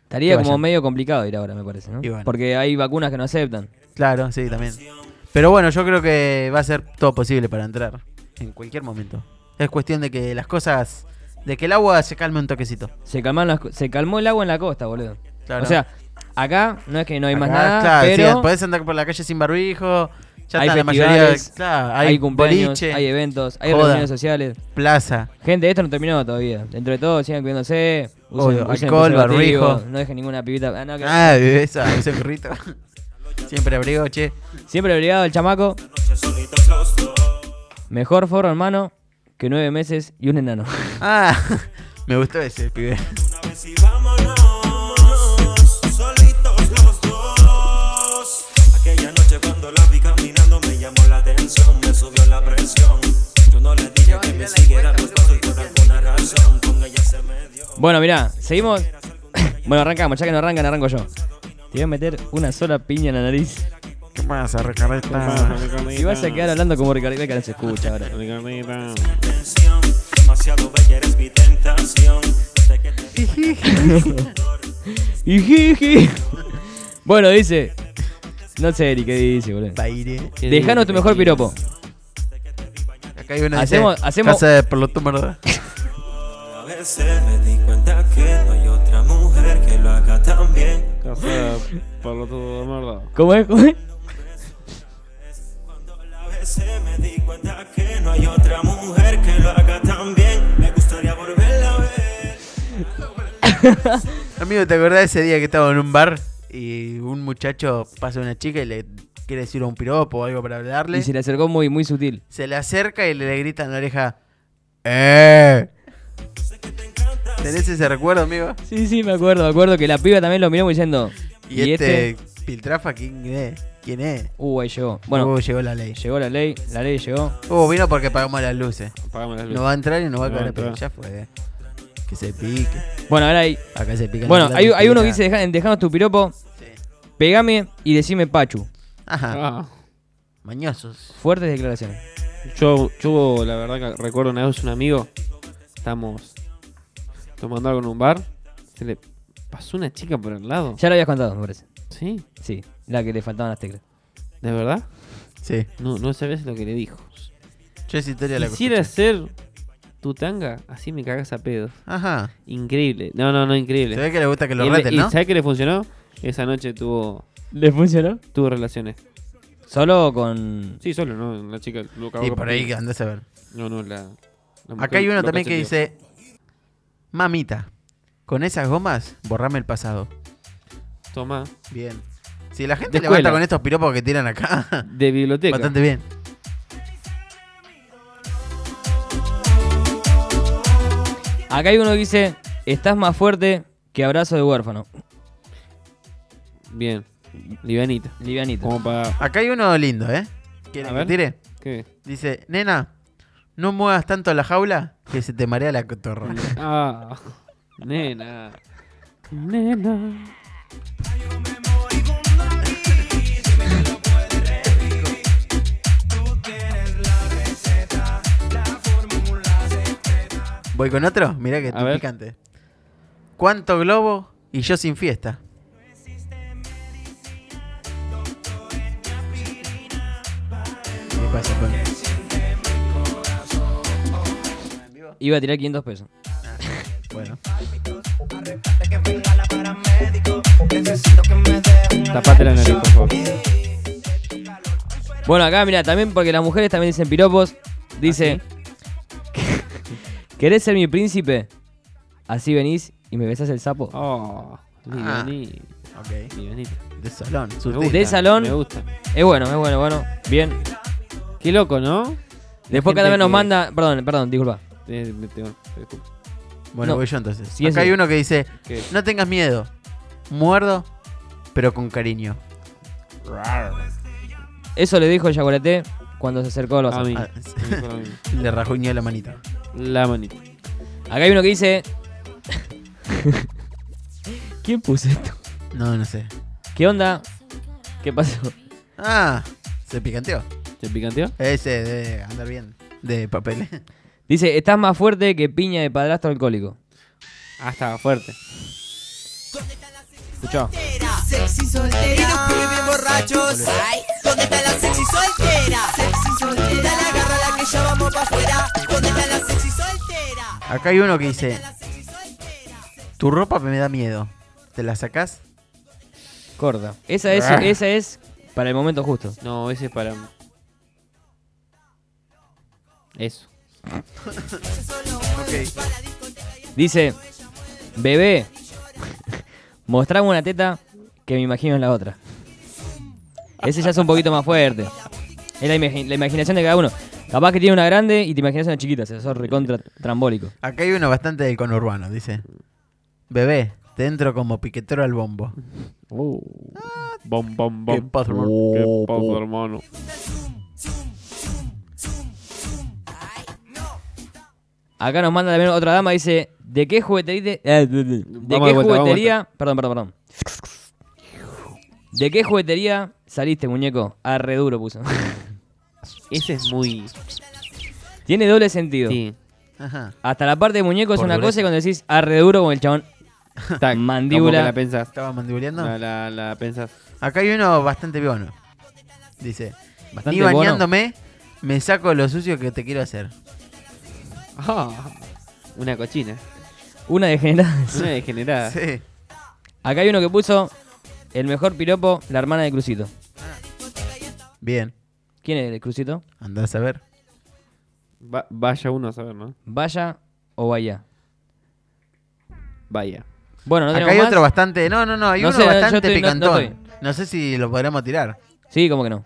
Estaría Que como vayan. medio complicado ir ahora, me parece, ¿no? Y bueno. Porque hay vacunas que no aceptan. Claro, sí, también. Pero bueno, yo creo que va a ser todo posible para entrar. En cualquier momento. Es cuestión de que las cosas. de que el agua se calme un toquecito. Se, calman las co- se calmó el agua en la costa, boludo. Claro. O sea, acá no es que no hay más Acá, nada, claro, sí, pero podés andar por la calle sin barbijo. Ya hay está la mayoría. festivales, Claro, hay, hay, cumpleaños, boliche, hay eventos, hay joda, reuniones sociales. Plaza. Gente, esto no terminó todavía. Dentro de todo, sigan cuidándose. Obvio, alcohol, preservativo, barbijo. No dejen ninguna pibita. Ah, no, que- Ah, esa, ese burrito. Siempre abrigo, che. Siempre obligado el chamaco. Mejor forro, hermano, que nueve meses y un enano. Ah, me gustó ese pibe. solitos los dos. Aquella noche cuando la vi caminando me llamó la atención, me subió la presión. Yo no le dije que me pues siguiera los pasos y por alguna razón con ella se me dio. Bueno, mirá, seguimos. bueno, arrancamos, ya que no arrancan, arranco yo. Te voy a meter una sola piña en la nariz. ¿Qué vas a recargar Si vas a quedar hablando como Ricardo, que no se escucha ahora. Tensión, demasiado bella eres mi tentación. Desde que te vi, Ijiji. bueno, dice. No sé, Eri, ¿qué dice, boludo? Dejanos tu mejor piropo. Acá hay uno que Hacemos- dice, hacemos- Casa de pelotudo, ¿verdad? a veces me di cuenta que no hay otra mujer que lo haga tan bien. Pablo todo de mierda. ¿Cómo es? ¿Cómo es? veces me di cuenta que no hay otra mujer que lo haga tan bien. Me gustaría volverla a ver. Amigo, ¿te acordás de ese día que estaba en un bar y un muchacho pasa a una chica y le quiere decir un piropo o algo para hablarle? Y se le acercó muy, muy sutil. Se le acerca y le grita en la oreja, ¡Eh! ¿Tenés ese recuerdo, amigo? Sí, sí, me acuerdo, me acuerdo que la piba también lo miró como diciendo. Y, este, Piltrafa, ¿quién es? ¿Quién es? Uh, ahí llegó. Bueno, Uh, llegó la ley. llegó la ley, la ley llegó. Uh, vino porque pagamos las luces. Pagamos las No va a entrar y no va a No va a caer, pero ya entrar. fue. eh. Que se pique. Bueno, ahora hay. Acá se pica. Bueno, hay, hay uno que dice: "Deja- Dejanos tu piropo, pegame y decime Pachu. Ah. Ajá. Mañosos. Fuertes declaraciones. Yo, yo la verdad que recuerdo una vez un amigo, estamos tomando algo en un bar, se le pasó una chica por el lado. Ya lo habías contado, me parece. ¿Sí? Sí, la que le faltaban las teclas. ¿De verdad? Sí. No, no sabes lo que le dijo. Yo esa historia la Quisiera ser tu tanga, así me cagas a pedo. Ajá. Increíble. No, no, no, increíble. Se ve que le gusta que lo Y le- reten, y ¿no? ¿Sabes qué le funcionó? Esa noche tuvo, ¿Le funcionó? tuvo relaciones. Solo con. Sí, solo, ¿no? La chica lo cagó Y con por ahí que andás a ver. No, no, la. la mujer Acá hay uno lo también que consentió. dice: Mamita, con esas gomas, borrame el pasado. Toma. Bien. Si la gente De levanta escuela. con estos piropos que tiran acá, De biblioteca. bastante bien. Acá hay uno que dice: Estás más fuerte que abrazo de huérfano. Bien. Livianita. Livianito. Como para. Acá hay uno lindo, ¿eh? ¿Quieren A que ver. tire? ¿Qué? Dice: Nena, no muevas tanto la jaula que se te marea la cotorra. Ah. Nena. Nena. ¿Voy con otro? Mirá que A estoy ver. picante. ¿Cuánto globo y yo sin fiesta? ¿Qué pasa, pues. Juan? Iba a tirar 500 pesos. Bueno. Tapate la nariz, por favor. ¿Ah, Bueno, acá, mira, también porque las mujeres también dicen piropos. Dice. ¿Querés ser mi príncipe? Así venís y me besás el sapo. Oh, Ah, ok. De salón. De salón. Me gusta. Es bueno, es bueno, bueno. Bien. Qué loco, ¿no? Después Gente cada vez nos que- manda. Perdón, perdón, disculpa. Eh, me tengo- te disculpo. Bueno, No. voy yo entonces. Sí, Acá ese. hay uno que dice, ¿Qué? no tengas miedo, muerdo, pero con cariño. Eso le dijo el Yaguareté cuando se acercó a los A mí. Ah. Le rajuñó la manita. La manita. Acá hay uno que dice. ¿Quién puso esto? No, no sé. ¿Qué onda? ¿Qué pasó? Ah, se picanteó. ¿Se picanteó? Ese de andar bien, de papel. Dice, estás más fuerte que piña de padrastro alcohólico. Ah, estaba fuerte. Escuchó. Sexy soltera. Y los pibes borrachos. Ay, ¿Dónde está la sexy soltera? Sexy soltera. Dale, agarra la que ya vamos pa' afuera. ¿Dónde está la sexy soltera? Acá hay uno que dice, tu ropa me da miedo, ¿te la sacás? Corta. Esa es, Ah. esa es para el momento justo. No, ese es para. Eso. Dice, bebé, mostrame una teta que me imagino es la otra. Ese ya es un poquito más fuerte. Es la, imagi- la imaginación de cada uno. Capaz que tiene una grande y te imaginas una chiquita. O sea, sos recontra trambólico. Acá hay uno bastante del conurbano, dice, bebé, te entro como piquetero al bombo. Uh. Bom, bom, Qué bom. paso, hermano. Qué Oh, paso, po. hermano. Acá nos manda también otra dama, dice, ¿de qué juguetería? eh, ¿De Vamos qué de vuelta, vamos de juguetería? Perdón, perdón, perdón. ¿De qué juguetería saliste, muñeco? Arre duro puso. Ese es muy. Tiene doble sentido. Sí. Ajá. Hasta la parte de muñeco es Por una dureza. cosa y cuando decís arre duro con el chabón Tac, mandíbula. como que la pensás. ¿Estaba mandibuleando? La, la, la pensás. Acá hay uno bastante bono. Dice, Bastante ni bono. bañándome, me saco lo sucio que te quiero hacer. Ah, una cochina. Una degenerada. Una degenerada. Sí. Acá hay uno que puso el mejor piropo, la hermana de Crucito. Bien, ¿Quién es el Crucito? andás a ver. Va- vaya uno a saber, ¿no? ¿Vaya o vaya? Vaya. Bueno, no Acá tenemos hay más. otro bastante, no, no, no, hay No uno sé, yo bastante estoy- no- no picantón. No, sé si lo podremos tirar. Sí, como que no.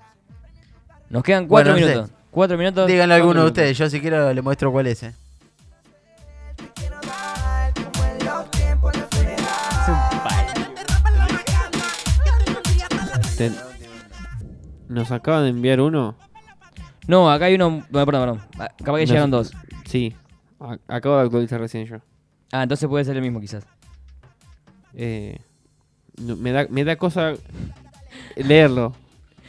Nos quedan cuatro Bueno, no sé. minutos. Cuatro minutos. Díganle a cuatro alguno de minutos. ustedes, yo si quiero le muestro cuál es. eh. Ten- Nos acaban de enviar uno. No, acá hay uno. Bueno, perdón, perdón. Ah, Capaz que Nos- llegaron dos. Sí. A- acabo de actualizar recién yo. Ah, entonces puede ser el mismo quizás. Eh, no, me, da, me da cosa leerlo.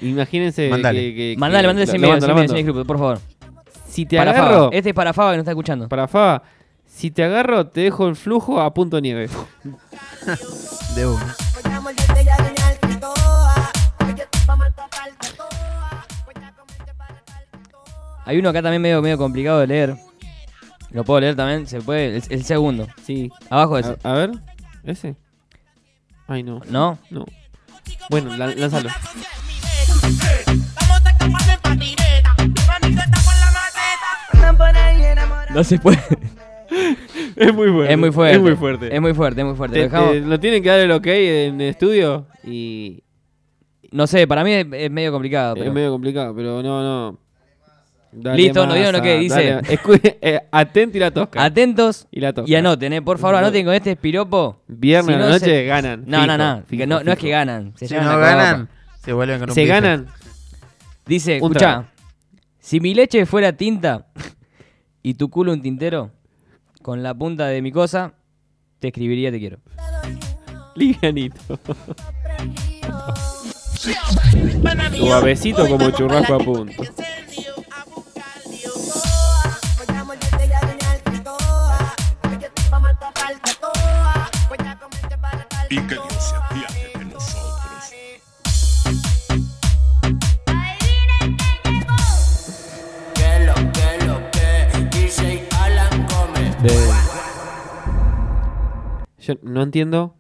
Imagínense. Mandale. que- que- que- Mandale, mandale lo- ese lo medio, mando, ese lo medio, mando. ese grupo, por favor. Si te para agarro- Fava. Este es para Fava que no está escuchando. Para Faba, si te agarro, te dejo el flujo a punto nieve. De uno. Hay uno acá también medio, medio complicado de leer. Lo puedo leer también, se puede. El, el segundo. Sí. Abajo de ese. A, a ver, ese. Ay, no. ¿No? No. Bueno, la- lánzalo. No se puede. Es muy fuerte. Es muy fuerte. Es muy fuerte. Es muy fuerte, es muy fuerte. Te- Lo dejamos- te- lo tienen que dar el ok en el estudio y No sé, para mí es, es medio complicado. pero- es medio complicado, pero no, no. Listo, nos dieron lo que dice. atento y eh, la tosca. Atentos y la tosca. Y anoten, eh, por favor, anoten con este piropo. Viernes Si a la no noche se- ganan. No, no, Fijo, no. fijo, no, no es fijo. que ganan. Se Si llevan la no copa. ganan, se vuelven con un Se bife. ganan. Dice, Un escuchá. trago. Si mi leche fuera tinta y tu culo un tintero, con la punta de mi cosa, te escribiría te quiero. Liganito. Suavecito como churrasco a punto. Y que Dios se apiade de nosotros. Que lo que lo que DJ Alan Gómez. Yo no entiendo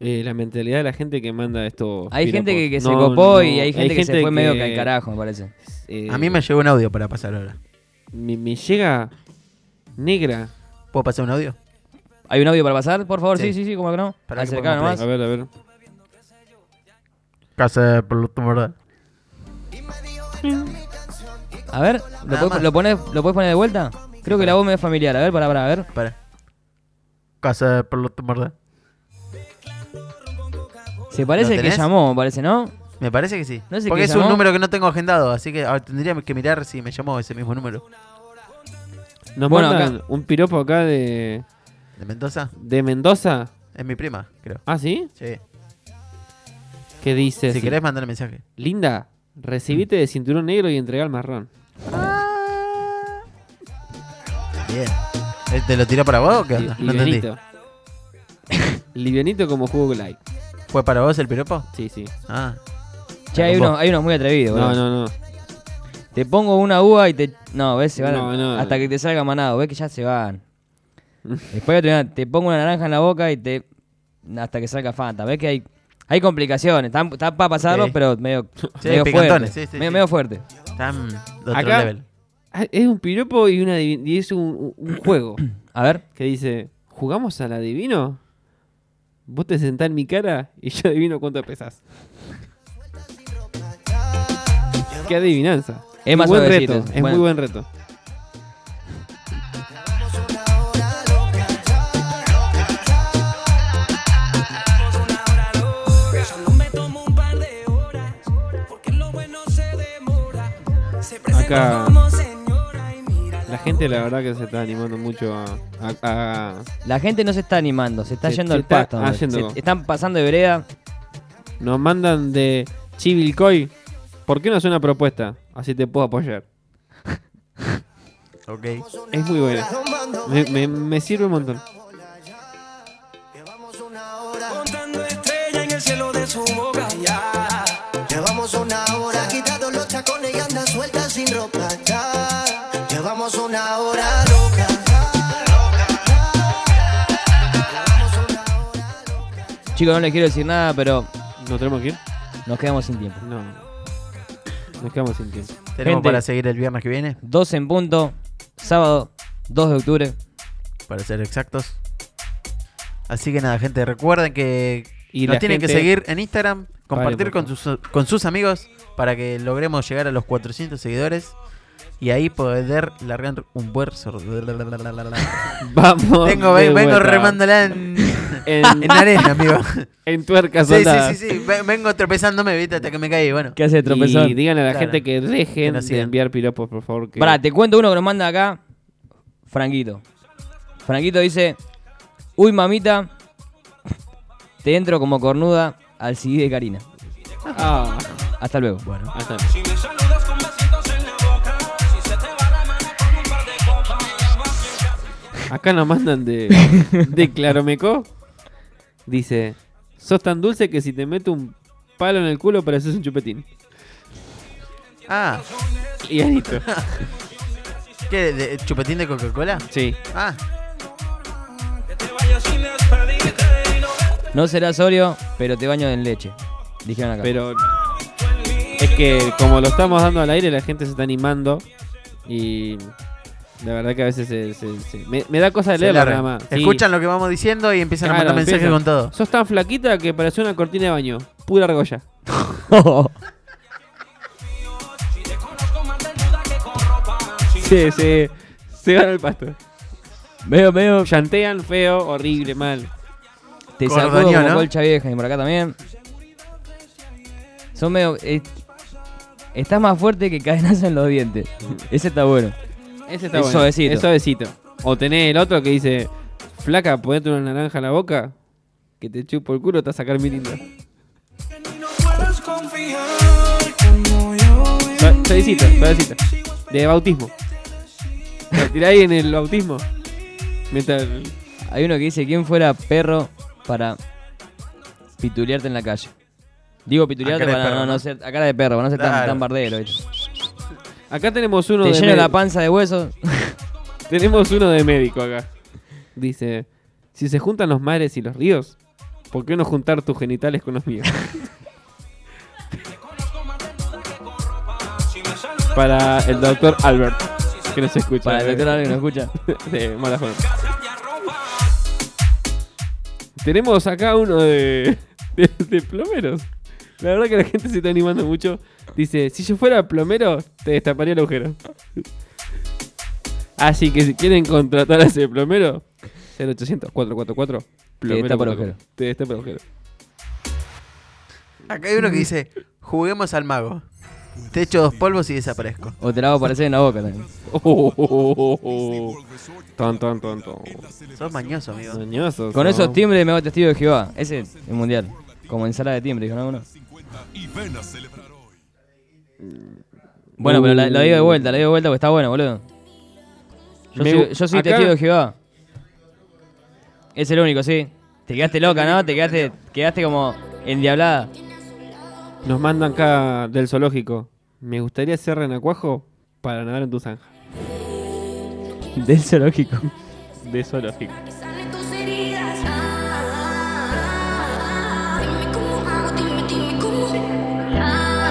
eh, la mentalidad de la gente que manda esto. Hay gente que, que se No, copó no, y hay gente, que se fue medio que al carajo, me parece. eh, A mí me llegó un audio para pasar ahora. me, me llega Negra. ¿Puedo pasar un audio? ¿Hay un audio para pasar? Por favor, sí, sí, sí, como que no. Pará que Acercá pongo nomás. play. A ver, a ver. Casa por lo verdad. A ver, ¿lo, Nada podés- más. lo ponés- ¿lo podés poner de vuelta? Creo que la voz me es familiar. A ver, para, para, a ver. Casa por lo verdad. Se parece ¿Lo el que tenés? llamó, me parece, ¿no? Me parece que sí. No sé Porque qué es llamó. un número que no tengo agendado, así que ah, tendría que mirar si me llamó ese mismo número. Nos Bueno, mandan un piropo acá de. ¿De Mendoza? ¿De Mendoza? Es mi prima, creo. ¿Ah, sí? Sí. ¿Qué dice? Si querés, mandale mensaje. Linda, recibite de cinturón negro y entrega el marrón. Ah. Bien. Eh, ¿Te lo tiró para vos o qué onda? Li- no entendí. livianito. Livianito como jugo like. ¿Fue para vos el piropo? Sí, sí. Ah. Che, hay Vos. unos, hay unos muy atrevidos, No, boludo. no, no. Te pongo una uva y te. No, ves, se van. No, no. hasta que te salga manado, ves que ya se van. Después otro día, te pongo una naranja en la boca y te. Hasta que salga Fanta. Ves que hay. Hay complicaciones, está, está para pasarlo, Ok. pero medio, Sí, medio fuerte. picantones, sí, sí, medio, sí. medio fuerte. Están de otro Acá level. ah, es un piropo y, una adivi- y es un, un juego. A ver. Que dice, ¿jugamos al adivino? Vos te sentás en mi cara y yo adivino cuánto pesás. Qué adivinanza. Es más un buen suavecito, reto. Es bueno. muy buen reto. Acá la gente la verdad que se está animando mucho a... a- a- La gente no se está animando, se está Se- yendo se al está pasto. hombre. haciendo. Se- están pasando de vereda. Nos mandan de Chivilcoy. ¿Por qué no haces una propuesta? Así te puedo apoyar. Ok. Es muy buena. Me, me- me sirve un montón. Estrella en el cielo de su boca ya. Llevamos una hora quitando los chacones y anda suelta sin ropa ya. Llevamos una hora loca. Chicos, no les quiero decir nada, pero. ¿No tenemos que ir? Nos quedamos sin tiempo. No. Nos quedamos sin tiempo. Tenemos Gente. para seguir el viernes que viene, 2 en punto, sábado 2 de octubre. para ser exactos. Así que nada, gente, recuerden que Y nos la tienen que gente- seguir en Instagram, compartir por con sus, con sus amigos para que logremos llegar a los 400 seguidores y ahí poder largar un buen sor- Vamos. Tengo, de ve- vengo vuelta. remándola en, En- en arena, amigo. En tuerca Sí, soldada. sí, sí, sí, ve- vengo tropezándome, viste, hasta que me caí, bueno. ¿Qué hace tropezón? Y díganle a la Claro. gente que Que dejen nos de sigan. enviar piropos, por favor. Que... Pará, te cuento uno que nos manda acá. Franquito. Franquito dice: Uy, mamita, te entro como cornuda al CD de Karina. Ah, Hasta luego. Bueno, hasta Si me saludas con besitos en la boca, si se te va la mano con un par de copas, ya vas bien Acá nos mandan de, de Claromeco. Dice: Sos tan dulce que si te meto un palo en el culo pareces un chupetín. Ah, Y es listo. ¿qué? de- ¿Chupetín de Coca-Cola? Sí. Ah, No serás Osorio, pero te baño en leche. Dijeron acá. Pero es que como lo estamos dando al aire, la gente se está animando. Y la verdad que a veces se- se- se- me, me da cosa de se leer larga. nada más. Sí. Escuchan lo que vamos diciendo y empiezan Claro, a mandar mensajes empiezan. con todo. Sos tan flaquita que parece una cortina de baño. Pura argolla. Sí, sí. Se van al pasto. Veo, veo. Chantean feo, horrible, mal. Te Cordonió, sacudo como ¿no? colcha vieja y por acá también. Son medio. eh, estás más fuerte que cadenazo en los dientes. Ese está bueno. Ese está Es bueno. suavecito. Es suavecito. O tenés el otro que dice, flaca, ponete una naranja en la boca, que te chupo el culo, te vas a sacar mi linda. puedes confiar como yo en Sua- Suavecito, suavecito. De bautismo. Lo tirá ahí en el bautismo. Mientras... Hay uno que dice: ¿Quién fuera perro para pitulearte en la calle? Digo pitulearte A cara de para perro, no, no ¿no? ser. A cara de perro, para no ser tan- Claro. tan, bardero. ¿viste? Acá tenemos uno Te de lleno la médico. panza de huesos. Tenemos uno de médico acá. Dice, si se juntan los mares y los ríos, ¿por qué no juntar tus genitales con los míos? Para el doctor Albert. que no se escucha. Para el doctor Álvarez que no escucha. De mala forma. Tenemos acá uno de, de, de plomeros. La verdad que la gente se está animando mucho. Dice, si yo fuera plomero, te destaparía el agujero. Así que si quieren contratar a ese plomero, 0800 444 plomero. destapa el punto com. agujero. Te destapa el agujero. Acá hay uno que dice, juguemos al mago. Te echo dos polvos y desaparezco. O te la hago aparecer en la boca también. Oh. Ton, ton, ton, ton. Sos mañoso, amigo. Mañoso, Con ¿no? esos timbres me hago testigo de Jehová. Ese es el mundial. Como ensalada de timbres, ¿no? Uno. Bueno, pero la, la digo de vuelta, la digo de vuelta porque está bueno, boludo. Yo Me soy, gu- yo soy acá- testigo de Jehová. Es el único, sí. Te quedaste loca, ¿no? Te quedaste, quedaste Este como endiablada. Nos mandan acá del zoológico. Me gustaría ser renacuajo para nadar en tu zanja. Del zoológico. De zoológico. Ah,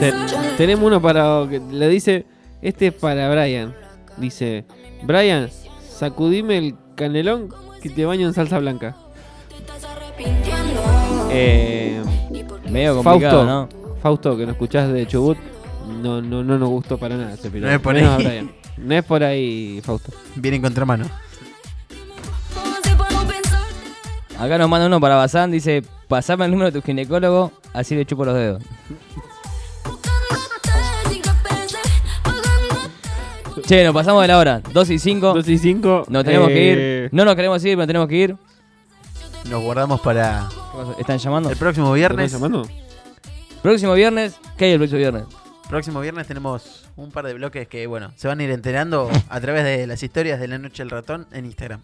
Ah, Te- tenemos uno para. que Le dice. Este es para Brian. Dice: Brian, sacudime el canelón que te baño en salsa blanca. Eh, Medio complicado, Fausto, Fausto, que nos escuchás de Chubut, no, no, no nos gustó para nada ese piloto. No es por Menos ahí. a Brian. No es por ahí, Fausto. Viene en contramano. Acá nos manda uno para Bazán, dice, pasame el número de tu ginecólogo, así le chupo los dedos. Che, nos pasamos de la hora, 2 y 5. 2 y 5. Nos tenemos que eh, ir. No nos queremos ir, pero tenemos que ir. Nos guardamos para... ¿Están llamando? El próximo viernes. ¿Están llamando? Próximo viernes, ¿qué hay el próximo viernes? Próximo viernes tenemos un par de bloques que, bueno, se van a ir enterando a través de las historias de la noche del ratón en Instagram.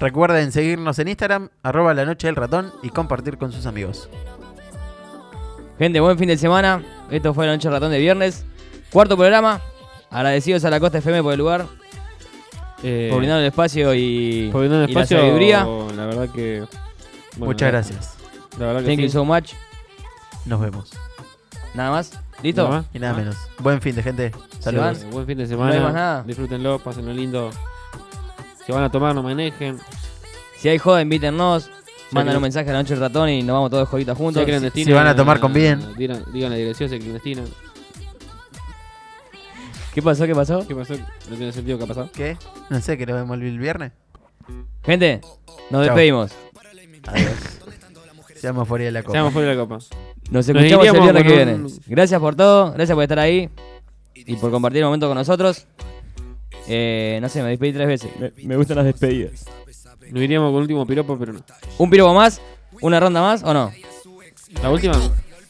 Recuerden seguirnos en Instagram, arroba la noche del ratón y compartir con sus amigos. Gente, buen fin de semana. Esto fue la noche del ratón de viernes. Cuarto programa. Agradecidos a la Costa FM por el lugar, Eh, por brindar el espacio y, por brindar el y la espacio, sabiduría. La verdad que. Muchas la- gracias. La verdad que Thank sí. you so much. Nos vemos. Nada más. ¿Listo? Nada más. Y nada Ah. menos. Buen fin de gente. Saludos. Eh, Buen fin de No semana. hay más nada. Disfrútenlo, pásenlo lindo. Si van a tomar, no manejen. Si hay joda, invítennos. Mandan que- un mensaje a la noche del ratón y nos vamos todos joditos Si juntos. hay clandestina, si van a tomar, conviden. Digan, digan la dirección, si hay clandestina. ¿Qué pasó? ¿Qué pasó? ¿Qué pasó? No tiene sentido que ha pasado. ¿Qué? No sé, que nos vemos el viernes. Gente, nos Chao. despedimos. Adiós. Seamos fuera de la copa. Seamos fuera de la copa. Nos escuchamos el iríamos viernes que con viene. un- Gracias por todo, gracias por estar ahí y por compartir el momento con nosotros. Eh, no sé, me despedí tres veces. Me, gustan las despedidas. Nos iríamos con el último piropo, pero no. ¿Un piropo más? ¿Una ronda más o no? ¿La última?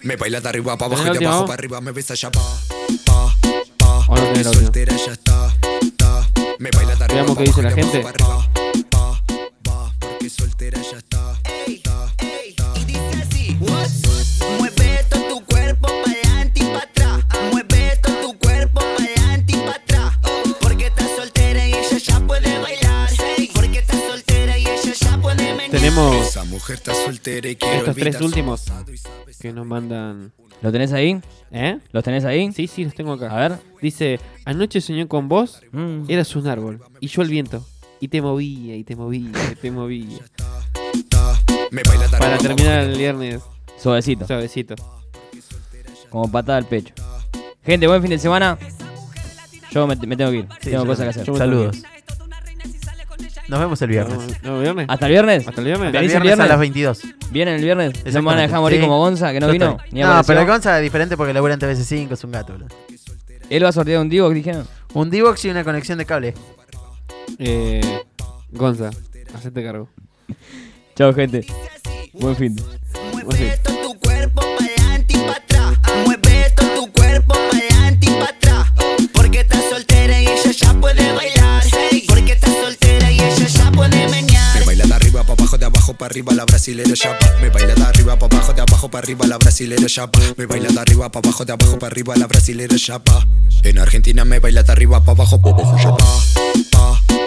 Me baila de arriba para abajo ¿Tenés y de la última abajo voz? para arriba me besa ya pa, pa, Ah, pa. Ahora tenés Mi la última. soltera ya está, está. Me baila de arriba Veamos pa' qué abajo dice y la de abajo gente. pa' arriba, pa, pa, porque soltera ya está, está, está. Mueve todo tu cuerpo pa'lante y pa' atrás. Mueve todo tu cuerpo pa'lante y pa' atrás. Porque estás soltera y ella ya puede bailar. Porque estás soltera y ella ya puede menear. Tenemos- Esa mujer está soltera y quiere Estos tres olvidar su- últimos que nos mandan. ¿Lo tenés ahí? ¿Eh? ¿Los tenés ahí? Sí, sí, los tengo acá. A ver. Mm. Dice, anoche soñé con vos, eras un árbol, y yo el viento. Y te movía, y te movía, y te movía. Me baila de Para arriba, terminar el viernes Suavecito, suavecito. como patada al pecho. Gente, buen fin de semana. Yo me, me tengo que ir, Sí, tengo yo cosas que también. hacer. Yo me tengo que ir. Nos vemos el viernes. ¿Hasta el viernes? ¿Hasta el viernes? El ¿Venís viernes, a las 22. ¿Vienen el viernes? ¿No me van a dejar Exactamente. morir Sí. como Gonza, que no Ya vino? está. Ni No, apareció. pero el Gonza es diferente porque labura en TVC5, es un gato. boludo. Él va a sortear un Divo, dijeron. Un D-Box y una conexión de cable. Eh, Gonza, hacete cargo. Chao, gente. Buen fin. Mueve todo tu cuerpo pa'lante y pa' atrás. Mueve todo tu cuerpo pa'lante y pa' atrás. Porque estás soltera y ella ya puede bailar. Porque estás soltera y ella ya puede menear. Me baila de arriba para abajo, de abajo para arriba, la brasilera ya pa. Me baila de arriba para abajo, de abajo para arriba, la brasilera ya pa. Me baila de arriba para abajo, de abajo para arriba, la brasilera ya pa. En Argentina me baila de arriba para abajo, pa, pa, pa, pa, pa,